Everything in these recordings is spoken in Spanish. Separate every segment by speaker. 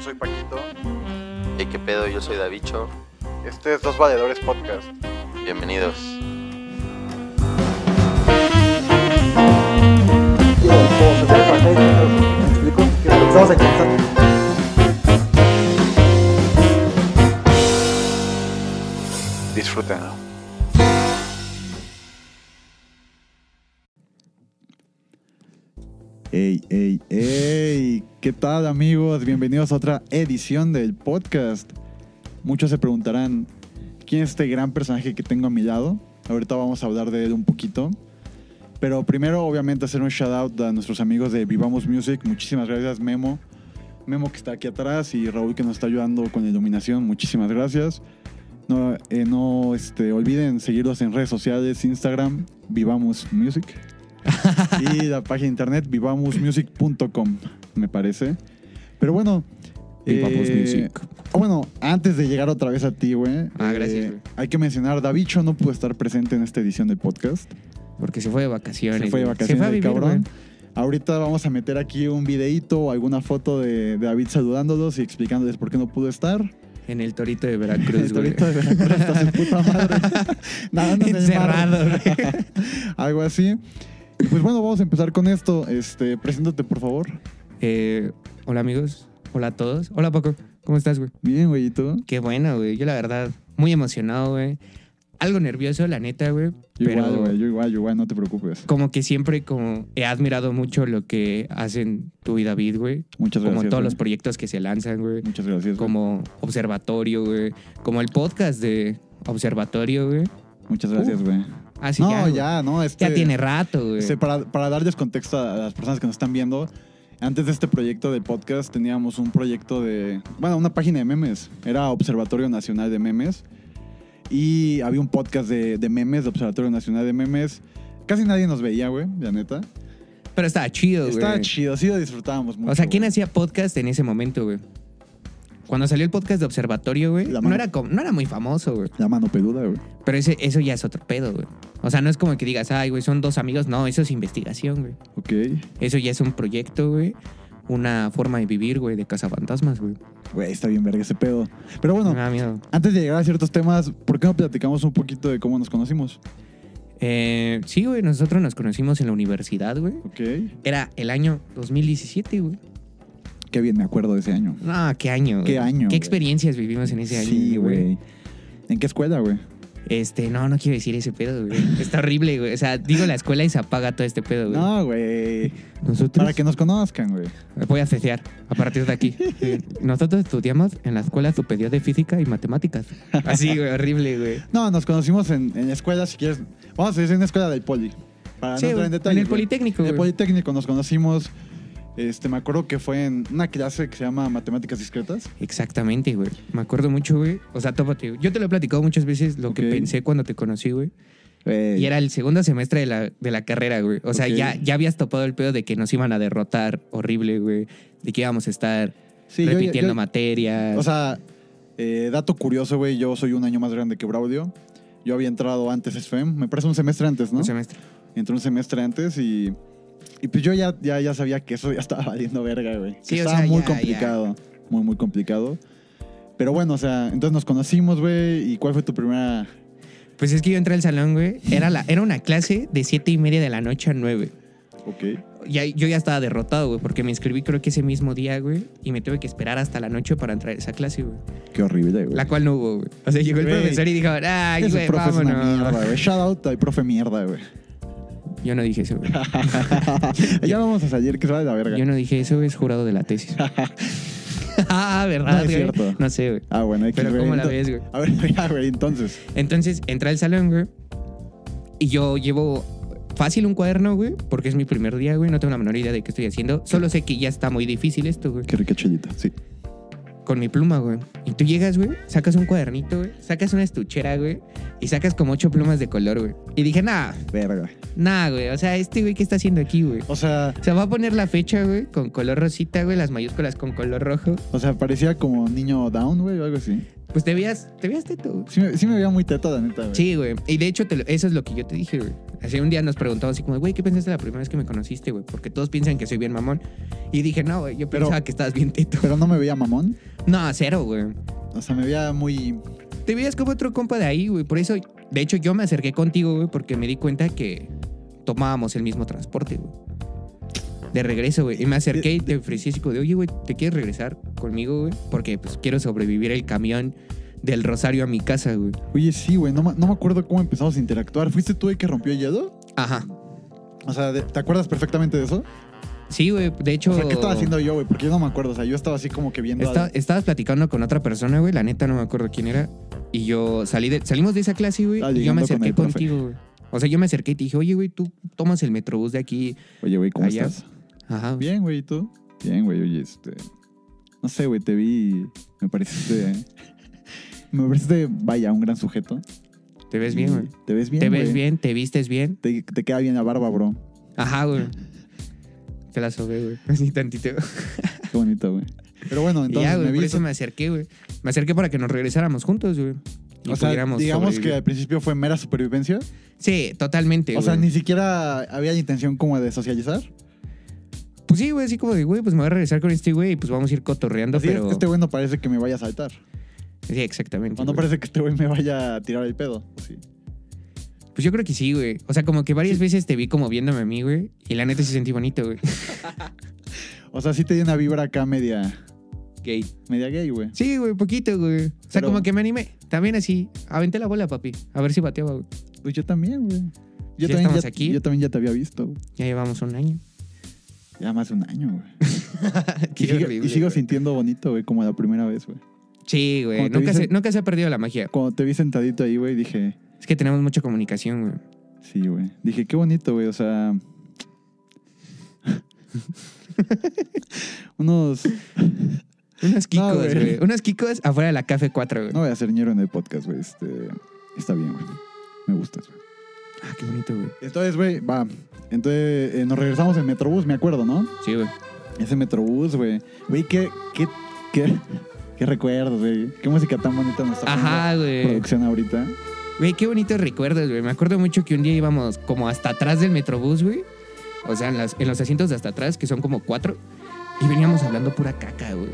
Speaker 1: soy Paquito.
Speaker 2: Hey, qué pedo, yo soy Davicho.
Speaker 1: Este es Dos Valedores Podcast.
Speaker 2: Bienvenidos.
Speaker 1: Disfrútenlo.
Speaker 3: Ey, ey, ey, ¿qué tal amigos? Bienvenidos a otra edición del podcast. Muchos se preguntarán, ¿quién es este gran personaje que tengo a mi lado? Ahorita vamos a hablar de él un poquito. Pero primero, obviamente, hacer un shout out a nuestros amigos de Vivamos Music. Muchísimas gracias, Memo. Memo que está aquí atrás y Raúl que nos está ayudando con la iluminación. Muchísimas gracias. No, eh, no este, olviden seguirlos en redes sociales, Instagram, Vivamos Music. y la página de internet vivamusmusic.com, me parece. Pero bueno.
Speaker 4: Vivamos
Speaker 3: eh,
Speaker 4: Music.
Speaker 3: ah, bueno, antes de llegar otra vez a ti, güey.
Speaker 4: Ah, gracias,
Speaker 3: eh,
Speaker 4: güey.
Speaker 3: hay que mencionar, Davicho no pudo estar presente en esta edición del podcast.
Speaker 4: Porque se fue de vacaciones.
Speaker 3: Se fue de
Speaker 4: güey.
Speaker 3: vacaciones,
Speaker 4: a
Speaker 3: el
Speaker 4: vivir,
Speaker 3: cabrón.
Speaker 4: güey.
Speaker 3: Ahorita vamos a meter aquí un videíto o alguna foto de, de David saludándolos y explicándoles por qué no pudo estar.
Speaker 4: En el torito de Veracruz,
Speaker 3: El
Speaker 4: güey.
Speaker 3: torito de Veracruz está su puta madre. Nadando en el mar.
Speaker 4: Encerrado, güey.
Speaker 3: Algo así. Y pues bueno, vamos a empezar con esto. Este, preséntate, por favor.
Speaker 4: Eh, hola, amigos. Hola a todos. Hola, Paco. ¿Cómo estás, güey?
Speaker 3: Bien, güey, ¿y tú?
Speaker 4: Qué bueno, güey. Yo, la verdad, muy emocionado, güey. Algo nervioso, la neta, güey.
Speaker 3: Yo
Speaker 4: Pero
Speaker 3: igual, güey, yo igual, yo igual, no te preocupes.
Speaker 4: como que siempre como he admirado mucho lo que hacen tú y David, güey.
Speaker 3: Muchas Pues
Speaker 4: Como
Speaker 3: gracias.
Speaker 4: todos
Speaker 3: güey.
Speaker 4: los proyectos que se lanzan, güey.
Speaker 3: Muchas gracias. güey.
Speaker 4: Como Observatorio, güey. Como el podcast de Observatorio, güey.
Speaker 3: Muchas gracias, güey.
Speaker 4: Así
Speaker 3: no,
Speaker 4: Uh, ya.
Speaker 3: ya,
Speaker 4: güey.
Speaker 3: no, este,
Speaker 4: Ya tiene rato, güey.
Speaker 3: este, para, para darles contexto a las personas que nos están viendo, antes de este proyecto del podcast teníamos un proyecto de, bueno, una página de memes, era Observatorio Nacional de Memes, y había un podcast de, de memes, de Observatorio Nacional de Memes, casi nadie nos veía, güey, la neta.
Speaker 4: Pero estaba chido, güey.
Speaker 3: Estaba chido, sí lo disfrutábamos mucho.
Speaker 4: O sea, ¿quién
Speaker 3: güey.
Speaker 4: hacía podcast en ese momento, güey? Cuando salió el podcast de Observatorio, güey,
Speaker 3: La
Speaker 4: no
Speaker 3: mano.
Speaker 4: era, como- no era muy famoso, güey.
Speaker 3: La mano peluda, güey.
Speaker 4: Pero ese, eso ya es otro pedo, güey. O sea, no es como que digas, ay, güey, son dos amigos. No, eso es investigación, güey.
Speaker 3: Ok.
Speaker 4: Eso ya es un proyecto, güey. Una forma de vivir, güey, de cazafantasmas, güey.
Speaker 3: Güey, está bien verga ese pedo. Pero bueno,
Speaker 4: Me da miedo.
Speaker 3: antes de llegar a ciertos temas, ¿por qué no platicamos un poquito de cómo nos conocimos?
Speaker 4: Eh, sí, güey, nosotros nos conocimos en la universidad, güey.
Speaker 3: Ok.
Speaker 4: Era el año 2017, güey.
Speaker 3: Qué bien me acuerdo de ese año.
Speaker 4: No, qué año.
Speaker 3: Qué
Speaker 4: güey.
Speaker 3: año, güey.
Speaker 4: Qué experiencias vivimos en ese año.
Speaker 3: Sí, güey. ¿En qué escuela, güey?
Speaker 4: Este, no, no quiero decir ese pedo, güey. Está horrible, güey. O sea, digo la escuela y se apaga todo este pedo, güey.
Speaker 3: No, güey.
Speaker 4: Nosotros.
Speaker 3: Para que nos conozcan, güey.
Speaker 4: Voy a cesar a partir de aquí. Eh, Nosotros estudiamos en la Escuela Superior de Física y Matemáticas. Así, güey, horrible, güey.
Speaker 3: No, nos conocimos en, en escuela, si quieres. Vamos a decir en la escuela del poli. Para
Speaker 4: Sí,
Speaker 3: Ah, no entrar
Speaker 4: güey,
Speaker 3: en
Speaker 4: en,
Speaker 3: detalle.
Speaker 4: el Politécnico,
Speaker 3: En el
Speaker 4: güey.
Speaker 3: Politécnico nos conocimos. Este, me acuerdo que fue en una clase que se llama Matemáticas Discretas.
Speaker 4: Exactamente, güey. Me acuerdo mucho, güey. O sea, tópate. güey. Yo te lo he platicado muchas veces lo
Speaker 3: Ok.
Speaker 4: que pensé cuando te conocí, güey. Y era el segundo semestre de la, de la carrera, güey. O sea,
Speaker 3: Ok.
Speaker 4: ya, ya habías topado el pedo de que nos iban a derrotar horrible, güey. De que íbamos a estar
Speaker 3: Sí, yo- yo-
Speaker 4: repitiendo
Speaker 3: yo-
Speaker 4: materias.
Speaker 3: O sea, eh, dato curioso, güey, yo soy un año más grande que Braulio. Yo había entrado antes a SFEM, me parece un semestre antes, ¿no?
Speaker 4: un semestre.
Speaker 3: Entré un semestre antes y, y pues yo ya, ya, ya sabía que eso ya estaba valiendo verga, güey. Que
Speaker 4: Sí, o
Speaker 3: estaba
Speaker 4: sea,
Speaker 3: muy
Speaker 4: ya,
Speaker 3: complicado, muy, muy complicado. Pero bueno, o sea, entonces nos conocimos, güey, y ¿cuál fue tu primera...?
Speaker 4: Pues es que yo entré al salón, güey. Era, la, era una clase de siete y media de la noche a 9.
Speaker 3: Ok.
Speaker 4: Ya, yo ya estaba derrotado, güey, porque me inscribí creo que ese mismo día, güey. Y me tuve que esperar hasta la noche para entrar a esa clase, güey.
Speaker 3: Qué horrible, güey.
Speaker 4: La cual no hubo, güey. O sea, llegó el
Speaker 3: Güey.
Speaker 4: profesor y dijo, ay,
Speaker 3: Ese
Speaker 4: güey,
Speaker 3: profe es una
Speaker 4: vámonos".
Speaker 3: mierda, güey. Shout out al profe mierda, güey.
Speaker 4: Yo no dije eso, güey.
Speaker 3: ya vamos a salir, que se va de la verga.
Speaker 4: Yo no dije eso, güey, es jurado de la tesis. ah,
Speaker 3: No
Speaker 4: ¿verdad,
Speaker 3: es
Speaker 4: güey?
Speaker 3: cierto.
Speaker 4: No sé, güey.
Speaker 3: Ah, bueno, hay que
Speaker 4: Pero
Speaker 3: ver,
Speaker 4: ¿cómo la
Speaker 3: ento-
Speaker 4: ves, güey?
Speaker 3: A ver, ya, güey, entonces.
Speaker 4: Entonces, entré al salón, güey. Y yo llevo fácil un cuaderno, güey, porque es mi primer día, güey. No tengo la menor idea de qué estoy haciendo. Solo sé que ya está muy difícil esto, güey.
Speaker 3: Qué rica chelita, sí.
Speaker 4: Con mi pluma, güey. Y tú llegas, güey, sacas un cuadernito, güey. Sacas una estuchera, güey. Y sacas como ocho plumas de color, güey. Y dije, nah,
Speaker 3: Verga.
Speaker 4: nah, güey. O sea, este güey, ¿qué está haciendo aquí, güey?
Speaker 3: O sea,
Speaker 4: O sea, va a poner la fecha, güey, con color rosita, güey, las mayúsculas con color rojo.
Speaker 3: o sea, parecía como niño down, güey, o algo así.
Speaker 4: Pues te veías, te veías teto. güey.
Speaker 3: Sí me, sí me veía muy teto, la neta, güey.
Speaker 4: Sí, güey. Y de hecho, te lo- eso es lo que yo te dije, güey. Así un día nos preguntamos así como, güey, ¿qué pensaste la primera vez que me conociste, güey? Porque todos piensan que soy bien mamón. Y dije, no, güey, yo
Speaker 3: Pero-
Speaker 4: pensaba que estabas bien teto.
Speaker 3: Pero no me veía mamón.
Speaker 4: No, cero, güey.
Speaker 3: O sea, me veía muy...
Speaker 4: Te veías como otro compa de ahí, güey. Por eso, de hecho, yo me acerqué contigo, güey, porque me di cuenta que tomábamos el mismo transporte, güey. De regreso, güey. Y me acerqué y te ofrecí así como de, oye, güey, ¿te quieres regresar conmigo, güey? Porque pues quiero sobrevivir el camión del Rosario a mi casa, güey.
Speaker 3: Oye, sí, güey. No, ma- no me acuerdo cómo empezamos a interactuar. ¿Fuiste tú el que rompió el hielo?
Speaker 4: Ajá.
Speaker 3: O sea, de- ¿te acuerdas perfectamente de eso?
Speaker 4: Sí, güey. De hecho.
Speaker 3: O sea, ¿qué estaba haciendo yo, güey? Porque yo no me acuerdo. O sea, yo estaba así como que viendo...
Speaker 4: Esta-
Speaker 3: al-
Speaker 4: estabas platicando con otra persona, güey. La neta no me acuerdo quién era. Y yo salí de, salimos de esa clase, güey.
Speaker 3: Estaba
Speaker 4: Y yo me
Speaker 3: ligando con
Speaker 4: acerqué
Speaker 3: el profe.
Speaker 4: contigo, güey. O sea, yo me acerqué y te dije, oye, güey, tú tomas el metrobús de aquí.
Speaker 3: Oye, güey, ¿cómo
Speaker 4: Allá.
Speaker 3: estás?
Speaker 4: Ajá. güey.
Speaker 3: Bien, güey, ¿y tú? Bien, güey, oye, este... No sé, güey, te vi y me este, pareciste... me pareciste, vaya, un gran sujeto.
Speaker 4: Te ves bien, güey.
Speaker 3: Te ves bien,
Speaker 4: Te ves
Speaker 3: güey.
Speaker 4: bien, te vistes bien.
Speaker 3: Te, te queda bien la barba, bro.
Speaker 4: Ajá, güey. Te la sobé, güey. Así tantito.
Speaker 3: Qué bonito, güey. Pero bueno,
Speaker 4: Y
Speaker 3: entonces
Speaker 4: ya, güey,
Speaker 3: me
Speaker 4: por
Speaker 3: vi...
Speaker 4: eso me acerqué, güey. Me acerqué para que nos regresáramos juntos, güey. Y
Speaker 3: O sea,
Speaker 4: pudiéramos
Speaker 3: digamos que
Speaker 4: sobrevivir.
Speaker 3: al principio fue mera supervivencia.
Speaker 4: Sí, totalmente,
Speaker 3: o sea,
Speaker 4: güey.
Speaker 3: ni siquiera había la intención como de socializar.
Speaker 4: Pues sí, güey, así como de, güey, pues me voy a regresar con este güey y pues vamos a ir cotorreando,
Speaker 3: Así
Speaker 4: pero...
Speaker 3: es, este güey no parece que me vaya a saltar.
Speaker 4: Sí, exactamente.
Speaker 3: O no
Speaker 4: güey.
Speaker 3: parece que este güey me vaya a tirar el pedo. Sí.
Speaker 4: Pues yo creo que sí, güey. O sea, como que varias veces te vi como viéndome a mí, güey. Y la neta sí sentí bonito, güey.
Speaker 3: O sea, sí te dio una vibra acá media,
Speaker 4: Gay.
Speaker 3: media gay, güey.
Speaker 4: Sí, güey, poquito, güey. O sea,
Speaker 3: Pero-
Speaker 4: como que me animé. También así. Aventé la bola, papi. A ver si bateaba, güey.
Speaker 3: Pues yo también, güey. Yo,
Speaker 4: Ya
Speaker 3: también
Speaker 4: estamos
Speaker 3: ya,
Speaker 4: aquí.
Speaker 3: yo también ya te había visto. güey.
Speaker 4: Ya llevamos un año.
Speaker 3: Ya más de un año, güey.
Speaker 4: Qué
Speaker 3: Y sigo,
Speaker 4: horrible,
Speaker 3: y sigo
Speaker 4: güey.
Speaker 3: sintiendo bonito, güey, como la primera vez, güey.
Speaker 4: Sí, güey.
Speaker 3: Como te
Speaker 4: Nunca,
Speaker 3: dicen-
Speaker 4: se, nunca se ha perdido la magia.
Speaker 3: Cuando te vi sentadito ahí, güey, dije,
Speaker 4: Es que tenemos mucha comunicación, güey.
Speaker 3: sí, güey. Dije, qué bonito, güey. O sea. Unos.
Speaker 4: Unas
Speaker 3: No,
Speaker 4: kikos,
Speaker 3: güey.
Speaker 4: güey. Unas kikos afuera de la Café 4, güey.
Speaker 3: No voy a ser ñero en el podcast, güey. Este. Está bien, güey. Me gustas, güey.
Speaker 4: Ah, qué bonito, güey.
Speaker 3: Entonces, güey, va. Entonces, eh, nos regresamos en Metrobús, me acuerdo, ¿no?
Speaker 4: Sí, güey.
Speaker 3: Ese Metrobús, güey. Güey, qué, qué, qué, qué recuerdos, güey. Qué música tan bonita nos está
Speaker 4: Ajá, eh.
Speaker 3: poniendo
Speaker 4: güey.
Speaker 3: producción ahorita.
Speaker 4: Güey, qué bonitos recuerdos, güey. Me acuerdo mucho que un día íbamos como hasta atrás del metrobús, güey. O sea, en, las- en los asientos de hasta atrás, que son como cuatro. Y veníamos hablando pura caca, güey.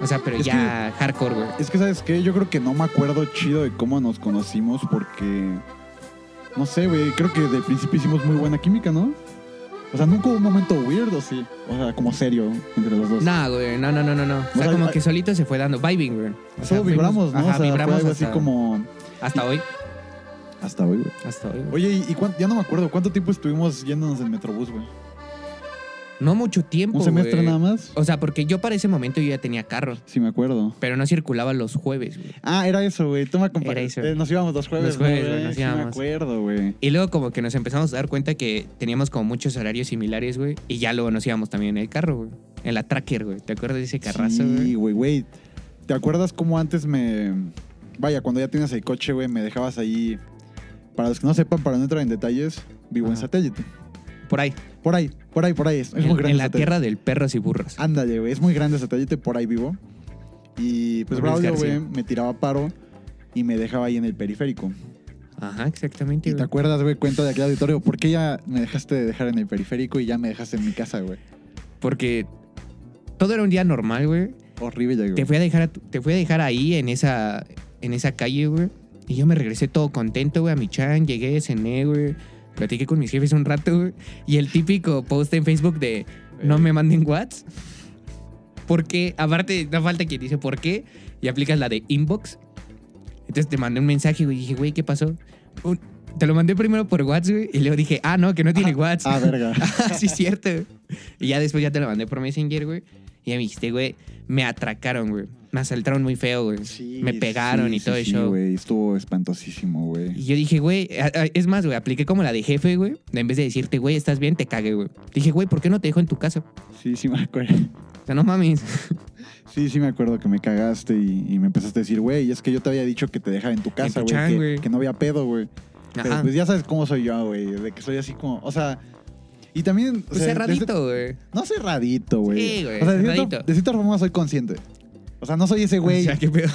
Speaker 4: O sea, pero
Speaker 3: Es
Speaker 4: ya hardcore, güey.
Speaker 3: Es que, ¿sabes qué? Yo creo que no me acuerdo chido de cómo nos conocimos porque. No sé, güey. Creo que de principio hicimos muy buena química, ¿no? O sea, nunca hubo un momento weird, ¿o sí. O sea, como serio entre los dos.
Speaker 4: No, güey, no, no, no, no, no. O sea,
Speaker 3: sea,
Speaker 4: como
Speaker 3: hay-
Speaker 4: que solito se fue dando. Vibing, güey. O sea,
Speaker 3: Solo
Speaker 4: fuimos-
Speaker 3: vibramos, ¿no?
Speaker 4: Ajá,
Speaker 3: o sea, fue
Speaker 4: vibramos
Speaker 3: algo
Speaker 4: hasta,
Speaker 3: así como.
Speaker 4: Hasta hoy.
Speaker 3: Hasta hoy, güey.
Speaker 4: Hasta hoy, güey.
Speaker 3: Oye, ¿y, y cuánto- ya no me acuerdo cuánto tiempo estuvimos yéndonos en Metrobús, güey?
Speaker 4: No mucho tiempo,
Speaker 3: ¿Un semestre
Speaker 4: güey.
Speaker 3: nada más?
Speaker 4: O sea, porque yo para ese momento yo ya tenía carro.
Speaker 3: Sí, me acuerdo.
Speaker 4: Pero no circulaba los jueves, güey.
Speaker 3: Ah, era eso, güey. Toma compa.
Speaker 4: Era eso.
Speaker 3: eh, nos íbamos los jueves.
Speaker 4: Los jueves,
Speaker 3: ¿no,
Speaker 4: güey, nos
Speaker 3: Sí, me
Speaker 4: íbamos.
Speaker 3: acuerdo, güey.
Speaker 4: Y luego como que nos empezamos a dar cuenta que teníamos como muchos horarios similares, güey. Y ya luego nos íbamos también en el carro, güey. En la Tracker, güey. ¿Te acuerdas de ese
Speaker 3: Sí,
Speaker 4: carrazo, güey?
Speaker 3: güey, güey. ¿Te acuerdas cómo antes me. Vaya, cuando ya tenías el coche, güey, me dejabas ahí. Para los que no sepan, para no entrar en detalles, vivo en
Speaker 4: Ajá.
Speaker 3: satélite.
Speaker 4: Por ahí.
Speaker 3: Por ahí, por ahí, por ahí. Es, es
Speaker 4: en,
Speaker 3: muy grande. Ah.
Speaker 4: en la
Speaker 3: satélite.
Speaker 4: tierra del perros y burros.
Speaker 3: Ándale, güey. Es muy grande satélite, por ahí vivo. Y pues
Speaker 4: Gabriel
Speaker 3: Braulio,
Speaker 4: García.
Speaker 3: güey, me tiraba paro y me dejaba ahí en el periférico.
Speaker 4: Ajá, exactamente,
Speaker 3: ¿Y te
Speaker 4: güey.
Speaker 3: acuerdas, güey, cuenta de aquel auditorio? ¿Por qué ya me dejaste de dejar en el periférico y ya me dejaste en mi casa, güey?
Speaker 4: Porque todo era un día normal, güey.
Speaker 3: Horrible,
Speaker 4: Te
Speaker 3: güey.
Speaker 4: fui a dejar, a tu- te fui a dejar ahí en esa, en esa calle, güey. Y yo me regresé todo contento, güey, a mi chan. Llegué, cené, güey. Platiqué con mis jefes un rato, güey. Y el típico post en Facebook de no me manden WhatsApp. ¿Por qué? Aparte, no falta quien dice por qué. Y aplicas la de inbox. Entonces te mandé un mensaje, güey. Y dije, güey, ¿qué pasó? Un- te lo mandé primero por WhatsApp, güey. Y luego dije, ah, no, que no tiene WhatsApp.
Speaker 3: Ah, verga.
Speaker 4: sí, es cierto. Y ya después ya te lo mandé por Messenger, güey. Y ya me dijiste, güey, me atracaron, güey. Me asaltaron muy feo, güey. me pegaron
Speaker 3: sí,
Speaker 4: y
Speaker 3: sí,
Speaker 4: todo
Speaker 3: sí,
Speaker 4: eso.
Speaker 3: güey, estuvo espantosísimo,
Speaker 4: y
Speaker 3: güey.
Speaker 4: yo dije, güey, a- a- es más, güey, apliqué como la de jefe, güey. En vez de decirte, güey, estás bien, te cagué, güey. Dije, güey, ¿por qué no te dejo en tu casa?
Speaker 3: Sí, sí me acuerdo.
Speaker 4: O sea, no mames.
Speaker 3: Sí, sí me acuerdo que me cagaste y, y me empezaste a decir, güey, es que yo te había dicho que te dejaba en tu casa, güey,
Speaker 4: tu chan,
Speaker 3: que-
Speaker 4: güey.
Speaker 3: que, no había pedo, güey. Pero
Speaker 4: Ajá.
Speaker 3: pues ya sabes cómo soy yo, güey, de que soy así como, o sea, y también... o
Speaker 4: Pues
Speaker 3: sea,
Speaker 4: cerradito, güey.
Speaker 3: desde- no cerradito, güey.
Speaker 4: Sí, güey,
Speaker 3: O sea, de,
Speaker 4: cerradito.
Speaker 3: cierta, de cierta forma soy consciente. O sea, no soy ese este güey.
Speaker 4: O sea, qué pedo.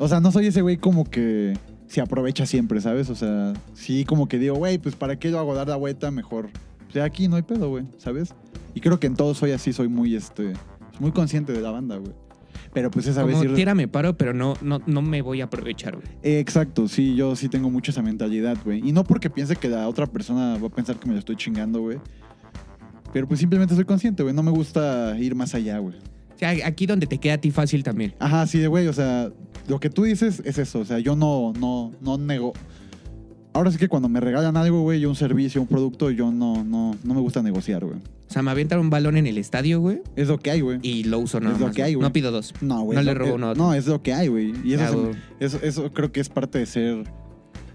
Speaker 3: O sea, no soy ese güey como que se aprovecha siempre, ¿sabes? O sea, sí como que digo, güey, pues ¿para qué lo hago dar la vuelta? Mejor. O sea, aquí no hay pedo, güey, ¿sabes? Y creo que en todo soy así, soy muy, este, muy consciente de la banda, güey. Pero pues esa vez...
Speaker 4: Como
Speaker 3: sí-
Speaker 4: quiera me paro, pero no, no, no me voy a aprovechar, güey.
Speaker 3: Eh, exacto, sí, yo sí tengo mucho esa mentalidad, güey. Y no porque piense que la otra persona va a pensar que me lo estoy chingando, güey. Pero pues simplemente soy consciente, güey. No me gusta ir más allá, güey.
Speaker 4: O sea, aquí donde te queda a ti fácil también.
Speaker 3: Ajá, sí, güey, o sea, lo que tú dices es eso, o sea, yo no, no, no nego. Ahora sí que cuando me regalan algo, güey, yo un servicio, un producto, yo no, no, no me gusta negociar, güey.
Speaker 4: O sea, me avientan un balón en el estadio, güey,
Speaker 3: Es lo que hay, güey.
Speaker 4: y lo uso nada
Speaker 3: Es lo
Speaker 4: más,
Speaker 3: que hay, güey.
Speaker 4: No pido dos.
Speaker 3: No, güey.
Speaker 4: no
Speaker 3: es
Speaker 4: le
Speaker 3: lo
Speaker 4: robo
Speaker 3: que-
Speaker 4: nada.
Speaker 3: No, es lo que hay, güey. Y eso,
Speaker 4: Ya,
Speaker 3: se me-
Speaker 4: güey.
Speaker 3: eso, eso creo que es parte de ser,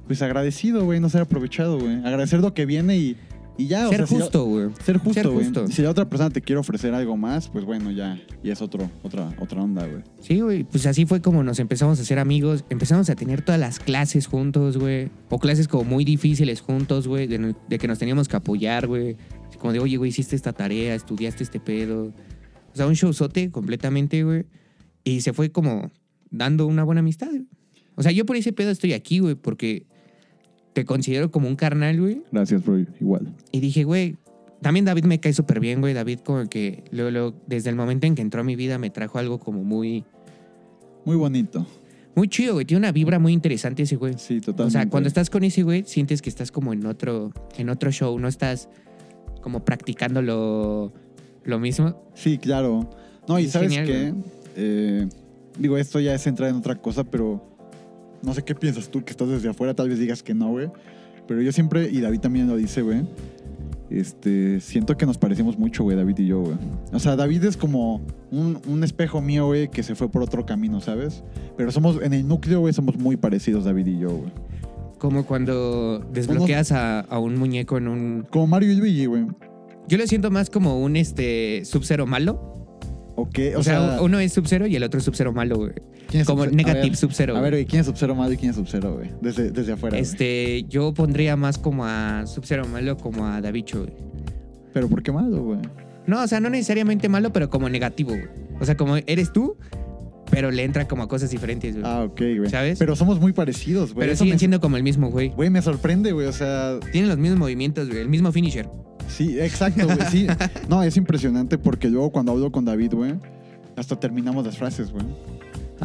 Speaker 3: pues, agradecido, güey, no ser aprovechado, güey. Agradecer lo que viene y, y ya, Ah, o
Speaker 4: Ser
Speaker 3: sea, si la-
Speaker 4: justo, güey.
Speaker 3: ser
Speaker 4: Ser
Speaker 3: justo, güey.
Speaker 4: justo.
Speaker 3: Si la otra persona te quiere ofrecer algo más, pues bueno, ya. Y es otro, otra, otra onda, güey.
Speaker 4: Sí, güey. Pues así fue como nos empezamos a hacer amigos. Empezamos a tener todas las clases juntos, güey. O clases como muy difíciles juntos, güey. De, no- de que nos teníamos que apoyar, güey. Así Como de, oye, güey, hiciste esta tarea, estudiaste este pedo. O sea, un showzote completamente, güey. Y se fue como dando una buena amistad, güey. O sea, yo por ese pedo estoy aquí, güey, porque te considero como un carnal, güey.
Speaker 3: Gracias, bro. Igual.
Speaker 4: Y dije, güey, también David me cae súper bien, güey. David como que luego, luego, desde el momento en que entró a mi vida me trajo algo como muy...
Speaker 3: Muy bonito.
Speaker 4: Muy chido, güey. Tiene una vibra muy interesante ese güey.
Speaker 3: Sí,
Speaker 4: O
Speaker 3: totalmente.
Speaker 4: sea, cuando estás con ese güey, sientes que estás como en otro, en otro show, no estás como practicando lo, lo mismo.
Speaker 3: Sí, claro. No, y
Speaker 4: Es
Speaker 3: sabes
Speaker 4: genial,
Speaker 3: qué? Eh, digo, esto ya es entrar en otra cosa, pero no sé qué piensas tú que estás desde afuera, tal vez digas que no, güey. Pero yo siempre, y David también lo dice, güey. Este, siento que nos parecemos mucho, güey, David y yo, güey. O sea, David es como un, un espejo mío, güey, que se fue por otro camino, ¿sabes? Pero somos, en el núcleo, güey, somos muy parecidos, David y yo, güey.
Speaker 4: Como cuando desbloqueas a, a un muñeco en un...
Speaker 3: Como Mario y Luigi, güey.
Speaker 4: Yo lo siento más como un este sub-zero malo.
Speaker 3: ¿O qué?
Speaker 4: O, sea, uno es sub-zero y el otro es sub-zero malo, güey.
Speaker 3: ¿quién es
Speaker 4: Como
Speaker 3: Sub-Zero? A
Speaker 4: negative
Speaker 3: ver,
Speaker 4: sub-zero.
Speaker 3: A ver,
Speaker 4: güey.
Speaker 3: güey, ¿quién es Sub-Zero malo y quién es Sub-Zero, güey? Desde, desde afuera, güey.
Speaker 4: Este, yo pondría más como a Sub-Zero malo como a Davicho, güey.
Speaker 3: Pero ¿por qué malo, güey?
Speaker 4: No, o sea, no necesariamente malo, pero como negativo, güey. O sea, como eres tú, pero le entra como a cosas diferentes, güey.
Speaker 3: Ah, ok, güey.
Speaker 4: ¿Sabes?
Speaker 3: Pero somos muy parecidos, güey.
Speaker 4: pero
Speaker 3: Eso
Speaker 4: siguen
Speaker 3: me-
Speaker 4: siendo como el mismo, güey.
Speaker 3: Güey, me sorprende, güey. O sea,
Speaker 4: Tienen los mismos movimientos, güey. El mismo finisher.
Speaker 3: sí, exacto, güey. Sí. No, es impresionante porque luego cuando hablo con David, güey, hasta terminamos las frases, güey.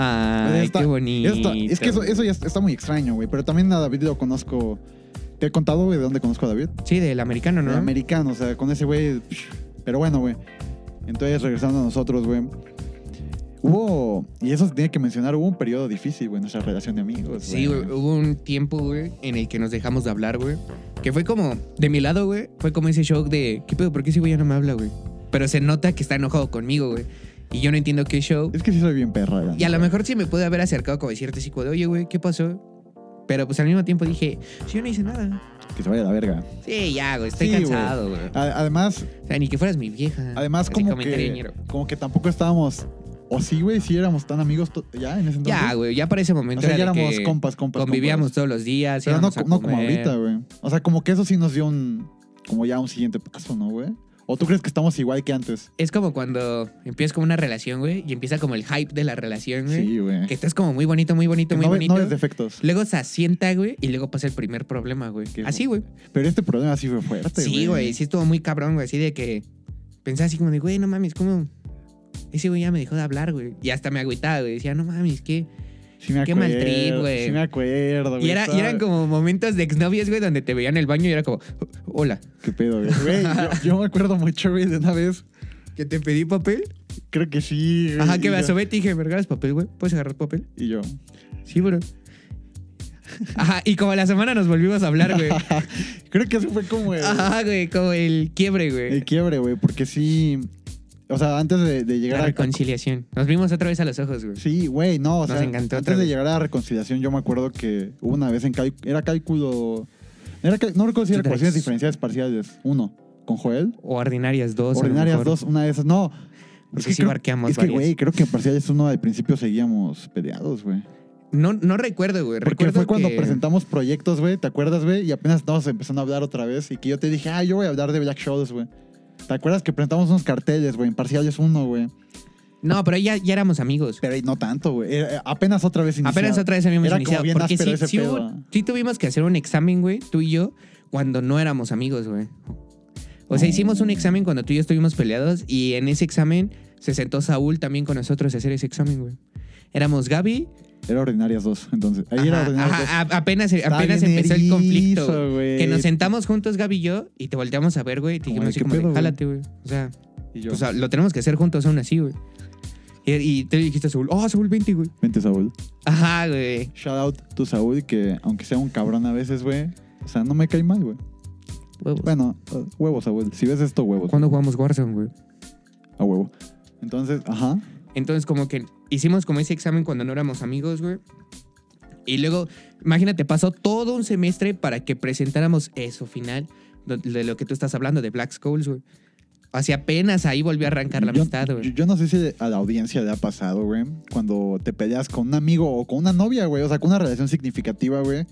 Speaker 4: Ay,
Speaker 3: Está-
Speaker 4: qué bonito.
Speaker 3: Esto- es que eso, eso ya está, está muy extraño, güey. Pero también a David lo conozco. Te he contado, güey, de dónde conozco a David.
Speaker 4: Sí, del americano, ¿no?
Speaker 3: El americano, o sea, con ese güey. psh, Pero bueno, güey. Entonces, regresando a nosotros, güey. Hubo, y eso se tiene que mencionar, hubo un periodo difícil, güey, en nuestra relación de amigos.
Speaker 4: Sí, güey. Hubo un tiempo, güey, en el que nos dejamos de hablar, güey. Que fue como, de mi lado, güey, fue como ese shock de, ¿qué pedo? ¿Por qué ese güey ya no me habla, güey? Pero se nota que está enojado conmigo, güey. Y yo no entiendo qué show.
Speaker 3: Es que sí soy bien perra, güey.
Speaker 4: Y a lo mejor sí me pude haber acercado como decirte así, como de, oye, güey, ¿qué pasó? Pero pues al mismo tiempo dije, "Sí, yo no hice nada.
Speaker 3: Que se vaya a la verga.
Speaker 4: Sí, ya, güey, estoy
Speaker 3: Sí, güey.
Speaker 4: cansado, güey.
Speaker 3: A- además,
Speaker 4: O sea, ni que fueras mi vieja.
Speaker 3: además
Speaker 4: Así
Speaker 3: como
Speaker 4: comentario
Speaker 3: que,
Speaker 4: ñero.
Speaker 3: como que tampoco estábamos. O sí, güey, sí éramos tan amigos to- ya en ese entonces.
Speaker 4: Ya, güey, ya para ese momento
Speaker 3: O sea, ya
Speaker 4: era de
Speaker 3: éramos
Speaker 4: que
Speaker 3: compas, compas.
Speaker 4: convivíamos
Speaker 3: compas.
Speaker 4: todos los días.
Speaker 3: Pero no,
Speaker 4: íbamos a
Speaker 3: no como
Speaker 4: comer.
Speaker 3: ahorita, güey. O sea, como que eso sí nos dio un. Como ya un siguiente paso, ¿no, güey? ¿O tú crees que estamos igual que antes?
Speaker 4: Es como cuando empiezas como una relación, güey, y empieza como el hype de la relación, güey.
Speaker 3: Sí, güey.
Speaker 4: Que estás como muy bonito, muy bonito,
Speaker 3: Que
Speaker 4: muy
Speaker 3: no, ve-
Speaker 4: bonito.
Speaker 3: no ves defectos.
Speaker 4: Luego se asienta, güey, y luego pasa el primer problema, güey.
Speaker 3: Qué
Speaker 4: Así, güey.
Speaker 3: Pero este problema sí fue fuerte, güey.
Speaker 4: Sí, güey, sí estuvo muy cabrón, güey, así de que pensaba así como de, güey, no mames, ¿cómo? Ese güey ya me dejó de hablar, güey. Y hasta me agüitaba, güey. Decía, no mames, ¿qué?
Speaker 3: Sí me
Speaker 4: Qué mal
Speaker 3: acuerdo,
Speaker 4: trip, güey.
Speaker 3: Sí me acuerdo, güey.
Speaker 4: Y, era, y
Speaker 3: Estaba-
Speaker 4: eran como momentos de exnovias, güey, donde te veían en el baño y era como, hola.
Speaker 3: Qué pedo, güey. Güey, yo, yo me acuerdo mucho, güey, de una vez.
Speaker 4: ¿Que te pedí papel?
Speaker 3: Creo que sí, güey.
Speaker 4: Ajá, que
Speaker 3: y
Speaker 4: me
Speaker 3: yo-
Speaker 4: asomé y te dije, ¿me regalas papel, güey? ¿Puedes agarrar papel?
Speaker 3: Y yo.
Speaker 4: Sí, bro. Ajá, y como a la semana nos volvimos a hablar, güey.
Speaker 3: Creo que eso fue como el,
Speaker 4: Ajá, güey, como el quiebre, güey.
Speaker 3: el quiebre, güey, porque sí. O sea, antes de, de llegar
Speaker 4: La
Speaker 3: a.
Speaker 4: reconciliación. Nos vimos otra vez a los ojos, güey.
Speaker 3: Sí, güey, no, o
Speaker 4: Nos
Speaker 3: sea,
Speaker 4: encantó otra
Speaker 3: antes de
Speaker 4: vez.
Speaker 3: llegar a la reconciliación, yo me acuerdo que hubo una vez en cal- era cálculo. Era cal- no recuerdo si era
Speaker 4: Tres.
Speaker 3: ecuaciones diferenciales parciales. Uno, con Joel.
Speaker 4: O ordinarias dos. a lo
Speaker 3: Ordinarias
Speaker 4: mejor.
Speaker 3: dos, una de esas. No.
Speaker 4: Porque sí barqueamos
Speaker 3: Es que,
Speaker 4: varias.
Speaker 3: güey, creo que en parciales uno al principio seguíamos peleados, güey.
Speaker 4: No, no recuerdo, güey.
Speaker 3: Porque
Speaker 4: Recuerdo
Speaker 3: fue cuando
Speaker 4: que-
Speaker 3: presentamos proyectos, güey, ¿te acuerdas, güey? Y apenas estábamos empezando a hablar otra vez y que yo te dije, ah, yo voy a hablar de Black Shadows, güey. ¿Te acuerdas que presentamos unos carteles, güey, en parciales uno, güey?
Speaker 4: No, pero ahí ya, ya éramos amigos.
Speaker 3: Pero no tanto, güey. Era- eh, Apenas otra vez iniciado.
Speaker 4: Apenas otra vez habíamos
Speaker 3: Era como
Speaker 4: iniciado.
Speaker 3: bien
Speaker 4: porque
Speaker 3: áspero
Speaker 4: sí,
Speaker 3: ese
Speaker 4: sí
Speaker 3: pedo,
Speaker 4: hubo-
Speaker 3: ¿no?
Speaker 4: sí tuvimos que hacer un examen, güey, tú y yo, cuando no éramos amigos, güey. O sea,
Speaker 3: No.
Speaker 4: hicimos un examen cuando tú y yo estuvimos peleados y en ese examen se sentó Saúl también con nosotros a hacer ese examen, güey. Éramos Gaby.
Speaker 3: Era ordinarias dos, entonces. Ahí era
Speaker 4: ajá,
Speaker 3: ordinarias
Speaker 4: ajá,
Speaker 3: dos.
Speaker 4: a- apenas
Speaker 3: pues. Estaba
Speaker 4: apenas
Speaker 3: bien
Speaker 4: empezó el
Speaker 3: erizo,
Speaker 4: conflicto. güey.
Speaker 3: güey.
Speaker 4: Que nos sentamos juntos, Gaby y yo, y te volteamos a ver, güey, y te
Speaker 3: Como
Speaker 4: dijimos
Speaker 3: de,
Speaker 4: así
Speaker 3: ¿qué
Speaker 4: como, de,
Speaker 3: pedo, güey?
Speaker 4: jálate, güey. O sea,
Speaker 3: Y yo,
Speaker 4: o sea, lo tenemos que hacer juntos aún así, güey. Y, y te dijiste a Saúl, oh, Saúl 20, güey.
Speaker 3: Vente, Saúl.
Speaker 4: Ajá, güey.
Speaker 3: Shout out to Saúl, que aunque sea un cabrón a veces, güey. O sea, no me cae mal, güey.
Speaker 4: Huevos.
Speaker 3: Bueno, uh, huevos, Saúl. Si ves esto, huevos.
Speaker 4: ¿Cuándo jugamos Warzone, güey?
Speaker 3: A huevo. Entonces, ajá.
Speaker 4: Entonces, como que hicimos como ese examen cuando no éramos amigos, güey. Y luego, imagínate, pasó todo un semestre para que presentáramos eso final do- de lo que tú estás hablando, de Black Skulls, güey. Así apenas ahí volvió a arrancar la
Speaker 3: Yo-
Speaker 4: amistad, güey.
Speaker 3: Yo, yo no sé si a la audiencia le ha pasado, güey, cuando te peleas con un amigo o con una novia, güey, o sea, con una relación significativa, güey.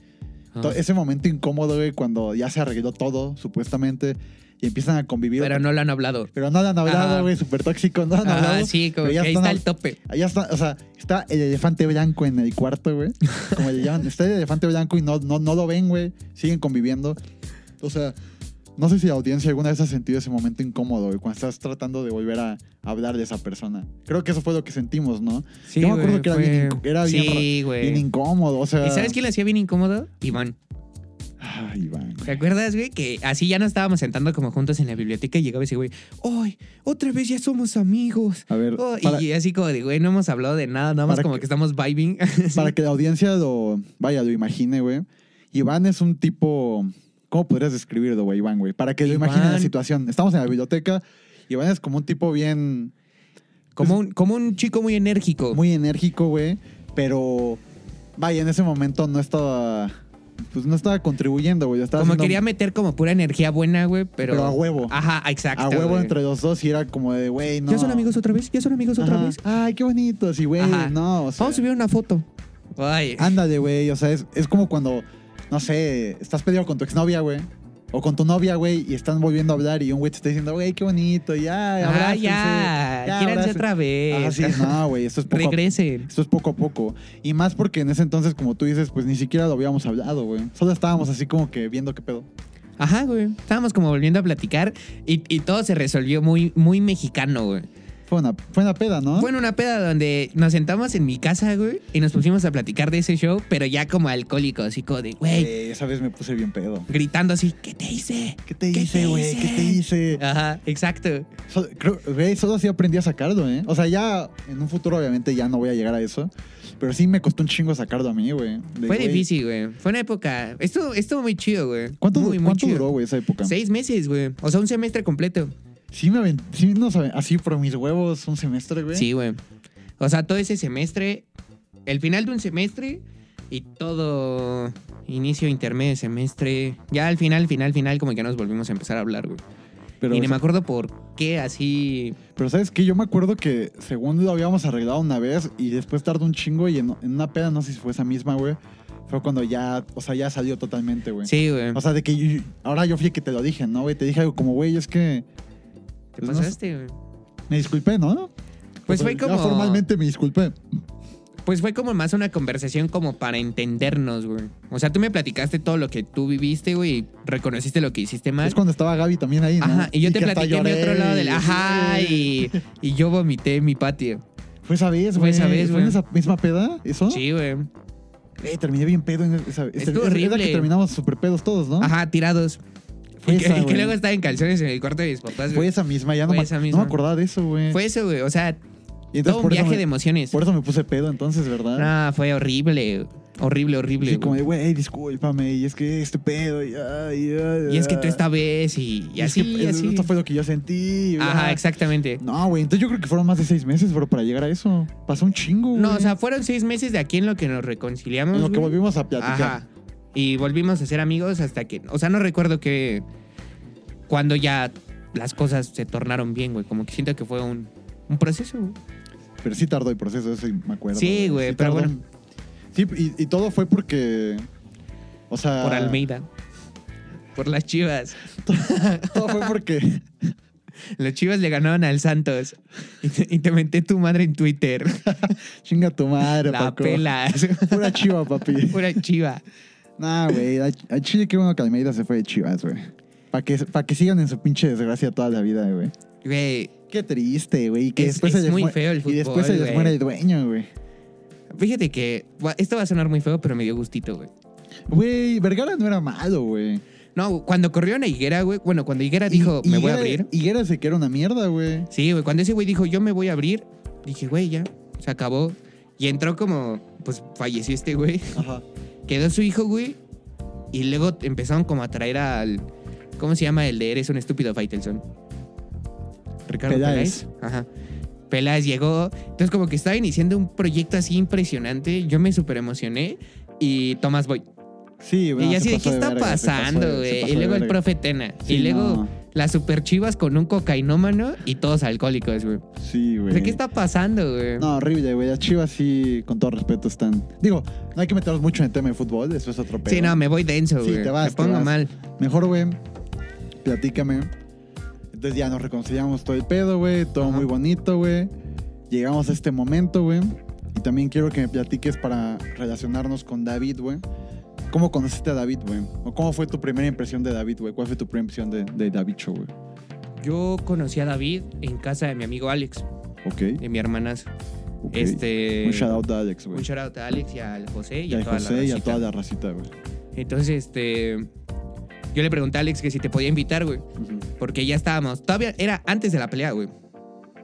Speaker 4: Ah.
Speaker 3: To- Ese momento incómodo, güey, cuando ya se arregló todo, supuestamente, y empiezan a convivir.
Speaker 4: Pero no lo han hablado.
Speaker 3: Pero no han hablado,
Speaker 4: Ajá.
Speaker 3: güey, súper tóxico, no han
Speaker 4: Ah,
Speaker 3: hablado.
Speaker 4: sí, como
Speaker 3: pero
Speaker 4: que
Speaker 3: ya
Speaker 4: ahí
Speaker 3: están
Speaker 4: está
Speaker 3: hab-
Speaker 4: el tope.
Speaker 3: Allá está, o sea, está el elefante blanco en el cuarto, güey. Como le llaman, está el elefante blanco y no, no, no lo ven, güey. Siguen conviviendo. O sea, no sé si la audiencia alguna vez ha sentido ese momento incómodo, güey, cuando estás tratando de volver a hablar de esa persona. Creo que eso fue lo que sentimos, ¿no?
Speaker 4: Sí,
Speaker 3: yo me acuerdo
Speaker 4: güey,
Speaker 3: que era bien inco- era bien
Speaker 4: Sí,
Speaker 3: Bien
Speaker 4: güey.
Speaker 3: incómodo, o sea.
Speaker 4: ¿Y sabes quién le hacía bien incómodo? Iván.
Speaker 3: Ay, Iván. güey.
Speaker 4: ¿Te acuerdas, güey? Que así ya nos estábamos sentando como juntos en la biblioteca y llegaba ese güey, ¡ay! Otra vez ya somos amigos.
Speaker 3: A ver,
Speaker 4: Oh,
Speaker 3: para,
Speaker 4: y- y así como de, güey, no hemos hablado de nada, nada más
Speaker 3: Para
Speaker 4: como
Speaker 3: que-
Speaker 4: que, estamos vibing.
Speaker 3: para que la audiencia lo, vaya, lo imagine, güey. Iván es un tipo. ¿Cómo podrías describirlo, güey, Iván, güey? Para que lo imaginen la
Speaker 4: Iván.
Speaker 3: situación. Estamos en la biblioteca. Iván es como un tipo bien.
Speaker 4: como, un, como un chico muy enérgico.
Speaker 3: muy enérgico, güey, pero vaya, en ese momento no estaba pues no estaba contribuyendo, güey, estaba
Speaker 4: como
Speaker 3: haciendo
Speaker 4: quería meter como pura energía buena, güey, pero...
Speaker 3: Pero a huevo.
Speaker 4: Ajá, exacto.
Speaker 3: a huevo
Speaker 4: güey.
Speaker 3: entre los dos y era como de, güey, no.
Speaker 4: ¿Ya son amigos otra vez? ¿Ya son amigos otra
Speaker 3: Ajá.
Speaker 4: vez?
Speaker 3: Ay, qué bonito, sí, güey,
Speaker 4: Ajá.
Speaker 3: no, o sea,
Speaker 4: Vamos a subir una foto. Ay.
Speaker 3: ándale, güey, o sea, es, es como cuando no sé, estás peleado con tu exnovia, güey. O con tu novia, güey, y están volviendo a hablar y un güey te está diciendo, güey, qué bonito, ya,
Speaker 4: Ah,
Speaker 3: abrácense,
Speaker 4: ya, quírense
Speaker 3: abrácense".
Speaker 4: otra vez.
Speaker 3: Ah, sí, no, güey, esto es poco a-
Speaker 4: Regresen.
Speaker 3: Esto es poco a poco. Y más porque en ese entonces, como tú dices, pues ni siquiera lo habíamos hablado, güey. Solo estábamos así como que viendo qué pedo.
Speaker 4: Ajá, güey. Estábamos como volviendo a platicar y, y todo se resolvió muy, muy mexicano, güey.
Speaker 3: Fue una, fue una peda, ¿no?
Speaker 4: Fue en una peda donde nos sentamos en mi casa, güey, y nos pusimos a platicar de ese show, pero ya como alcohólico, así como de, güey,
Speaker 3: Eh, esa vez me puse bien pedo.
Speaker 4: gritando así, ¿qué te hice?
Speaker 3: ¿Qué te
Speaker 4: ¿Qué
Speaker 3: hice,
Speaker 4: te
Speaker 3: güey?
Speaker 4: hice?
Speaker 3: ¿Qué te hice?
Speaker 4: Ajá, exacto.
Speaker 3: Solo, creo- güey, solo así aprendí a sacarlo, ¿eh? O sea, ya en un futuro obviamente ya no voy a llegar a eso. Pero sí me costó un chingo sacarlo a mí, güey. De,
Speaker 4: Fue
Speaker 3: güey,
Speaker 4: difícil, güey. Fue una época. Estuvo, estuvo muy chido, güey.
Speaker 3: ¿Cuánto,
Speaker 4: muy, muy
Speaker 3: cuánto
Speaker 4: chido.
Speaker 3: duró, güey, esa época?
Speaker 4: Seis meses, güey. O sea, un semestre completo.
Speaker 3: Sí, me aven- sí no saben, así por mis huevos un semestre, güey.
Speaker 4: Sí, güey. O sea, todo ese semestre, el final de un semestre y todo inicio, intermedio de semestre. Ya al final, final, final, como que nos volvimos a empezar a hablar, güey.
Speaker 3: pero
Speaker 4: y ni me acuerdo por qué así.
Speaker 3: Pero sabes que yo me acuerdo que según lo habíamos arreglado una vez y después tardó un chingo y en, en una peda, no sé si fue esa misma, güey, fue cuando ya, o sea, ya salió totalmente, güey.
Speaker 4: Sí, güey.
Speaker 3: O sea, de que yo- ahora yo fui el que te lo dije, ¿no, güey? Te dije algo como, güey, es que
Speaker 4: ¿Te
Speaker 3: pues, no
Speaker 4: pasaste, güey?
Speaker 3: me disculpé, ¿no?
Speaker 4: Pues
Speaker 3: O sea,
Speaker 4: fue como.
Speaker 3: Ya formalmente me disculpé.
Speaker 4: Pues fue como más una conversación como para entendernos, güey. O sea, tú me platicaste todo lo que tú viviste, güey, y reconociste lo que hiciste mal.
Speaker 3: Es cuando estaba Gaby también ahí, ¿no?
Speaker 4: Ajá, y yo te
Speaker 3: que hasta
Speaker 4: platiqué mi
Speaker 3: lloré,
Speaker 4: otro lado del.
Speaker 3: y-
Speaker 4: Ajá, y, y yo vomité en mi patio.
Speaker 3: Fue esa vez,
Speaker 4: Fue
Speaker 3: güey.
Speaker 4: esa vez,
Speaker 3: ¿Fue en
Speaker 4: güey.
Speaker 3: esa misma peda? ¿Eso?
Speaker 4: Sí, güey.
Speaker 3: Güey, terminé bien pedo en esa... esa-
Speaker 4: Estuvo
Speaker 3: es la que
Speaker 4: horrible.
Speaker 3: terminamos súper pedos todos, ¿no?
Speaker 4: Ajá, tirados.
Speaker 3: Fue
Speaker 4: y que,
Speaker 3: esa,
Speaker 4: y que
Speaker 3: güey.
Speaker 4: luego estaba en calzones en el cuarto de mis papás,
Speaker 3: Fue
Speaker 4: güey.
Speaker 3: esa misma, ya no,
Speaker 4: Fue
Speaker 3: me,
Speaker 4: esa
Speaker 3: no me
Speaker 4: misma.
Speaker 3: acordaba de eso, güey.
Speaker 4: Fue eso, güey. O sea,
Speaker 3: Y entonces
Speaker 4: todo un
Speaker 3: por eso
Speaker 4: viaje
Speaker 3: me-
Speaker 4: de emociones.
Speaker 3: Por eso me puse pedo entonces, ¿verdad?
Speaker 4: No, fue horrible. Horrible, horrible.
Speaker 3: Sí,
Speaker 4: güey.
Speaker 3: como de, güey, discúlpame, y es que este pedo, y, ay, ay,
Speaker 4: Y es que tú
Speaker 3: ay".
Speaker 4: esta vez y, y
Speaker 3: "Ah". es
Speaker 4: así,
Speaker 3: que, eh,
Speaker 4: así.
Speaker 3: Esto fue lo que yo sentí. y,
Speaker 4: Ajá,
Speaker 3: ah.
Speaker 4: exactamente.
Speaker 3: No, güey, entonces yo creo que fueron más de seis meses, bro, para llegar a eso. Pasó un chingo, güey.
Speaker 4: No, o sea, fueron seis meses de aquí en lo que nos reconciliamos.
Speaker 3: en lo que
Speaker 4: güey.
Speaker 3: volvimos a platicar.
Speaker 4: Ajá. Y volvimos a ser amigos hasta que. O sea, no recuerdo que. Cuando ya las cosas se tornaron bien, güey. Como que siento que fue un, un proceso, güey.
Speaker 3: Pero sí tardó el proceso, eso me acuerdo.
Speaker 4: Sí, güey, pero
Speaker 3: tardó.
Speaker 4: bueno.
Speaker 3: Sí, y, y todo fue porque. O sea.
Speaker 4: Por Almeida. Por las chivas.
Speaker 3: Todo fue porque.
Speaker 4: Los chivas le ganaron al Santos. Y te, y te menté tu madre en Twitter.
Speaker 3: Chinga tu madre,
Speaker 4: La
Speaker 3: Paco.
Speaker 4: pelas.
Speaker 3: Pura chiva, papi.
Speaker 4: Pura chiva.
Speaker 3: Nah, güey. A, a Chile qué bueno que Almeida se fue de chivas, güey. Para que, pa' que sigan en su pinche desgracia toda la vida, güey.
Speaker 4: Güey,
Speaker 3: Qué triste, güey. Que
Speaker 4: Es-
Speaker 3: después
Speaker 4: es
Speaker 3: se les
Speaker 4: muy
Speaker 3: mue-
Speaker 4: feo el
Speaker 3: Y después se
Speaker 4: fútbol,
Speaker 3: les
Speaker 4: güey.
Speaker 3: muere el dueño, güey.
Speaker 4: fíjate que va- esto va a sonar muy feo, pero me dio gustito, güey.
Speaker 3: Güey, Vergara no era malo, güey.
Speaker 4: No, cuando corrieron a Higuera, güey. Bueno, cuando Higuera dijo,
Speaker 3: Hi-
Speaker 4: me voy a
Speaker 3: Higuera-
Speaker 4: abrir.
Speaker 3: Higuera se que era una mierda, güey.
Speaker 4: Sí, güey. Cuando ese güey dijo, yo me voy a abrir, dije, güey, ya, se acabó. Y entró como, pues falleció este güey.
Speaker 3: Ajá.
Speaker 4: Quedó su hijo, güey. Y luego empezaron como a traer al. ¿Cómo se llama el de Eres un estúpido Faitelson? Ricardo
Speaker 3: Peláez.
Speaker 4: Peláez. Ajá. Peláez llegó. Entonces, como que estaba iniciando un proyecto así impresionante. Yo me súper emocioné. Y Tomás Boy.
Speaker 3: Sí, güey.
Speaker 4: y
Speaker 3: no,
Speaker 4: yo
Speaker 3: se
Speaker 4: así de,
Speaker 3: pasó
Speaker 4: ¿qué
Speaker 3: de
Speaker 4: está
Speaker 3: verga, se pasó
Speaker 4: pasando,
Speaker 3: de- se
Speaker 4: güey?
Speaker 3: pasó
Speaker 4: Y
Speaker 3: de
Speaker 4: luego el
Speaker 3: verga.
Speaker 4: profe Tena. y
Speaker 3: Sí,
Speaker 4: luego
Speaker 3: no.
Speaker 4: las super chivas con un cocainómano y todos alcohólicos, güey.
Speaker 3: Sí,
Speaker 4: O
Speaker 3: güey.
Speaker 4: sea, ¿qué está pasando, güey?
Speaker 3: No, horrible, güey. Las chivas sí, con todo respeto, están. Digo, no hay que meternos mucho en el tema de fútbol, eso es otro pedo.
Speaker 4: sí, no, me voy denso,
Speaker 3: Sí,
Speaker 4: güey.
Speaker 3: te vas,
Speaker 4: me
Speaker 3: te
Speaker 4: pongo
Speaker 3: vas.
Speaker 4: mal.
Speaker 3: Mejor, güey, platícame. Entonces ya nos reconciliamos todo el pedo, güey. Todo
Speaker 4: Ajá.
Speaker 3: muy bonito, güey. Llegamos a este momento, güey. Y también quiero que me platiques para relacionarnos con David, güey. ¿Cómo conociste a David, güey? ¿O cómo fue tu primera impresión de David, güey? ¿Cuál fue tu primera impresión de, de David Show, güey?
Speaker 4: Yo conocí a David en casa de mi amigo Alex,
Speaker 3: Ok.
Speaker 4: de mi hermanazo.
Speaker 3: ok.
Speaker 4: Este,
Speaker 3: Un shout out a Alex,
Speaker 4: un
Speaker 3: güey.
Speaker 4: shout out a Alex y al José y,
Speaker 3: Y
Speaker 4: a
Speaker 3: a
Speaker 4: toda la
Speaker 3: José y a
Speaker 4: racita.
Speaker 3: toda la racita, güey.
Speaker 4: Entonces, este, yo le pregunté a Alex que si te podía invitar, güey,
Speaker 3: Ujú.
Speaker 4: porque ya estábamos. Todavía era antes de la pelea, güey.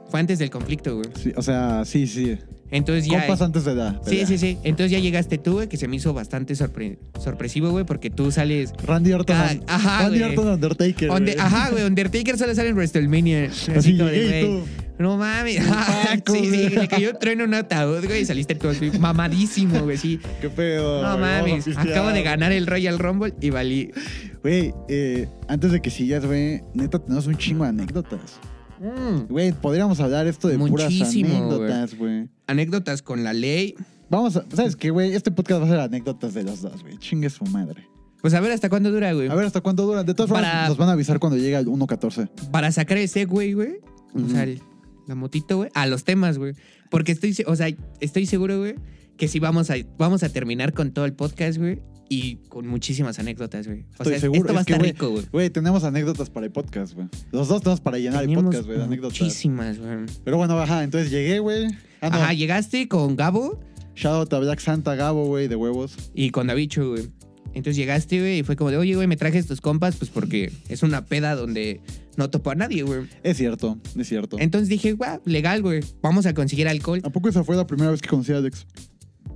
Speaker 4: Fue antes del conflicto, güey.
Speaker 3: Sí, o sea, sí, sí.
Speaker 4: Entonces ya.
Speaker 3: Compas antes de edad.
Speaker 4: Sí, sí, sí. Entonces ya llegaste tú, güey, que se me hizo bastante sorpre- sorpresivo, güey, porque tú sales.
Speaker 3: Randy Orton.
Speaker 4: Cada- ajá,
Speaker 3: Randy
Speaker 4: güey.
Speaker 3: Orton Undertaker.
Speaker 4: Onde-
Speaker 3: güey.
Speaker 4: ajá, güey, Undertaker solo sale en WrestleMania. Así,
Speaker 3: Así
Speaker 4: como de,
Speaker 3: llegué y
Speaker 4: güey,
Speaker 3: tú.
Speaker 4: No mames. ah,
Speaker 3: Paco,
Speaker 4: sí, sí,
Speaker 3: güey.
Speaker 4: le cayó trueno en un ataúd, güey, y saliste todo así, mamadísimo, güey, sí.
Speaker 3: Qué pedo.
Speaker 4: No
Speaker 3: güey,
Speaker 4: mames,
Speaker 3: vamos a pistear.
Speaker 4: acabo de ganar el Royal Rumble y valí.
Speaker 3: Güey, eh, antes de que sigas, güey, neta, tenemos un chingo de anécdotas.
Speaker 4: Mm,
Speaker 3: Güey, podríamos hablar esto de
Speaker 4: Muchísimo,
Speaker 3: puras anécdotas, güey.
Speaker 4: Anécdotas con la ley.
Speaker 3: Vamos a, ¿sabes qué, güey? Este podcast va a ser anécdotas de los dos, güey. Chingue su madre.
Speaker 4: Pues a ver hasta cuándo dura, güey.
Speaker 3: A ver, ¿hasta cuándo duran? De todas formas,
Speaker 4: Para-
Speaker 3: nos van a avisar cuando llegue el 1.14.
Speaker 4: Para sacar ese güey, güey. O sea, el- la motito, güey. A los temas, güey. Porque estoy, se- o sea, estoy seguro, güey, que sí vamos a, vamos a terminar con todo el podcast, güey. Y con muchísimas anécdotas, güey. O
Speaker 3: Estoy
Speaker 4: sea,
Speaker 3: seguro.
Speaker 4: esto va a
Speaker 3: Es que,
Speaker 4: estar
Speaker 3: güey,
Speaker 4: rico, güey.
Speaker 3: Güey, tenemos anécdotas para el podcast, güey. Los dos tenemos para llenar el
Speaker 4: Teníamos
Speaker 3: podcast, güey, de anécdotas.
Speaker 4: muchísimas, güey.
Speaker 3: Pero bueno, ajá, entonces llegué, güey. Ah, no.
Speaker 4: Ajá, llegaste con Gabo
Speaker 3: Shout out a Black Santa Gabo, güey, de huevos.
Speaker 4: y con Davicho, güey. Entonces llegaste, güey, y fue como de, oye, güey, me traje estos compas, pues porque es una peda donde no topo a nadie, güey.
Speaker 3: Es cierto, es cierto.
Speaker 4: Entonces dije, guau, legal, güey. Vamos a conseguir alcohol.
Speaker 3: ¿A poco esa fue la primera vez que conocí a Alex?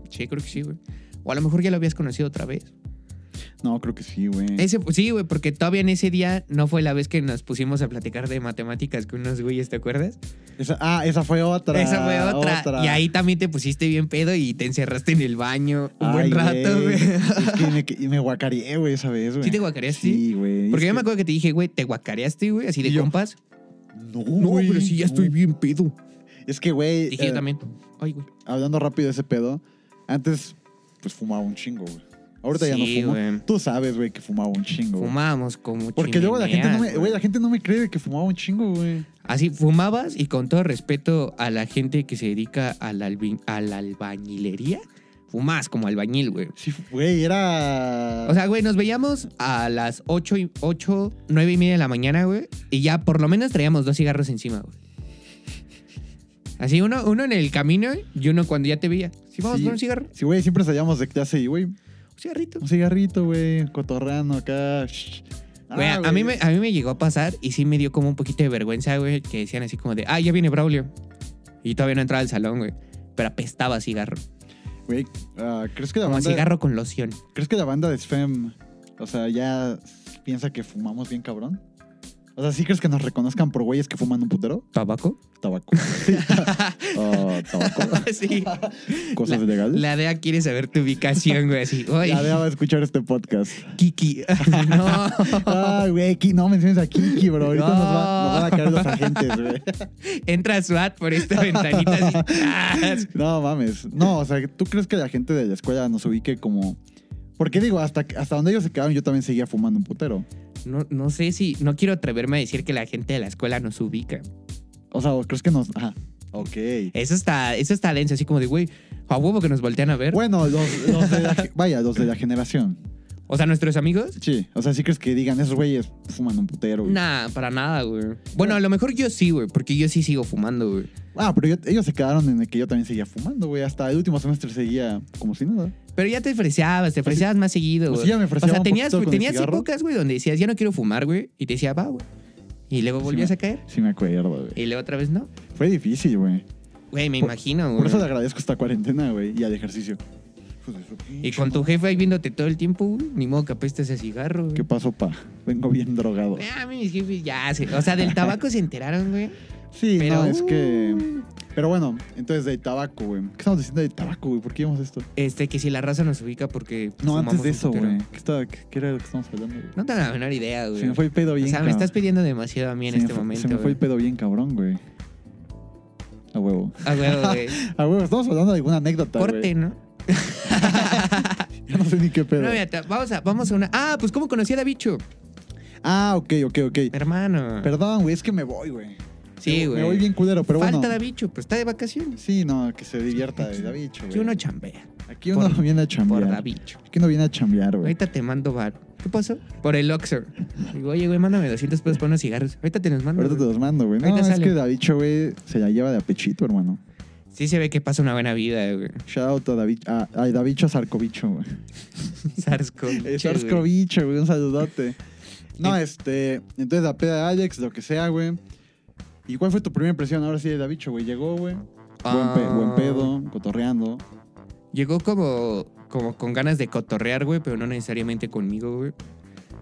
Speaker 4: Sí, creo que sí, güey. O a lo mejor ya lo habías conocido otra vez.
Speaker 3: No, creo que sí, güey.
Speaker 4: Ese, sí, güey, porque todavía en ese día no fue la vez que nos pusimos a platicar de matemáticas con unos güeyes, ¿te acuerdas?
Speaker 3: Esa- ah, esa fue otra.
Speaker 4: Esa fue otra. Y ahí también te pusiste bien pedo y te encerraste en el baño un buen
Speaker 3: Ay,
Speaker 4: rato, güey.
Speaker 3: Es que me, que- me guacareé, güey, esa vez, güey.
Speaker 4: ¿Sí te guacareaste?
Speaker 3: Sí, güey.
Speaker 4: Porque
Speaker 3: Es
Speaker 4: yo me
Speaker 3: que-
Speaker 4: acuerdo que te dije, güey, te guacareaste, güey, así de
Speaker 3: Y yo,
Speaker 4: compas.
Speaker 3: No, güey, no.
Speaker 4: bien pedo.
Speaker 3: Es que, güey,
Speaker 4: Dije
Speaker 3: eh,
Speaker 4: yo también. Ay, güey.
Speaker 3: hablando rápido de ese pedo, antes, pues fumaba un chingo, güey. Ahorita ya no
Speaker 4: Sí,
Speaker 3: fumo.
Speaker 4: güey.
Speaker 3: Tú sabes, güey, que fumaba un chingo. güey.
Speaker 4: Fumábamos como
Speaker 3: Porque luego la gente no me,
Speaker 4: chimeneas,
Speaker 3: güey, la gente no me cree que fumaba un chingo, güey.
Speaker 4: Así, fumabas y con todo respeto a la gente que se dedica a la, albi- a la albañilería, fumabas como albañil, güey.
Speaker 3: Sí, güey, era.
Speaker 4: O sea, güey, nos veíamos a las 8, y 8, 9 y media de la mañana, güey. Y ya por lo menos traíamos dos cigarros encima, güey. Así, uno, uno en el camino y uno cuando ya te veía. Sí, vamos
Speaker 3: Sí.
Speaker 4: a por un cigarro.
Speaker 3: sí, güey, siempre salíamos de clase y, güey,
Speaker 4: Un cigarrito.
Speaker 3: un cigarrito, güey, cotorrano acá. shh. Ah,
Speaker 4: Güey, a, a mí me, a mí me llegó a pasar y sí me dio como un poquito de vergüenza, güey, que decían así como de, ah, ya viene Braulio. Y todavía no entraba al salón, güey. Pero apestaba a cigarro.
Speaker 3: Güey, ah, ¿crees que la
Speaker 4: Como a
Speaker 3: banda...
Speaker 4: cigarro con loción.
Speaker 3: ¿Crees que la banda de Sfem, o sea, ya piensa que fumamos bien cabrón? O sea, ¿sí crees que nos reconozcan por güeyes que fuman un putero?
Speaker 4: ¿Tabaco?
Speaker 3: Tabaco. Oh, tabaco.
Speaker 4: sí.
Speaker 3: Cosas legales.
Speaker 4: La DEA quiere saber tu ubicación, güey, así. Oye,
Speaker 3: La DEA va a escuchar este podcast.
Speaker 4: Kiki. no.
Speaker 3: Ah, güey, Ki- no menciones a Kiki, bro. Ahorita
Speaker 4: No.
Speaker 3: nos, va- nos van a caer los agentes, güey.
Speaker 4: Entra SWAT por esta ventanita así. Ah,
Speaker 3: No mames. No, o sea, ¿tú crees que la gente de la escuela nos ubique como Porque digo, hasta, hasta donde ellos se quedaron, yo también seguía fumando un putero.
Speaker 4: No, no sé si. No quiero atreverme a decir que la gente de la escuela nos ubica.
Speaker 3: O sea, ¿crees que nos.? Ajá. Ok.
Speaker 4: Eso está, eso está denso, así como de, güey, a huevo que nos voltean a ver.
Speaker 3: Bueno, los, los de la, ge- vaya, los de la generación.
Speaker 4: O sea, nuestros amigos.
Speaker 3: Sí, o sea, sí crees que digan, esos güeyes fuman un putero. güey.
Speaker 4: Nah, para nada, güey. Bueno, a lo mejor yo sí, güey, porque yo sí sigo fumando, güey.
Speaker 3: Ah, pero yo- ellos se quedaron en el que yo también seguía fumando, güey. Hasta el último semestre seguía como si nada.
Speaker 4: Pero ya te freseabas, te freseabas más seguido,
Speaker 3: Pues
Speaker 4: güey.
Speaker 3: sí, ya me
Speaker 4: o
Speaker 3: freseaba
Speaker 4: sea,
Speaker 3: un
Speaker 4: tenías,
Speaker 3: poquito con el
Speaker 4: tenías
Speaker 3: cigarro.
Speaker 4: épocas, güey, donde decías, ya no quiero fumar, güey. Y te decía, va, güey. Y luego
Speaker 3: Sí,
Speaker 4: volvías
Speaker 3: me-
Speaker 4: a caer.
Speaker 3: Sí, me acuerdo, güey.
Speaker 4: Y luego otra vez no.
Speaker 3: Fue difícil, güey.
Speaker 4: Güey, me
Speaker 3: Por-
Speaker 4: imagino, güey.
Speaker 3: Por eso le agradezco esta cuarentena, güey, y al ejercicio. Hijo de su
Speaker 4: Y
Speaker 3: pinche
Speaker 4: con tu jefe ahí viéndote todo el tiempo, güey. Ni modo que apestes ese cigarro, güey.
Speaker 3: ¿Qué pasó, pa? Vengo bien drogado.
Speaker 4: Ah, mis jefes ya se- O sea, del tabaco se enteraron, güey.
Speaker 3: Sí,
Speaker 4: Pero
Speaker 3: no, es que... Pero bueno, entonces del tabaco, güey. ¿Qué estamos diciendo del tabaco, güey? ¿Por qué íbamos a esto?
Speaker 4: Este, que si la raza nos ubica porque. pues,
Speaker 3: No,
Speaker 4: fumamos
Speaker 3: antes de
Speaker 4: un
Speaker 3: eso,
Speaker 4: putero.
Speaker 3: güey. ¿Qué, estaba- qué- qué era lo que estamos hablando, güey?
Speaker 4: No tengo la menor idea, güey.
Speaker 3: se me fue el pedo
Speaker 4: o
Speaker 3: bien,
Speaker 4: sea, me
Speaker 3: cabrón.
Speaker 4: estás pidiendo demasiado a mí en
Speaker 3: Se me
Speaker 4: este
Speaker 3: fue-
Speaker 4: momento.
Speaker 3: Se me fue
Speaker 4: güey.
Speaker 3: el pedo bien cabrón, güey. A huevo.
Speaker 4: Ah, güey, güey.
Speaker 3: A huevo, estamos hablando de alguna anécdota, güey.
Speaker 4: Corte, ¿no?
Speaker 3: Ya no sé ni qué pedo.
Speaker 4: No, mira, te- vamos a, vamos a una. Ah, pues cómo conocí a Davicho,
Speaker 3: ah, ok, ok, ok.
Speaker 4: mi hermano.
Speaker 3: Perdón, güey, es que me voy, güey.
Speaker 4: sí,
Speaker 3: Me-
Speaker 4: güey.
Speaker 3: Me voy bien culero, pero
Speaker 4: Falta
Speaker 3: bueno.
Speaker 4: Davicho, pues está de vacaciones.
Speaker 3: Sí, no, que se divierta el Davicho, güey.
Speaker 4: Aquí uno chambea.
Speaker 3: Aquí uno
Speaker 4: por-
Speaker 3: viene a
Speaker 4: Por
Speaker 3: chambear.
Speaker 4: Davicho.
Speaker 3: Aquí uno viene a chambear, güey.
Speaker 4: Ahorita te mando bar. ¿Qué pasó? Por el Oxxo. Digo, oye, güey, mándame 200 pesos para unos cigarros. Ahorita te los mando.
Speaker 3: Ahorita te
Speaker 4: güey.
Speaker 3: los mando, güey. No,
Speaker 4: Ahorita
Speaker 3: es
Speaker 4: sale.
Speaker 3: que Davicho, güey, se la lleva de apechito, hermano.
Speaker 4: Sí se ve que pasa una buena vida, güey.
Speaker 3: Shout out a Davicho, a, a Davicho Sarcovicho, güey.
Speaker 4: SARS-CoV.
Speaker 3: Eh, Sarcovicho, güey, un saludote. No,
Speaker 4: Eh.
Speaker 3: este, entonces la peda de Alex, lo que sea, güey. ¿Y cuál fue tu primera impresión ahora sí de Davicho, güey? Llegó, güey. Buen, pe-
Speaker 4: Ah.
Speaker 3: buen pedo, cotorreando.
Speaker 4: Llegó como, como con ganas de cotorrear, güey, pero no necesariamente conmigo, güey.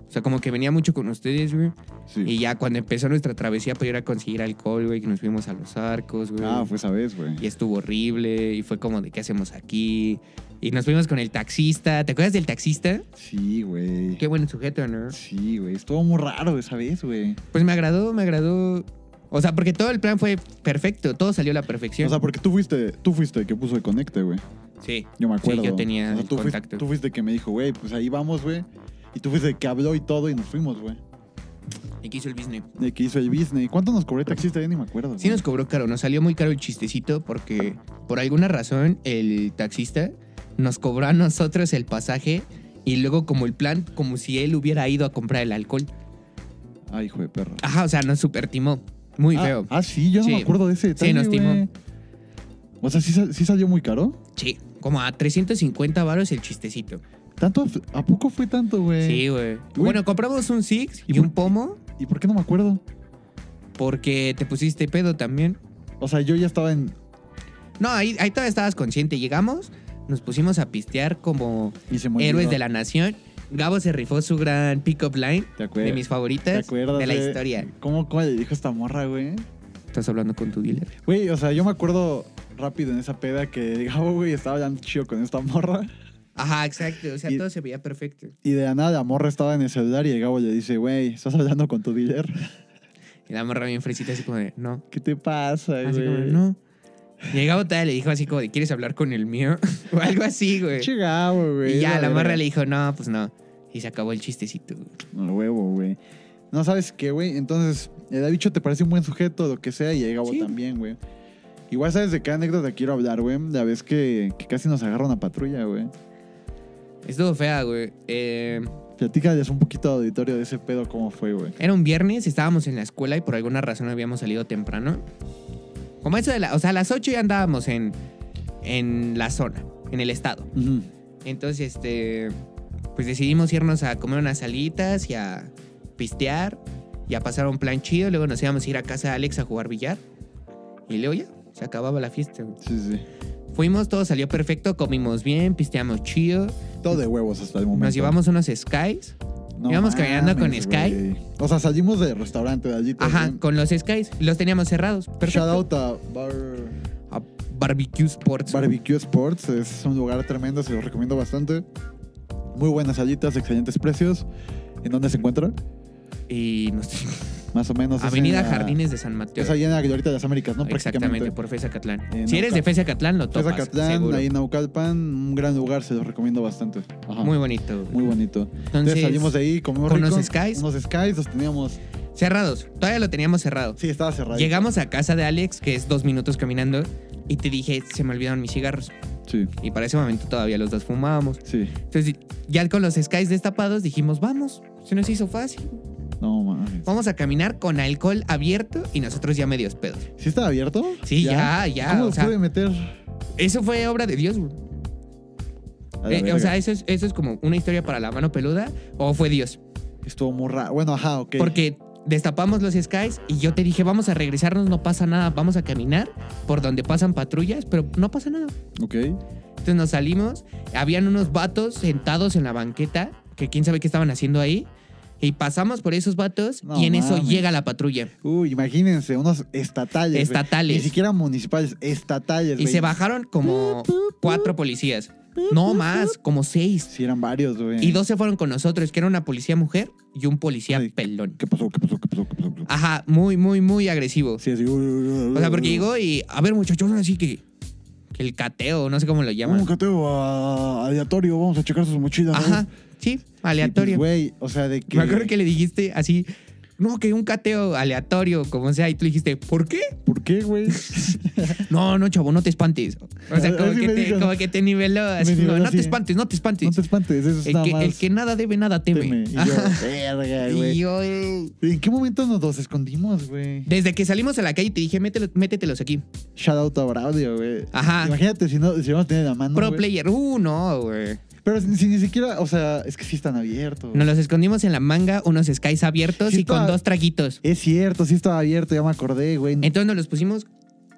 Speaker 4: O sea, como que venía mucho con ustedes, güey.
Speaker 3: Sí.
Speaker 4: Y ya cuando empezó nuestra travesía para ir a conseguir alcohol, güey, que nos fuimos a los arcos, güey.
Speaker 3: Ah, fue esa vez, güey.
Speaker 4: Y estuvo horrible, y fue como de qué hacemos aquí. Y nos fuimos con el taxista. ¿Te acuerdas del taxista?
Speaker 3: Sí, güey.
Speaker 4: Qué buen sujeto, ¿no?
Speaker 3: Sí, güey. Estuvo muy raro esa vez, güey.
Speaker 4: Pues me agradó, me agradó. O sea, porque todo el plan fue perfecto, todo salió a la perfección.
Speaker 3: O sea, porque tú fuiste, tú fuiste el que puso el conecte, güey.
Speaker 4: sí.
Speaker 3: Yo me acuerdo.
Speaker 4: Sí, yo tenía
Speaker 3: O sea,
Speaker 4: el
Speaker 3: tú,
Speaker 4: contacto.
Speaker 3: Fuiste, tú fuiste el que me dijo, güey, pues ahí vamos, güey. Y tú fuiste el que habló y todo y nos fuimos, güey.
Speaker 4: Y que hizo el business.
Speaker 3: El que hizo el business. ¿Cuánto nos cobró el taxista? Ya ni me acuerdo.
Speaker 4: Sí
Speaker 3: güey.
Speaker 4: nos cobró caro, nos salió muy caro el chistecito porque por alguna razón el taxista nos cobró a nosotros el pasaje y luego como el plan, como si él hubiera ido a comprar el alcohol.
Speaker 3: Ay, Ah, hijo de perro.
Speaker 4: Ajá, o sea, nos supertimó. Muy
Speaker 3: ah,
Speaker 4: feo.
Speaker 3: Ah, sí, yo no
Speaker 4: Sí.
Speaker 3: me acuerdo de ese detalle,
Speaker 4: nos timó.
Speaker 3: güey. O sea, ¿sí, sal- sí salió muy caro.
Speaker 4: Sí, como a 350 varos el chistecito.
Speaker 3: ¿Tanto? ¿A poco fue tanto, güey?
Speaker 4: Sí, güey.
Speaker 3: Güey.
Speaker 4: Bueno, compramos un Six
Speaker 3: ¿Y
Speaker 4: y un
Speaker 3: por-
Speaker 4: pomo
Speaker 3: ¿Y por qué no me acuerdo?
Speaker 4: porque te pusiste pedo también.
Speaker 3: O sea, yo ya estaba en.
Speaker 4: No, ahí, ahí todavía estabas consciente. Llegamos, nos pusimos a pistear como
Speaker 3: Y se me olvidó.
Speaker 4: héroes de la nación. Gabo se rifó su gran pick-up line.
Speaker 3: ¿Te acuerdas?
Speaker 4: De mis
Speaker 3: ¿Te
Speaker 4: favoritas
Speaker 3: acuerdas,
Speaker 4: de la
Speaker 3: güey?
Speaker 4: historia.
Speaker 3: ¿Cómo, ¿Cómo le dijo esta morra, güey?
Speaker 4: Estás hablando con tu dealer.
Speaker 3: Güey, o sea, yo me acuerdo rápido en esa peda que Gabo, güey, estaba hablando chido con esta morra.
Speaker 4: Ajá, exacto. O sea,
Speaker 3: Y-
Speaker 4: todo se veía perfecto.
Speaker 3: Y de la nada la morra estaba en el celular y el Gabo le dice, güey, ¿estás hablando con tu dealer?
Speaker 4: Y la morra bien fresita, así como de, no.
Speaker 3: ¿Qué te pasa,
Speaker 4: Así como, de,
Speaker 3: güey?
Speaker 4: no. Y el Gabo todavía le dijo así como de, ¿quieres hablar con el mío? o algo así, güey.
Speaker 3: Che Gabo, güey.
Speaker 4: Y ya la
Speaker 3: verga.
Speaker 4: morra le dijo, no, pues no. Y se acabó el chistecito. güey.
Speaker 3: Al huevo, güey. No sabes qué, güey. Entonces, el Davicho te parece un buen sujeto, lo que sea, y el Gabo
Speaker 4: Sí.
Speaker 3: también, güey. Igual sabes de qué anécdota quiero hablar, güey. La vez que, que casi nos agarra una patrulla, güey.
Speaker 4: Estuvo fea, güey. Eh,
Speaker 3: Platícales un poquito al auditorio de ese pedo cómo fue, güey.
Speaker 4: era un viernes, estábamos en la escuela y por alguna razón habíamos salido temprano. Como eso de la, o sea, a las 8 ya andábamos en, en la zona, en el estado.
Speaker 3: Ujú.
Speaker 4: Entonces, este, pues decidimos irnos a comer unas salitas y a pistear y a pasar un plan chido. Luego nos íbamos a ir a casa de Alex a jugar billar. Y luego ya, se acababa la fiesta. güey.
Speaker 3: Sí, sí.
Speaker 4: Fuimos, todo salió perfecto, comimos bien, pisteamos chido.
Speaker 3: Todo de huevos hasta el momento.
Speaker 4: Nos llevamos unos skies.
Speaker 3: No
Speaker 4: íbamos caminando con Sky.
Speaker 3: güey. O sea, salimos del restaurante de allí.
Speaker 4: Ajá, con los skies. Los teníamos cerrados.
Speaker 3: Shout
Speaker 4: Perfecto.
Speaker 3: out a Bar-
Speaker 4: A Barbecue Sports.
Speaker 3: Barbecue Sports. Es un lugar tremendo, se los recomiendo bastante. Muy buenas salitas, excelentes precios. ¿En dónde se encuentra?
Speaker 4: y nos...
Speaker 3: Más o menos. es en
Speaker 4: Avenida
Speaker 3: la-
Speaker 4: Jardines de San Mateo.
Speaker 3: Es allá en la glorieta de las Américas, ¿no?
Speaker 4: Exactamente,
Speaker 3: Prácticamente. Eh,
Speaker 4: por Fesa Catlán.
Speaker 3: En
Speaker 4: si eres de
Speaker 3: Naucalpan.
Speaker 4: Fesa Catlán, lo topas.
Speaker 3: Zacatlán,
Speaker 4: seguro.
Speaker 3: ahí en Naucalpan, un gran lugar, se los recomiendo bastante. Ajá.
Speaker 4: Muy bonito. güey.
Speaker 3: Muy bonito. Entonces,
Speaker 4: Entonces,
Speaker 3: salimos de ahí, comimos
Speaker 4: con
Speaker 3: rico,
Speaker 4: los Skies.
Speaker 3: Unos Skies, los teníamos.
Speaker 4: cerrados. Todavía lo teníamos cerrado.
Speaker 3: Sí, estaba cerrado.
Speaker 4: Llegamos a casa de Alex, que es dos minutos caminando, y te dije, se me olvidaron mis cigarros.
Speaker 3: Sí,
Speaker 4: Y para ese momento todavía los dos fumábamos.
Speaker 3: sí.
Speaker 4: Entonces, ya con los skies destapados, dijimos, vamos, se nos hizo fácil.
Speaker 3: No mames.
Speaker 4: Vamos a caminar con alcohol abierto y nosotros ya medios pedos.
Speaker 3: ¿Sí estaba abierto?
Speaker 4: Sí, ya, ya.
Speaker 3: ¿Cómo
Speaker 4: o
Speaker 3: lo
Speaker 4: sea,
Speaker 3: pude meter?
Speaker 4: eso fue obra de Dios, güey.
Speaker 3: A la
Speaker 4: Eh, o
Speaker 3: verga.
Speaker 4: sea, eso es, eso es como una historia para la mano peluda o fue Dios.
Speaker 3: Estuvo muy raro. Bueno, ajá, ok.
Speaker 4: Porque destapamos los skies y yo te dije, vamos a regresarnos, no pasa nada, vamos a caminar por donde pasan patrullas, pero no pasa nada.
Speaker 3: Ok.
Speaker 4: Entonces nos salimos, habían unos vatos sentados en la banqueta, que quién sabe qué estaban haciendo ahí, y pasamos por esos vatos
Speaker 3: No
Speaker 4: y en eso
Speaker 3: mames.
Speaker 4: llega la patrulla.
Speaker 3: Uy, imagínense, unos estatales. güey.
Speaker 4: Estatales.
Speaker 3: Ni siquiera municipales, estatales.
Speaker 4: Y
Speaker 3: güey.
Speaker 4: se bajaron como cuatro policías. No más, como seis.
Speaker 3: Sí, eran varios, güey.
Speaker 4: Y dos se fueron con nosotros, que era una policía mujer y un policía
Speaker 3: Ay.
Speaker 4: pelón.
Speaker 3: ¿Qué pasó? ¿Qué pasó? ¿Qué pasó? ¿Qué pasó? ¿Qué pasó?
Speaker 4: Ajá, muy, muy, muy agresivo.
Speaker 3: Sí, así.
Speaker 4: O sea, porque llegó y, a ver, muchachos, así que, que el cateo, no sé cómo lo
Speaker 3: Un
Speaker 4: llaman.
Speaker 3: cateo ah, aleatorio, vamos a checar sus mochilas.
Speaker 4: Ajá,
Speaker 3: ¿no?
Speaker 4: sí,
Speaker 3: Y, pues,
Speaker 4: aleatorio.
Speaker 3: Güey, o sea, de que.
Speaker 4: Me acuerdo que le dijiste así, no, que un cateo aleatorio, como sea, y tú le dijiste, ¿por qué?
Speaker 3: ¿Por qué, güey?
Speaker 4: No, no, chavo, no te espantes. O sea,
Speaker 3: A-
Speaker 4: como,
Speaker 3: así
Speaker 4: que
Speaker 3: me
Speaker 4: te,
Speaker 3: dijo.
Speaker 4: como que te niveló así,
Speaker 3: Me
Speaker 4: como,
Speaker 3: niveló
Speaker 4: no te
Speaker 3: así.
Speaker 4: espantes, no te espantes.
Speaker 3: No te espantes, eso es
Speaker 4: el,
Speaker 3: nada
Speaker 4: que,
Speaker 3: más.
Speaker 4: el que nada debe, nada
Speaker 3: teme.
Speaker 4: teme.
Speaker 3: Y yo,
Speaker 4: Ajá.
Speaker 3: verga,
Speaker 4: Y
Speaker 3: güey.
Speaker 4: yo, eh,
Speaker 3: ¿En qué momento nos los escondimos, güey?
Speaker 4: desde que salimos a la calle te dije, "Mételo- métetelos aquí.
Speaker 3: Shout out a Braulio, güey.
Speaker 4: Ajá.
Speaker 3: Imagínate si no, si no tiene la mano.
Speaker 4: Pro
Speaker 3: güey.
Speaker 4: player. Uh, no, güey.
Speaker 3: Pero si, si ni siquiera, o sea, es que sí están abiertos.
Speaker 4: Nos los escondimos en la manga, unos skies abiertos
Speaker 3: Sí
Speaker 4: y con
Speaker 3: estaba-
Speaker 4: dos traguitos.
Speaker 3: Es cierto, sí estaba abierto, ya me acordé, güey.
Speaker 4: Entonces nos los pusimos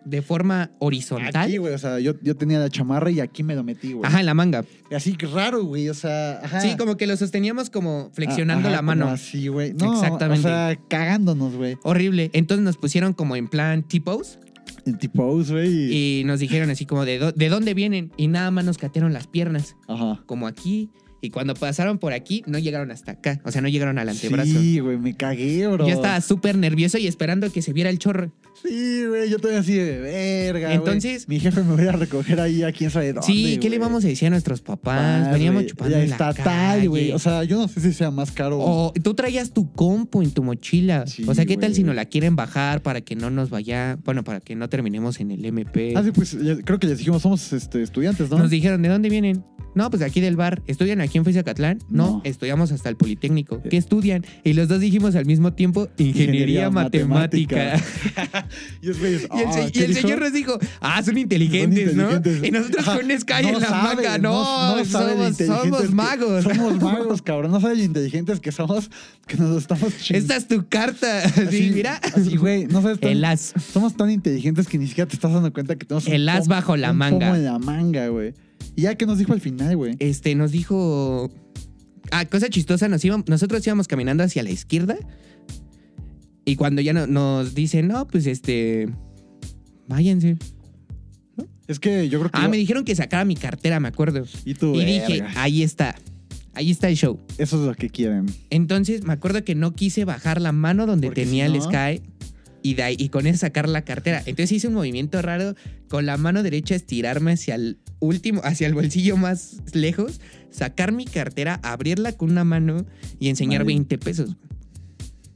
Speaker 4: de forma horizontal.
Speaker 3: Mm. Aquí, güey, o sea, yo, yo tenía la chamarra y aquí me lo metí, güey.
Speaker 4: Ajá, en la manga.
Speaker 3: Así que raro, güey, o sea, ajá.
Speaker 4: Sí, como que los sosteníamos como flexionando
Speaker 3: Ah, ajá,
Speaker 4: la mano.
Speaker 3: como Así, güey. No,
Speaker 4: Exactamente.
Speaker 3: O sea, cagándonos, güey.
Speaker 4: Horrible. Entonces nos pusieron como en plan tipos
Speaker 3: En tipo güey. y-
Speaker 4: y nos dijeron así como de, dó- de dónde vienen y nada más nos catearon las piernas,
Speaker 3: Ajá.
Speaker 4: como aquí. Y cuando pasaron por aquí, no llegaron hasta acá. O sea, no llegaron al antebrazo.
Speaker 3: Sí, güey, me cagué, bro.
Speaker 4: Yo estaba súper nervioso y esperando que se viera el chorro.
Speaker 3: Sí, güey, yo también así de verga. güey.
Speaker 4: Entonces-
Speaker 3: Mi jefe me voy a recoger ahí a quién sabe dónde.
Speaker 4: sí, ¿qué le
Speaker 3: güey.
Speaker 4: íbamos a decir a nuestros papás?
Speaker 3: Más,
Speaker 4: Veníamos
Speaker 3: güey.
Speaker 4: chupando
Speaker 3: La
Speaker 4: en la
Speaker 3: estatal, güey.
Speaker 4: calle. Oh,
Speaker 3: O sea, yo no sé si sea más caro.
Speaker 4: O tú traías tu compu en tu mochila.
Speaker 3: Sí,
Speaker 4: o sea, ¿qué tal
Speaker 3: güey.
Speaker 4: si nos la quieren bajar para que no nos vaya? Bueno, para que no terminemos en el MP.
Speaker 3: Ah, sí, pues ya- creo que les dijimos, somos este, estudiantes, ¿no?
Speaker 4: Nos dijeron, ¿de dónde vienen? No, pues de aquí del bar. ¿Estudian aquí en Fezacatlán? No,
Speaker 3: No. Eh.
Speaker 4: estudiamos hasta el Politécnico. ¿Qué estudian? Y los dos dijimos al mismo tiempo, Ingeniería,
Speaker 3: Ingeniería
Speaker 4: Matemática.
Speaker 3: y es, güey, es,
Speaker 4: Y el,
Speaker 3: ah,
Speaker 4: se- y
Speaker 3: ¿qué
Speaker 4: el
Speaker 3: dijo?
Speaker 4: señor nos dijo, ah, son inteligentes,
Speaker 3: Son
Speaker 4: ¿no?
Speaker 3: inteligentes.
Speaker 4: Y nosotros
Speaker 3: Ajá.
Speaker 4: con un Sky
Speaker 3: No
Speaker 4: en la
Speaker 3: saben,
Speaker 4: manga, no,
Speaker 3: saben lo
Speaker 4: somos,
Speaker 3: inteligentes
Speaker 4: somos
Speaker 3: que-
Speaker 4: magos.
Speaker 3: somos magos, cabrón. No saben lo inteligentes que somos, que nos estamos chingando.
Speaker 4: Esta es tu carta. Sí, mira.
Speaker 3: Así, güey, no sabes tan-
Speaker 4: El as.
Speaker 3: Somos tan inteligentes que ni siquiera te estás dando cuenta que tenemos
Speaker 4: El as
Speaker 3: pomo-
Speaker 4: bajo la
Speaker 3: un
Speaker 4: manga.
Speaker 3: pomo en la manga, güey. ¿Y ya qué nos dijo al final, güey?
Speaker 4: este, nos dijo. Ah, cosa chistosa, nos íbam- nosotros íbamos caminando hacia la izquierda. Y cuando ya no- nos dicen, no, pues este. Váyanse.
Speaker 3: Es que yo creo que.
Speaker 4: Ah,
Speaker 3: yo-
Speaker 4: me dijeron que sacara mi cartera, me acuerdo.
Speaker 3: Y tú,
Speaker 4: y dije, ah.
Speaker 3: verga.
Speaker 4: ahí está. Ahí está el show.
Speaker 3: Eso es lo que quieren.
Speaker 4: Entonces me acuerdo que no quise bajar la mano donde
Speaker 3: Porque
Speaker 4: tenía
Speaker 3: si
Speaker 4: el
Speaker 3: no-
Speaker 4: Sky y, de ahí- y con eso sacar la cartera. Entonces hice un movimiento raro con la mano derecha estirarme hacia el último, hacia el bolsillo más lejos, sacar mi cartera, abrirla con una mano y enseñar
Speaker 3: Madre.
Speaker 4: 20 pesos.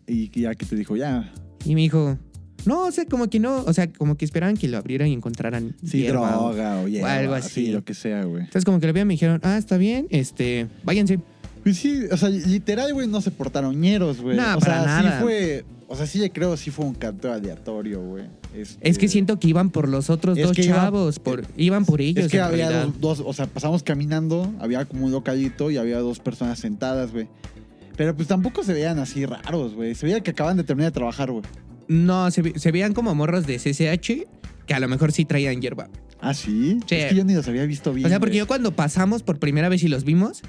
Speaker 3: Y y ya que te dijo, ya.
Speaker 4: Y me dijo, no, o sea, como que no, o sea, como que esperaban que lo abrieran y encontraran
Speaker 3: Sí,
Speaker 4: hierba o-
Speaker 3: droga, o hierba,
Speaker 4: algo
Speaker 3: así.
Speaker 4: así.
Speaker 3: lo que sea, güey.
Speaker 4: Entonces como que lo vieron y me dijeron, ah, está bien, este, váyanse.
Speaker 3: Pues sí, o sea, literal, güey, no se portaron ñeros, güey.
Speaker 4: No,
Speaker 3: o
Speaker 4: para
Speaker 3: sea,
Speaker 4: nada.
Speaker 3: sí fue. O sea, sí le creo, sí fue un canto aleatorio, güey. Este,
Speaker 4: Es que siento que iban por los otros
Speaker 3: Es
Speaker 4: dos
Speaker 3: que iban-
Speaker 4: chavos, por, iban por ellos.
Speaker 3: Es que
Speaker 4: en
Speaker 3: había
Speaker 4: realidad.
Speaker 3: dos, dos- o sea, pasamos caminando, había como un localito y había dos personas sentadas, güey. Pero pues tampoco se veían así raros, güey. Se veía que acaban de terminar de trabajar, güey.
Speaker 4: No, se, ve- se veían como morros de CCH que a lo mejor sí traían hierba.
Speaker 3: ¿Ah, sí?
Speaker 4: Sí.
Speaker 3: Es que yo ni los había visto bien.
Speaker 4: O sea, porque
Speaker 3: güey.
Speaker 4: yo cuando pasamos por primera vez y los vimos,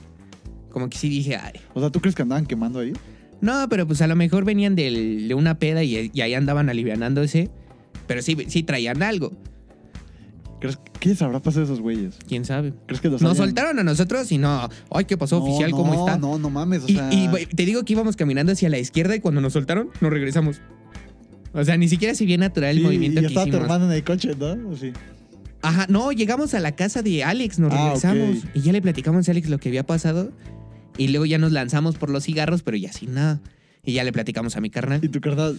Speaker 4: como que sí dije, ay.
Speaker 3: O sea, ¿tú crees que andaban quemando ahí?
Speaker 4: No, pero pues a lo mejor venían del- de una peda y, y ahí andaban alivianándose. Pero sí, sí traían algo.
Speaker 3: ¿Crees, ¿Qué les habrá pasado a esos güeyes?
Speaker 4: ¿Quién sabe?
Speaker 3: ¿Crees que los
Speaker 4: Nos
Speaker 3: hayan-
Speaker 4: soltaron a nosotros y no. Ay, ¿qué pasó,
Speaker 3: Pues No,
Speaker 4: oficial?
Speaker 3: no,
Speaker 4: ¿Cómo está?
Speaker 3: No, no mames. O
Speaker 4: Y,
Speaker 3: sea,
Speaker 4: y, güey, te digo que íbamos caminando hacia la izquierda y cuando nos soltaron, nos regresamos. O sea, ni siquiera se vio natural
Speaker 3: sí,
Speaker 4: el movimiento
Speaker 3: y
Speaker 4: que
Speaker 3: estaba tu
Speaker 4: hicimos.
Speaker 3: hermano en el coche, ¿no? ¿O sí?
Speaker 4: Ajá, no, llegamos a la casa de Alex, nos
Speaker 3: Ah,
Speaker 4: regresamos.
Speaker 3: ok.
Speaker 4: Y ya le platicamos a Alex lo que había pasado. Y luego ya nos lanzamos por los cigarros, pero ya sin nada. Y ya le platicamos a mi
Speaker 3: Y
Speaker 4: carnal.
Speaker 3: tu carnal.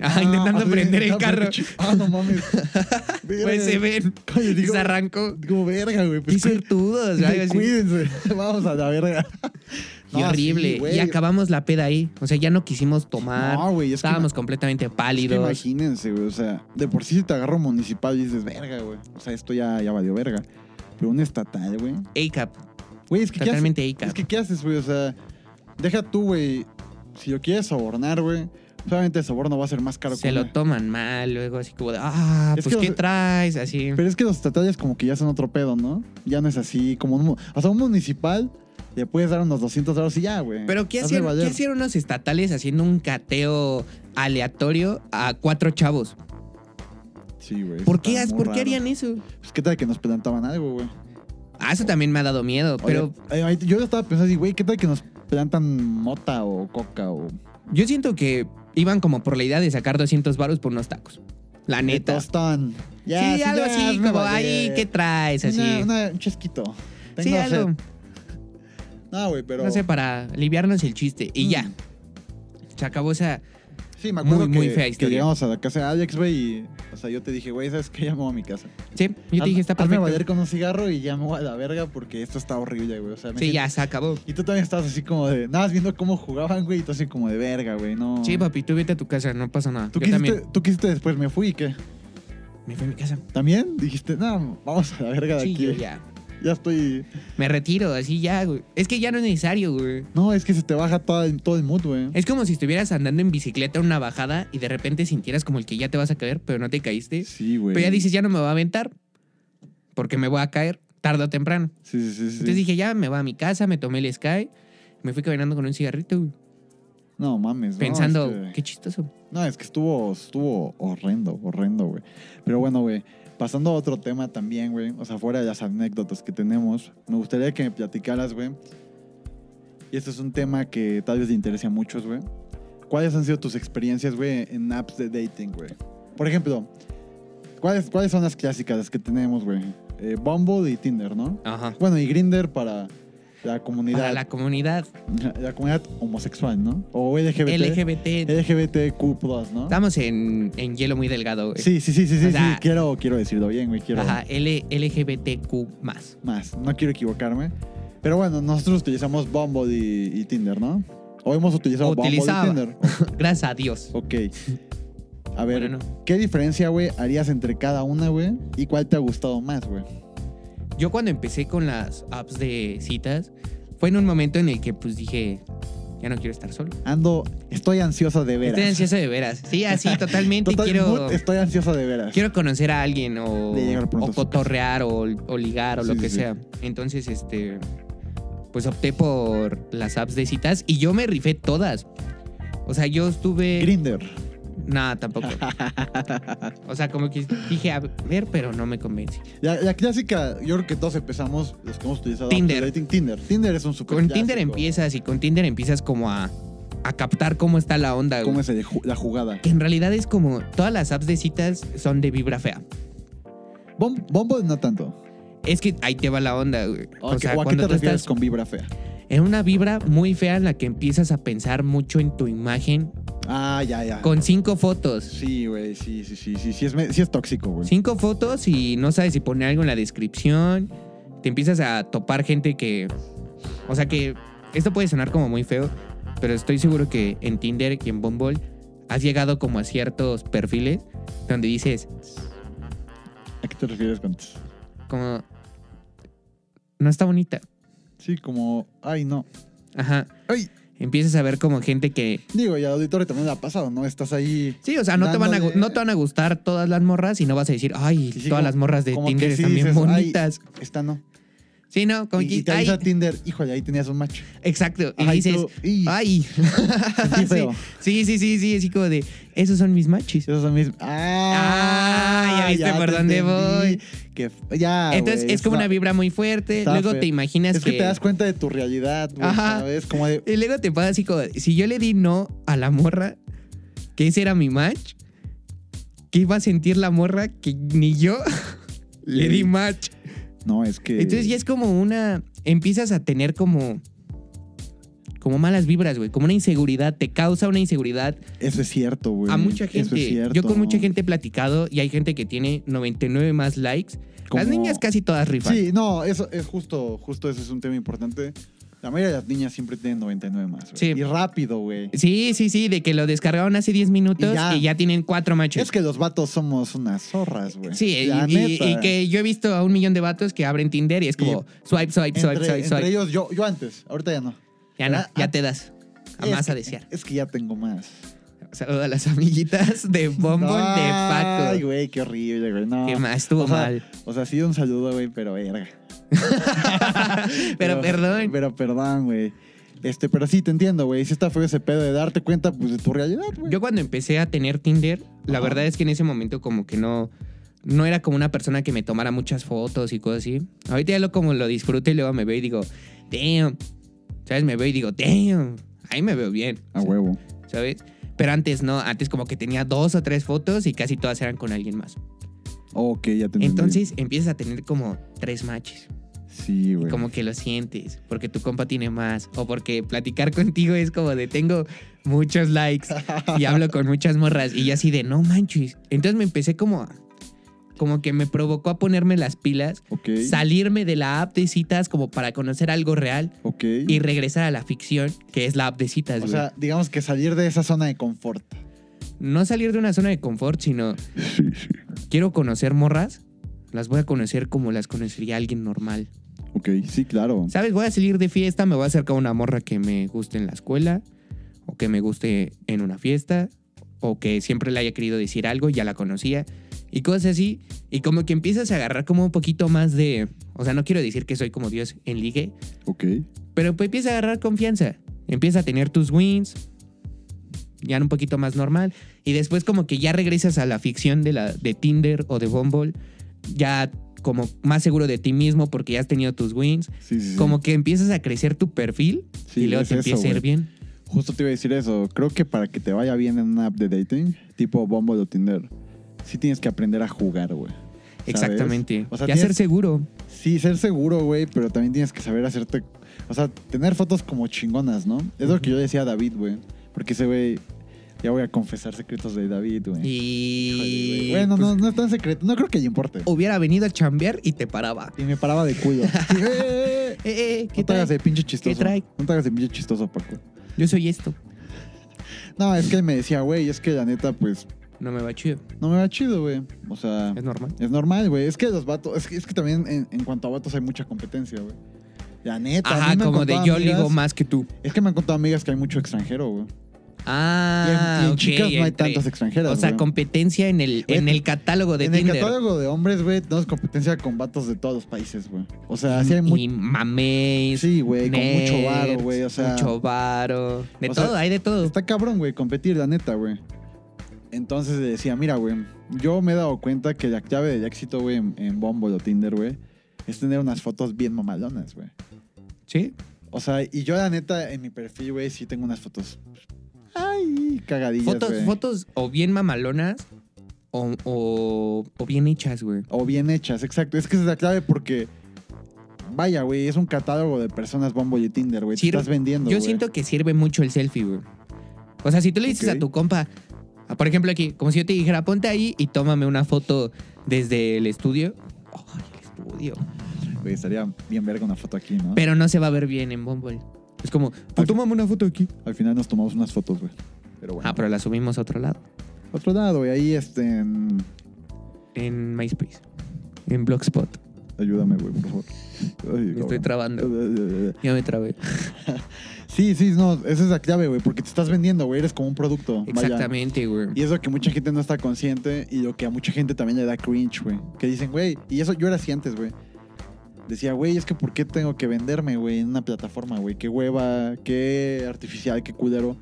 Speaker 4: Ajá, intentando
Speaker 3: ah,
Speaker 4: prender el
Speaker 3: ah,
Speaker 4: carro.
Speaker 3: ch- Ah, no mames.
Speaker 4: Pues se ven.
Speaker 3: Oye,
Speaker 4: Y
Speaker 3: digo,
Speaker 4: se arrancó.
Speaker 3: Como verga, güey.
Speaker 4: Y
Speaker 3: Pues,
Speaker 4: suertudos, algo
Speaker 3: cuí-
Speaker 4: así.
Speaker 3: cuídense. Vamos a la verga.
Speaker 4: Y
Speaker 3: No,
Speaker 4: horrible.
Speaker 3: sí, güey.
Speaker 4: y acabamos la peda ahí. O sea, ya no quisimos tomar.
Speaker 3: No, güey, es que
Speaker 4: Estábamos completamente
Speaker 3: Es que
Speaker 4: pálidos.
Speaker 3: imagínense, güey. O sea, de por sí si te agarra un municipal y dices, verga, güey. O sea, esto ya, ya valió verga. Pero un estatal, güey.
Speaker 4: ACAP.
Speaker 3: Güey, es que ¿qué haces?
Speaker 4: Totalmente ACAP.
Speaker 3: Es que ¿qué haces, güey? O sea, deja tú, güey. Si lo quieres sobornar, güey. Solamente el soborno va a ser más caro
Speaker 4: se
Speaker 3: que
Speaker 4: lo
Speaker 3: una-
Speaker 4: toman mal, luego así como de, ah,
Speaker 3: Es
Speaker 4: pues
Speaker 3: que
Speaker 4: ¿qué
Speaker 3: los-
Speaker 4: traes? Así.
Speaker 3: Pero es que los estatales como que ya son otro pedo, ¿no? Ya no es así. Como un, mu- o sea, un municipal le puedes dar unos 200 dólaros y ya, güey.
Speaker 4: Pero ¿qué
Speaker 3: Hazle
Speaker 4: hacían,
Speaker 3: valer.
Speaker 4: ¿qué hacían unos estatales haciendo un cateo aleatorio a cuatro chavos?
Speaker 3: Sí, güey.
Speaker 4: ¿Por qué,
Speaker 3: está muy
Speaker 4: ¿por
Speaker 3: raro.
Speaker 4: qué harían eso?
Speaker 3: Pues qué tal que nos plantaban algo, güey.
Speaker 4: Ah, eso también me ha dado miedo, pero
Speaker 3: Oye, eh, ahí- yo estaba pensando así, güey, ¿qué tal que nos plantan mota o coca o
Speaker 4: yo siento que iban como por la idea de sacar 200 varos por unos tacos. La neta. Sí,
Speaker 3: tostón?
Speaker 4: algo así,
Speaker 3: hazme
Speaker 4: como,
Speaker 3: valer.
Speaker 4: ay, ¿qué traes? Así.
Speaker 3: Una- una- un chesquito. Tengo
Speaker 4: sí, algo.
Speaker 3: sed. No, güey, pero...
Speaker 4: No sé, para aliviarnos el chiste. Y
Speaker 3: Mm.
Speaker 4: ya. Se acabó esa.
Speaker 3: Sí, me acuerdo
Speaker 4: Muy, muy
Speaker 3: que,
Speaker 4: fea
Speaker 3: que
Speaker 4: historia.
Speaker 3: llegamos a la casa de Alex, güey, y... O sea, yo te dije, güey, ¿sabes qué? Ya me voy a mi casa.
Speaker 4: Sí, yo te dije, está
Speaker 3: Hazme
Speaker 4: perfecto.
Speaker 3: valer con un cigarro y ya me voy a la verga porque esto está horrible, güey. O sea, me
Speaker 4: Sí,
Speaker 3: siento-
Speaker 4: ya se acabó.
Speaker 3: Y tú también estabas así como de... Nada, más viendo cómo jugaban, güey, y tú así como de verga, güey, no...
Speaker 4: Sí, papi, tú vete a tu casa, no pasa nada.
Speaker 3: ¿Tú
Speaker 4: yo
Speaker 3: quisiste,
Speaker 4: también.
Speaker 3: tú quisiste después, me fui y qué.
Speaker 4: Me fui a mi casa.
Speaker 3: ¿También? Dijiste, no, vamos a la verga de
Speaker 4: Sí,
Speaker 3: aquí.
Speaker 4: yo ya.
Speaker 3: Ya estoy.
Speaker 4: Me retiro, así ya, güey. Es que ya no es necesario, güey.
Speaker 3: No, es que se te baja todo el, todo el mood, güey.
Speaker 4: Es como si estuvieras andando en bicicleta en una bajada y de repente sintieras como el que ya te vas a caer, pero no te caíste.
Speaker 3: Sí, güey.
Speaker 4: Pero ya dices, ya no me voy a aventar porque me voy a caer tarde o temprano.
Speaker 3: Sí, sí, sí. sí.
Speaker 4: Entonces dije, ya me voy a mi casa, me tomé el Sky, me fui caminando con un cigarrito, güey,
Speaker 3: no este, mames, no,
Speaker 4: pensando,
Speaker 3: es que-
Speaker 4: qué chistoso.
Speaker 3: No, es que estuvo, estuvo horrendo, horrendo, güey. Pero bueno, güey. Pasando a otro tema también, güey. O sea, fuera de las anécdotas que tenemos, me gustaría que me platicaras, güey. Y este es un tema que tal vez le interese a muchos, güey. ¿Cuáles han sido tus experiencias, güey, en apps de dating, güey? Por ejemplo, ¿cuáles, ¿cuáles son las clásicas las que tenemos, güey? Eh, Bumble y Tinder, ¿no?
Speaker 4: Ajá.
Speaker 3: Bueno, y Grinder para la comunidad.
Speaker 4: Para la comunidad
Speaker 3: la comunidad homosexual, ¿no? O LGBT.
Speaker 4: LGBT.
Speaker 3: LGBTQ, ¿no?
Speaker 4: Estamos en, en hielo muy delgado, güey.
Speaker 3: Sí, sí, sí, sí,
Speaker 4: O
Speaker 3: sí,
Speaker 4: sea-
Speaker 3: sí. Quiero, quiero decirlo bien, güey. Quiero
Speaker 4: Ajá, L LGBTQ más.
Speaker 3: más. No quiero equivocarme. Pero bueno, nosotros utilizamos Bumble y, y Tinder, ¿no? O hemos utilizado
Speaker 4: Utilizaba.
Speaker 3: Bumble y Tinder.
Speaker 4: Gracias a Dios.
Speaker 3: Ok. A ver,
Speaker 4: Bueno,
Speaker 3: ¿qué diferencia, güey, harías entre cada una, güey? ¿Y cuál te ha gustado más, güey?
Speaker 4: Yo cuando empecé con las apps de citas, fue en un momento en el que pues dije, ya no quiero estar solo.
Speaker 3: Ando, estoy ansioso de veras.
Speaker 4: Estoy ansiosa de veras. Sí, así totalmente
Speaker 3: Total-
Speaker 4: quiero
Speaker 3: mood, estoy ansioso de veras.
Speaker 4: quiero conocer a alguien o,
Speaker 3: De llegar pronto
Speaker 4: o
Speaker 3: a su casa.
Speaker 4: cotorrear o, o ligar o
Speaker 3: Sí,
Speaker 4: lo
Speaker 3: sí,
Speaker 4: que
Speaker 3: sí.
Speaker 4: sea. Entonces, este pues opté por las apps de citas y yo me rifé todas. O sea, yo estuve
Speaker 3: Grinder.
Speaker 4: Nada, tampoco. o sea, como que dije, a ver, pero no me convence.
Speaker 3: La, la clásica, yo creo que todos empezamos, los que hemos utilizado
Speaker 4: Tinder.
Speaker 3: apps de dating, Tinder. Tinder es un super
Speaker 4: Con Tinder empiezas y con Tinder empiezas como a, a captar cómo está la onda. güey.
Speaker 3: ¿Cómo es el ju- la jugada?
Speaker 4: Que en realidad es como todas las apps de citas son de vibra fea.
Speaker 3: Bum- Bumble no tanto.
Speaker 4: Es que ahí te va la onda, güey.
Speaker 3: ¿O,
Speaker 4: O
Speaker 3: a qué-
Speaker 4: sea,
Speaker 3: o a qué
Speaker 4: cuando
Speaker 3: te
Speaker 4: tú
Speaker 3: refieres
Speaker 4: estás
Speaker 3: con vibra fea?
Speaker 4: en una vibra muy fea en la que empiezas a pensar mucho en tu imagen
Speaker 3: Ah, ya, ya.
Speaker 4: con cinco fotos.
Speaker 3: Sí, güey, sí, sí, sí, sí, sí es, me- sí es tóxico, güey.
Speaker 4: Cinco fotos y no sabes si poner algo en la descripción. Te empiezas a topar gente que. O sea que. Esto puede sonar como muy feo, pero estoy seguro que en Tinder y en Bumble has llegado como a ciertos perfiles donde dices,
Speaker 3: ¿A qué te refieres con ts?
Speaker 4: como. No está bonita.
Speaker 3: Sí, como, ay, no.
Speaker 4: Ajá.
Speaker 3: Ay,
Speaker 4: Empiezas a ver como gente que.
Speaker 3: digo, y al auditorio también le ha pasado, ¿no? Estás ahí.
Speaker 4: Sí, o sea, no te, van a, gu-
Speaker 3: Dándole-
Speaker 4: no te van a gustar todas las morras y no vas a decir, ay,
Speaker 3: Sí, sí,
Speaker 4: todas
Speaker 3: como-
Speaker 4: las morras de
Speaker 3: como
Speaker 4: Tinder
Speaker 3: que sí
Speaker 4: están bien
Speaker 3: dices, "Ay".
Speaker 4: bonitas.
Speaker 3: Esta no.
Speaker 4: Sí, no, como
Speaker 3: Y,
Speaker 4: que-
Speaker 3: y te
Speaker 4: ay,
Speaker 3: avisa Tinder, híjole, ahí tenías un macho.
Speaker 4: exacto. Y
Speaker 3: Ajá, y
Speaker 4: dices,
Speaker 3: tú, y-
Speaker 4: ay.
Speaker 3: sentí
Speaker 4: Sí.
Speaker 3: feo.
Speaker 4: Sí, sí, sí, sí, así como de, esos son mis machis.
Speaker 3: Esos son mis. ¡Ah!
Speaker 4: Ah, ya viste por
Speaker 3: te
Speaker 4: dónde
Speaker 3: entendí. Que, f- ya,
Speaker 4: Entonces
Speaker 3: Ah, güey,
Speaker 4: es como
Speaker 3: una-
Speaker 4: una vibra muy fuerte.
Speaker 3: está
Speaker 4: Luego
Speaker 3: feo.
Speaker 4: te imaginas
Speaker 3: Es que te das cuenta de tu realidad, güey,
Speaker 4: Ajá.
Speaker 3: ¿sabes? Como de...
Speaker 4: Y luego te pasa así como, si yo le di no a la morra, que ese era mi match, ¿qué iba a sentir la morra que ni yo le di match?
Speaker 3: No, es que...
Speaker 4: Entonces ya es como una, empiezas a tener como, como malas vibras, güey, como una inseguridad, te causa una inseguridad
Speaker 3: Eso es cierto, güey.
Speaker 4: a mucha
Speaker 3: Eso
Speaker 4: gente.
Speaker 3: es cierto,
Speaker 4: yo con
Speaker 3: ¿no?
Speaker 4: mucha gente he platicado y hay gente que tiene 99 más likes.
Speaker 3: Como-
Speaker 4: Las niñas casi todas rifan.
Speaker 3: Sí, no, eso es justo, justo ese es un tema importante. La mayoría de las niñas siempre tienen 99 más, güey.
Speaker 4: Sí.
Speaker 3: Y rápido, güey.
Speaker 4: Sí, sí, sí, de que lo descargaron hace 10 minutos
Speaker 3: Y
Speaker 4: y
Speaker 3: ya.
Speaker 4: ya, tienen cuatro matches.
Speaker 3: Es que los vatos somos unas zorras, güey.
Speaker 4: Sí, y,
Speaker 3: La
Speaker 4: y-
Speaker 3: neta.
Speaker 4: y que yo he visto a un millón de vatos que abren Tinder y es como swipe, swipe,
Speaker 3: Entre,
Speaker 4: swipe, swipe,
Speaker 3: entre
Speaker 4: swipe.
Speaker 3: ellos, yo, yo antes, ahorita ya no.
Speaker 4: Ya no,
Speaker 3: Ah, ah.
Speaker 4: ya te das. A
Speaker 3: Es
Speaker 4: más a
Speaker 3: que-
Speaker 4: desear.
Speaker 3: Es que ya tengo más.
Speaker 4: Saludos a las amiguitas de Bombón
Speaker 3: Ay,
Speaker 4: de Paco.
Speaker 3: güey, qué horrible, güey. No.
Speaker 4: Que más estuvo
Speaker 3: O sea,
Speaker 4: mal.
Speaker 3: O sea, sí, un saludo, güey, pero verga.
Speaker 4: Pero perdón.
Speaker 3: Pero perdón, güey. Este, pero sí te entiendo, güey. Si está feo ese pedo de darte cuenta, pues, de tu realidad, güey.
Speaker 4: Yo cuando empecé a tener Tinder, la
Speaker 3: Ajá.
Speaker 4: verdad es que en ese momento como que no no era como una persona que me tomara muchas fotos y cosas así. Ahorita ya lo como lo disfruto y luego me veo y digo, "Damn." ¿Sabes? Me veo y digo, "Damn." Ahí me veo bien.
Speaker 3: A huevo.
Speaker 4: ¿sabes? Pero antes no, antes como que tenía dos o tres fotos y casi todas eran con alguien más.
Speaker 3: Ok, ya te entendí.
Speaker 4: Entonces empiezas a tener como tres matches.
Speaker 3: Sí, güey.
Speaker 4: Como que lo sientes, porque tu compa tiene más. O porque platicar contigo es como de tengo muchos likes y hablo con muchas morras. Y yo así de no manches. Entonces me empecé como a- Como que me provocó a ponerme las pilas,
Speaker 3: Ok.
Speaker 4: salirme de la app de citas como para conocer algo real
Speaker 3: Ok.
Speaker 4: y regresar a la ficción, que es la app de citas.
Speaker 3: o
Speaker 4: güey.
Speaker 3: sea, digamos que salir de esa zona de confort.
Speaker 4: no salir de una zona de confort, sino
Speaker 3: Sí, sí.
Speaker 4: quiero conocer morras, las voy a conocer como las conocería alguien normal.
Speaker 3: Ok, sí, claro.
Speaker 4: ¿Sabes? Voy a salir de fiesta, me voy a acercar a una morra que me guste en la escuela, o que me guste en una fiesta, o que siempre le haya querido decir algo, ya la conocía, y cosas así. Y como que empiezas a agarrar como un poquito más de... O sea, no quiero decir que soy como Dios en ligue,
Speaker 3: Ok.
Speaker 4: pero pues empieza a agarrar confianza. Empieza a tener tus wins. Ya un poquito más normal. Y después como que ya regresas a la ficción de, la, de Tinder o de Bumble. Ya como más seguro de ti mismo porque ya has tenido tus wins.
Speaker 3: Sí, sí, sí.
Speaker 4: Como que empiezas a crecer tu perfil
Speaker 3: Sí,
Speaker 4: y luego
Speaker 3: es
Speaker 4: te
Speaker 3: eso,
Speaker 4: empieza a ir
Speaker 3: güey.
Speaker 4: bien.
Speaker 3: Justo te iba a decir eso. Creo que para que te vaya bien en una app de dating, tipo Bumble o Tinder, sí tienes que aprender a jugar, güey. ¿Sabes?
Speaker 4: Exactamente.
Speaker 3: O sea,
Speaker 4: ya
Speaker 3: tienes-
Speaker 4: ser seguro.
Speaker 3: Sí, ser seguro, güey, pero también tienes que saber hacerte... O sea, tener fotos como chingonas, ¿no? Es lo que yo decía a David, güey. Porque ese güey... Ya voy a confesar secretos de David, güey.
Speaker 4: Y...
Speaker 3: Híjole, güey. Bueno,
Speaker 4: pues,
Speaker 3: no, no es tan secreto. No creo que le importe.
Speaker 4: Hubiera venido a chambear y te paraba.
Speaker 3: Y me paraba de culo. Sí, "Eh, eh, eh".
Speaker 4: Eh, eh, ¿qué
Speaker 3: No te hagas
Speaker 4: tal?
Speaker 3: de pinche chistoso.
Speaker 4: trae?
Speaker 3: No te hagas de pinche chistoso, Paco.
Speaker 4: Yo soy esto.
Speaker 3: No,
Speaker 4: Mm.
Speaker 3: es que él me decía, güey, es que la neta, pues,
Speaker 4: No me va chido.
Speaker 3: no me va chido, güey. O sea,
Speaker 4: Es normal.
Speaker 3: es normal, güey. Es que los vatos, es que, es que también en, en cuanto a vatos hay mucha competencia, güey. La neta. a mí
Speaker 4: Ajá,
Speaker 3: me han
Speaker 4: como de
Speaker 3: contado
Speaker 4: yo
Speaker 3: amigas-
Speaker 4: ligo más que tú.
Speaker 3: Es que me han contado amigas que hay mucho extranjero, güey. Y en-
Speaker 4: Ah,
Speaker 3: y en
Speaker 4: ok,
Speaker 3: chicas no hay
Speaker 4: entre-
Speaker 3: tantas extranjeras.
Speaker 4: O sea,
Speaker 3: güey.
Speaker 4: competencia en el, en
Speaker 3: Güey,
Speaker 4: el catálogo de
Speaker 3: en el
Speaker 4: Tinder.
Speaker 3: catálogo de hombres, güey, tenemos competencia con vatos de todos los países, güey. O sea, sí hay mucho.
Speaker 4: Y mames.
Speaker 3: Sí, güey, con mucho varo,
Speaker 4: nerds,
Speaker 3: güey. O sea,
Speaker 4: Mucho varo. De
Speaker 3: o sea,
Speaker 4: todo, hay de todo.
Speaker 3: Está cabrón, güey, competir, la neta, güey. Entonces le decía, mira, güey, yo me he dado cuenta que la clave del éxito, güey, en, en Bumble o Tinder, güey, es tener unas fotos bien mamalonas, güey.
Speaker 4: Sí.
Speaker 3: O sea, y yo, la neta, en mi perfil, güey, sí tengo unas fotos. Ay, cagadillas,
Speaker 4: Fotos,
Speaker 3: güey.
Speaker 4: fotos o bien mamalonas o, o, o bien hechas, güey.
Speaker 3: O bien hechas, exacto. Es que esa es la clave porque, vaya, güey, es un catálogo de personas Bumble y Tinder, güey. Te
Speaker 4: Sirve-
Speaker 3: estás vendiendo,
Speaker 4: Yo
Speaker 3: güey.
Speaker 4: siento que sirve mucho el selfie, güey. O sea, si tú le dices
Speaker 3: Ok.
Speaker 4: a tu compa, ah, por ejemplo aquí, como si yo te dijera, ponte ahí y tómame una foto desde el estudio. Ay, el estudio.
Speaker 3: Güey, estaría bien verga una foto aquí, ¿no?
Speaker 4: Pero no se va a ver bien en Bumble. Es como,
Speaker 3: Ah,
Speaker 4: pues tómame una foto aquí.
Speaker 3: Al final nos tomamos unas fotos, güey. Pero bueno.
Speaker 4: Ah, pero la subimos a otro lado.
Speaker 3: Otro lado, güey, ahí, este... en-
Speaker 4: En MySpace. En Blogspot.
Speaker 3: Ayúdame, güey, por favor. Ay,
Speaker 4: Me estoy
Speaker 3: cabrón.
Speaker 4: trabando. Ya me trabé.
Speaker 3: Sí, sí, no, esa es la clave, güey, porque te estás vendiendo, güey, eres como un producto. vaya.
Speaker 4: Exactamente, güey.
Speaker 3: Y es lo que mucha gente no está consciente y lo que a mucha gente también le da cringe, güey. Que dicen, güey, y eso yo era así antes, güey. Decía, güey, es que ¿por qué tengo que venderme, güey, en una plataforma, güey? Qué hueva, qué artificial, qué culero.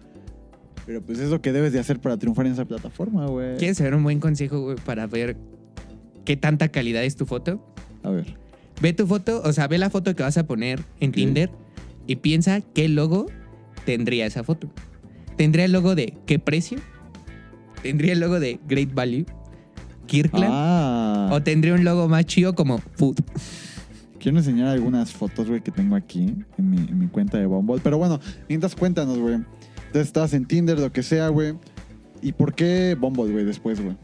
Speaker 3: Pero pues es lo que debes de hacer para triunfar en esa plataforma, güey.
Speaker 4: ¿Quieres saber un buen consejo, güey, para ver qué tanta calidad es tu foto.
Speaker 3: A ver.
Speaker 4: Ve tu foto, o sea, ve la foto que vas a poner en
Speaker 3: Ok.
Speaker 4: Tinder y piensa qué logo tendría esa foto. ¿Tendría el logo de qué precio? ¿Tendría el logo de Great Value? ¿Kirkland?
Speaker 3: Ah.
Speaker 4: ¿O tendría un logo más chido como Food?
Speaker 3: Quiero enseñar algunas fotos, güey, que tengo aquí en mi, en mi cuenta de Bumble. Pero bueno, mientras cuéntanos, güey. Entonces estás en Tinder, lo que sea, güey. ¿Y por qué Bumble, güey, después, güey?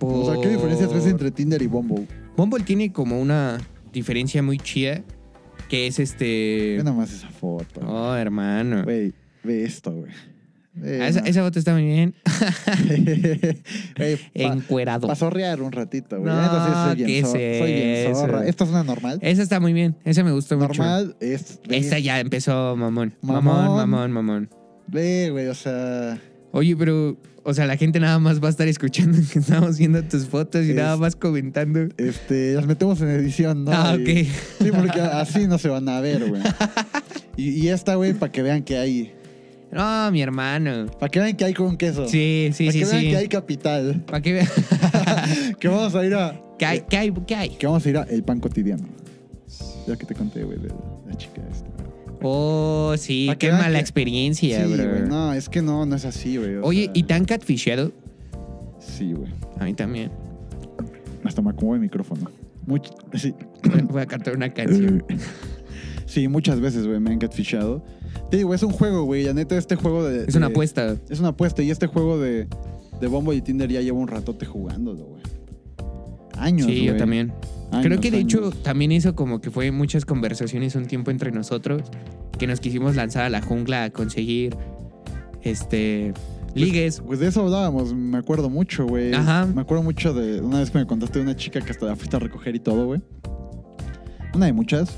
Speaker 3: O sea, ¿qué diferencias ves
Speaker 4: Por-
Speaker 3: entre Tinder y Bumble?
Speaker 4: Bumble tiene como una diferencia muy chida que es este...
Speaker 3: Ve nada más esa foto. güey.
Speaker 4: Oh, hermano.
Speaker 3: Güey, ve esto, güey. Ve
Speaker 4: Ah, esa,
Speaker 3: nada-
Speaker 4: esa foto está muy bien.
Speaker 3: Güey, pa-
Speaker 4: Encuerado.
Speaker 3: Pasó a rear un ratito, güey.
Speaker 4: No,
Speaker 3: Entonces soy
Speaker 4: ¿qué
Speaker 3: bien,
Speaker 4: es
Speaker 3: zor- soy bien
Speaker 4: eso?
Speaker 3: zorra. ¿Esta es una normal?
Speaker 4: Esa está muy bien. Esa me gustó mucho.
Speaker 3: normal es... ve-
Speaker 4: Esta ya empezó, mamón. Mamón,
Speaker 3: Mamón.
Speaker 4: mamón, mamón.
Speaker 3: Ve, güey, o sea...
Speaker 4: Oye, pero, o sea, la gente nada más va a estar escuchando que estamos viendo tus fotos y
Speaker 3: Es-
Speaker 4: nada más comentando.
Speaker 3: Este, las metemos en edición, ¿no?
Speaker 4: ah,
Speaker 3: Y-
Speaker 4: ok.
Speaker 3: Sí, porque así no se van a ver, güey. Y, y esta, güey, para que vean que hay.
Speaker 4: No, mi hermano.
Speaker 3: Para que vean que hay con queso.
Speaker 4: Sí, sí,
Speaker 3: Para
Speaker 4: sí,
Speaker 3: que vean
Speaker 4: sí.
Speaker 3: que hay capital.
Speaker 4: Para que vean.
Speaker 3: que vamos a ir a.
Speaker 4: ¿Qué hay? ¿Qué hay? ¿Qué hay?
Speaker 3: Que vamos a ir a El Pan Cotidiano. Ya que te conté, güey, de la chica esta.
Speaker 4: Oh, sí,
Speaker 3: Pa' que
Speaker 4: qué
Speaker 3: vean
Speaker 4: mala
Speaker 3: que-
Speaker 4: experiencia,
Speaker 3: sí,
Speaker 4: bro.
Speaker 3: güey. No, es que no, no es así, güey. o
Speaker 4: Oye,
Speaker 3: sea,
Speaker 4: ¿y tan catfisheado?
Speaker 3: Sí, güey.
Speaker 4: A mí también.
Speaker 3: Hasta me acomodo el micrófono. Much- sí.
Speaker 4: Voy a- Voy a cantar una canción.
Speaker 3: sí, muchas veces, güey, me han catfishado. Te digo, es un juego, güey. La neta, este juego de.
Speaker 4: Es una
Speaker 3: de-
Speaker 4: apuesta.
Speaker 3: Es una apuesta y este juego de, de Bombo y Tinder ya llevo un ratote jugándolo, güey. Años,
Speaker 4: Sí, yo
Speaker 3: güey.
Speaker 4: también.
Speaker 3: Años,
Speaker 4: Creo que de hecho
Speaker 3: años.
Speaker 4: también eso como que fue muchas conversaciones un tiempo entre nosotros que nos quisimos lanzar a la jungla a conseguir este ligues.
Speaker 3: Pues de eso hablábamos, me acuerdo mucho, güey.
Speaker 4: Ajá.
Speaker 3: Me acuerdo mucho de una vez que me contaste de una chica que hasta la fuiste a recoger y todo, güey. Una de muchas.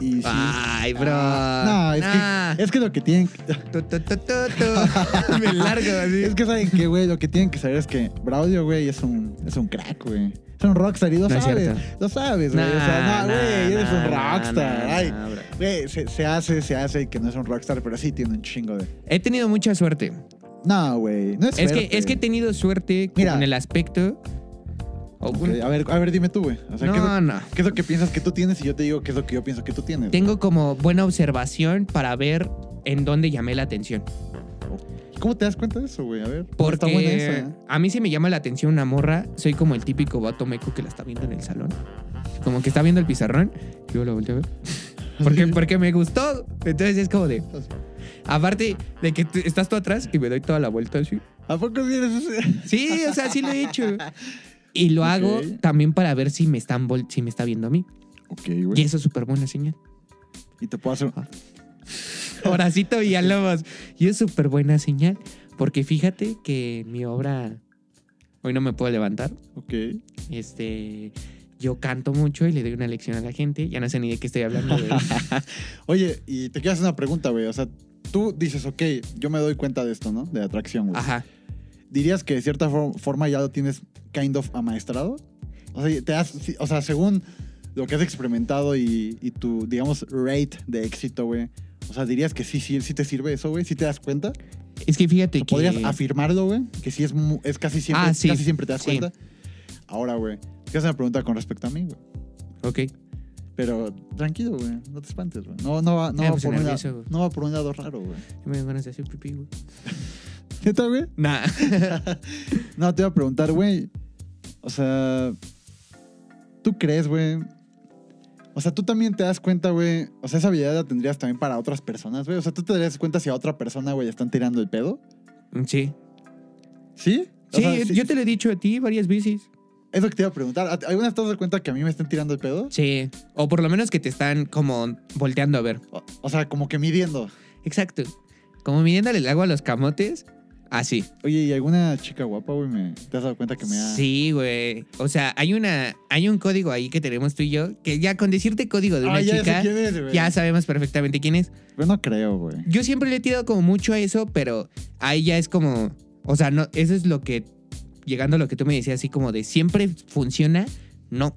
Speaker 3: Y sí.
Speaker 4: Ay, bro.
Speaker 3: Ah, no, es,
Speaker 4: Nah.
Speaker 3: que, es que lo que tienen.
Speaker 4: Tu, tu, tu, tu, tu. Me largo así.
Speaker 3: Es que saben que, güey, lo que tienen que saber es que Braulio, güey, es un, es un crack, güey. Es un rockstar y lo
Speaker 4: No es
Speaker 3: sabes.
Speaker 4: cierto.
Speaker 3: Lo sabes, güey.
Speaker 4: Nah,
Speaker 3: o sea, no,
Speaker 4: nah,
Speaker 3: güey, eres un
Speaker 4: nah,
Speaker 3: rockstar.
Speaker 4: nah,
Speaker 3: Ay,
Speaker 4: nah, bro.
Speaker 3: Güey, se, se hace, se hace que no es un rockstar, pero sí tiene un chingo de.
Speaker 4: He tenido mucha suerte.
Speaker 3: No, güey. No es,
Speaker 4: Es que,
Speaker 3: suerte.
Speaker 4: es que he tenido suerte
Speaker 3: Mira.
Speaker 4: con el aspecto. o
Speaker 3: Ok,
Speaker 4: un-
Speaker 3: a, ver, a ver, dime tú, güey. O sea, ¿qué, es
Speaker 4: no,
Speaker 3: lo,
Speaker 4: no.
Speaker 3: qué es lo que piensas que tú tienes? Y yo te digo qué es lo que yo pienso que tú tienes.
Speaker 4: Tengo como buena observación para ver en dónde llamé la atención.
Speaker 3: ¿Cómo te das cuenta de eso, güey? A ver. Está buena
Speaker 4: Porque
Speaker 3: esa. ¿eh?
Speaker 4: a mí sí me llama la atención una morra. Soy como el típico vato meco que la está viendo en el salón. Como que está viendo el pizarrón. Yo la volteo a ver. Porque, porque me gustó. Entonces es como de. Aparte de que tú- estás tú atrás y me doy toda la vuelta así.
Speaker 3: ¿A poco sí eres ese?
Speaker 4: Sí, o sea, sí lo he hecho. Y lo hago
Speaker 3: Ok.
Speaker 4: también para ver si me, están vol- si me está viendo a mí.
Speaker 3: Ok,
Speaker 4: Y
Speaker 3: güey.
Speaker 4: eso es súper buena señal.
Speaker 3: Y te puedo hacer.
Speaker 4: Horacito Villalobos. Y es súper buena señal. Porque fíjate que mi obra. Hoy no me puedo levantar.
Speaker 3: Ok.
Speaker 4: Este, yo canto mucho y le doy una lección a la gente. Ya no sé ni de qué estoy hablando. güey.
Speaker 3: Oye, y te quiero hacer una pregunta, güey. O sea, tú dices, ok, yo me doy cuenta de esto, ¿no? De atracción, güey.
Speaker 4: Ajá.
Speaker 3: ¿Dirías que de cierta for- forma ya lo tienes kind of amaestrado? O sea, te has- sí, o sea, según lo que has experimentado y, y tu, digamos, rate de éxito, güey. O sea, ¿dirías que sí, sí, sí te sirve eso, güey? ¿Sí te das cuenta?
Speaker 4: Es que fíjate que.
Speaker 3: ¿Podrías afirmarlo, güey? Que sí es, mu- es casi siempre,
Speaker 4: Ah, sí.
Speaker 3: casi siempre te das
Speaker 4: Sí.
Speaker 3: cuenta. Ahora, güey, te haces una pregunta con respecto a mí, güey.
Speaker 4: Ok.
Speaker 3: Pero tranquilo, güey, no te espantes, güey. No, no, va, no,
Speaker 4: Me
Speaker 3: va
Speaker 4: puse
Speaker 3: por un
Speaker 4: nervioso,
Speaker 3: lado-
Speaker 4: güey.
Speaker 3: no va por un lado raro, güey.
Speaker 4: Ya Me dan ganas de hacer pipí, güey.
Speaker 3: ¿Neta, güey?
Speaker 4: Nah.
Speaker 3: No, te iba a preguntar, güey. O sea, ¿tú crees, güey? O sea, tú también te das cuenta, güey. O sea, esa habilidad la tendrías también para otras personas, güey. O sea, tú te darías cuenta si a otra persona, güey, le están tirando el pedo.
Speaker 4: Sí.
Speaker 3: ¿Sí? O
Speaker 4: Sí,
Speaker 3: sea,
Speaker 4: yo yo te lo he dicho a ti varias veces.
Speaker 3: Es lo que te iba a preguntar. ¿A- ¿Alguna vez te has dado cuenta que a mí me están tirando el pedo?
Speaker 4: Sí. O por lo menos que te están como volteando a ver.
Speaker 3: O, o sea, como que midiendo.
Speaker 4: Exacto. Como midiéndole el agua a los camotes. Así.
Speaker 3: Oye, ¿y alguna chica guapa, güey, me... te has dado cuenta que me ha...
Speaker 4: Sí, güey. O sea, hay una, hay un código ahí que tenemos tú y yo, que ya con decirte código de una
Speaker 3: Ah, ya sé
Speaker 4: chica,
Speaker 3: quién es, güey.
Speaker 4: ya sabemos perfectamente quién es.
Speaker 3: Pero no creo, güey.
Speaker 4: Yo siempre le he tirado como mucho a eso, pero ahí ya es como. O sea, no, eso es lo que. Llegando a lo que tú me decías, así como de siempre funciona, no.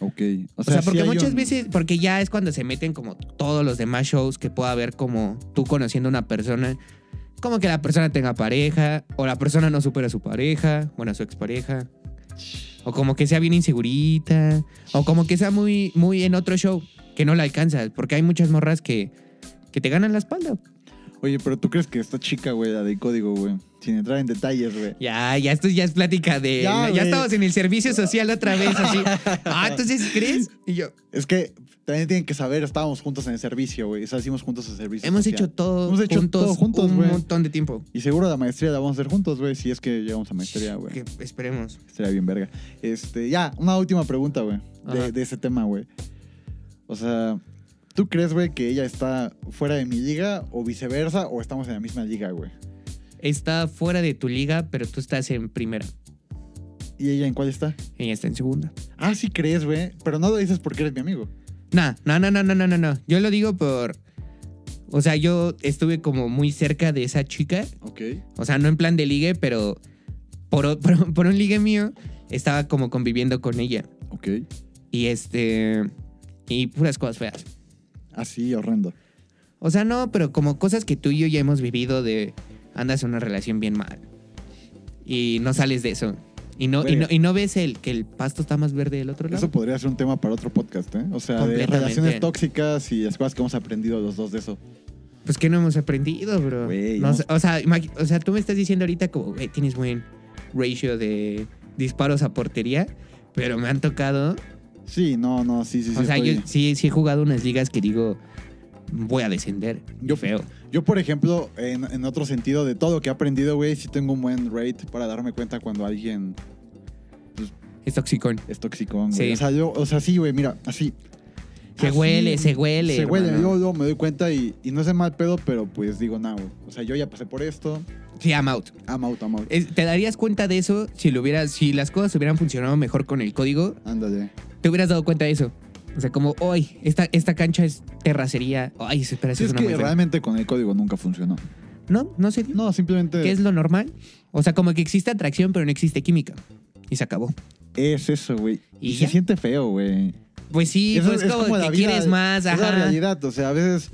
Speaker 3: Ok.
Speaker 4: O sea,
Speaker 3: sí
Speaker 4: porque
Speaker 3: hay
Speaker 4: muchas
Speaker 3: un-
Speaker 4: veces. Porque ya es cuando se meten como todos los demás shows que pueda haber, como tú conociendo a una persona. Como que la persona tenga pareja, o la persona no supera a su pareja, bueno, a su expareja. O como que sea bien insegurita. O como que sea muy, muy en otro show que no la alcanzas. Porque hay muchas morras que, que te ganan la espalda.
Speaker 3: Oye, pero ¿tú crees que esta chica, güey, la de código, güey? Sin entrar en detalles, güey.
Speaker 4: Ya, ya esto ya es plática de.
Speaker 3: Ya,
Speaker 4: Ya,
Speaker 3: güey.
Speaker 4: estamos en el servicio social otra vez, así. Ah, entonces crees. Y yo,
Speaker 3: Es que también tienen que saber, estábamos juntos en el servicio, güey. O sea, hicimos juntos el servicio.
Speaker 4: hemos
Speaker 3: social.
Speaker 4: hecho todo.
Speaker 3: Hemos hecho
Speaker 4: juntos,
Speaker 3: todo juntos,
Speaker 4: Un
Speaker 3: güey.
Speaker 4: montón de tiempo.
Speaker 3: Y seguro la maestría la vamos a hacer juntos, güey, si es que llegamos a maestría, güey.
Speaker 4: Que esperemos.
Speaker 3: Sería bien verga. Este, ya, una última pregunta, güey,
Speaker 4: Ajá.
Speaker 3: de, de ese tema, güey. O sea, ¿tú crees, güey, que ella está fuera de mi liga o viceversa o estamos en la misma liga, güey?
Speaker 4: Está fuera de tu liga, pero tú estás en primera.
Speaker 3: ¿Y ella en cuál está?
Speaker 4: Ella está en segunda.
Speaker 3: Ah, sí crees, güey, pero no lo dices porque eres mi amigo.
Speaker 4: Nah, no, no, no, no, no, no, no. Yo lo digo por. O sea, yo estuve como muy cerca de esa chica.
Speaker 3: Ok.
Speaker 4: O sea, no en plan de ligue, pero por, o- por, por un ligue mío estaba como conviviendo con ella.
Speaker 3: Ok.
Speaker 4: Y este. Y puras cosas feas.
Speaker 3: Así, horrendo.
Speaker 4: O sea, no, pero como cosas que tú y yo ya hemos vivido de andas en una relación bien mal. Y no sales de eso. Y no, y
Speaker 3: Verga.
Speaker 4: no, y no ves el que el pasto está más verde del otro lado.
Speaker 3: Eso podría ser un tema para otro podcast, ¿eh? O sea, de
Speaker 4: Completamente.
Speaker 3: relaciones tóxicas y las cosas que hemos aprendido los dos de eso.
Speaker 4: Pues que no hemos aprendido, bro.
Speaker 3: Güey,
Speaker 4: No
Speaker 3: no-
Speaker 4: sé, o, sea, imagi- o sea, tú me estás diciendo ahorita como, güey, tienes buen ratio de disparos a portería, pero me han tocado.
Speaker 3: Sí, no, no, sí, sí, sí.
Speaker 4: o sea, yo
Speaker 3: estoy-
Speaker 4: sí, sí he jugado unas ligas que digo, voy a descender. Yo
Speaker 3: Yo-
Speaker 4: feo.
Speaker 3: Yo, por ejemplo, en, en otro sentido de todo lo que he aprendido, güey, sí tengo un buen rate para darme cuenta cuando alguien
Speaker 4: Es toxicón.
Speaker 3: es toxicón, güey.
Speaker 4: Sí.
Speaker 3: O sea, yo, o sea, sí, güey, mira, así.
Speaker 4: Se
Speaker 3: Así,
Speaker 4: huele, se huele.
Speaker 3: Se huele,
Speaker 4: hermano.
Speaker 3: yo, yo me doy cuenta y, y no es de mal pedo, pero pues digo, no, güey. O sea, yo ya pasé por esto.
Speaker 4: Sí, I'm out.
Speaker 3: I'm out, I'm out.
Speaker 4: Es- te darías cuenta de eso si lo hubieras, si las cosas hubieran funcionado mejor con el código,
Speaker 3: Ándale.
Speaker 4: te hubieras dado cuenta de eso. O sea, como, hoy esta, esta cancha es terracería. Ay, espera, eso
Speaker 3: Sí, es
Speaker 4: suena
Speaker 3: que
Speaker 4: muy feo.
Speaker 3: realmente con el código nunca funcionó.
Speaker 4: No, no sé.
Speaker 3: No, simplemente
Speaker 4: ¿Qué es
Speaker 3: es,
Speaker 4: lo normal? O sea, como que existe atracción, pero no existe química. Y se acabó.
Speaker 3: eso, güey.
Speaker 4: ¿Y
Speaker 3: Y,
Speaker 4: ya?
Speaker 3: se siente feo, güey.
Speaker 4: Pues sí,
Speaker 3: Eso
Speaker 4: pues como, que quieres más,
Speaker 3: Es la
Speaker 4: ajá.
Speaker 3: realidad, o sea, a veces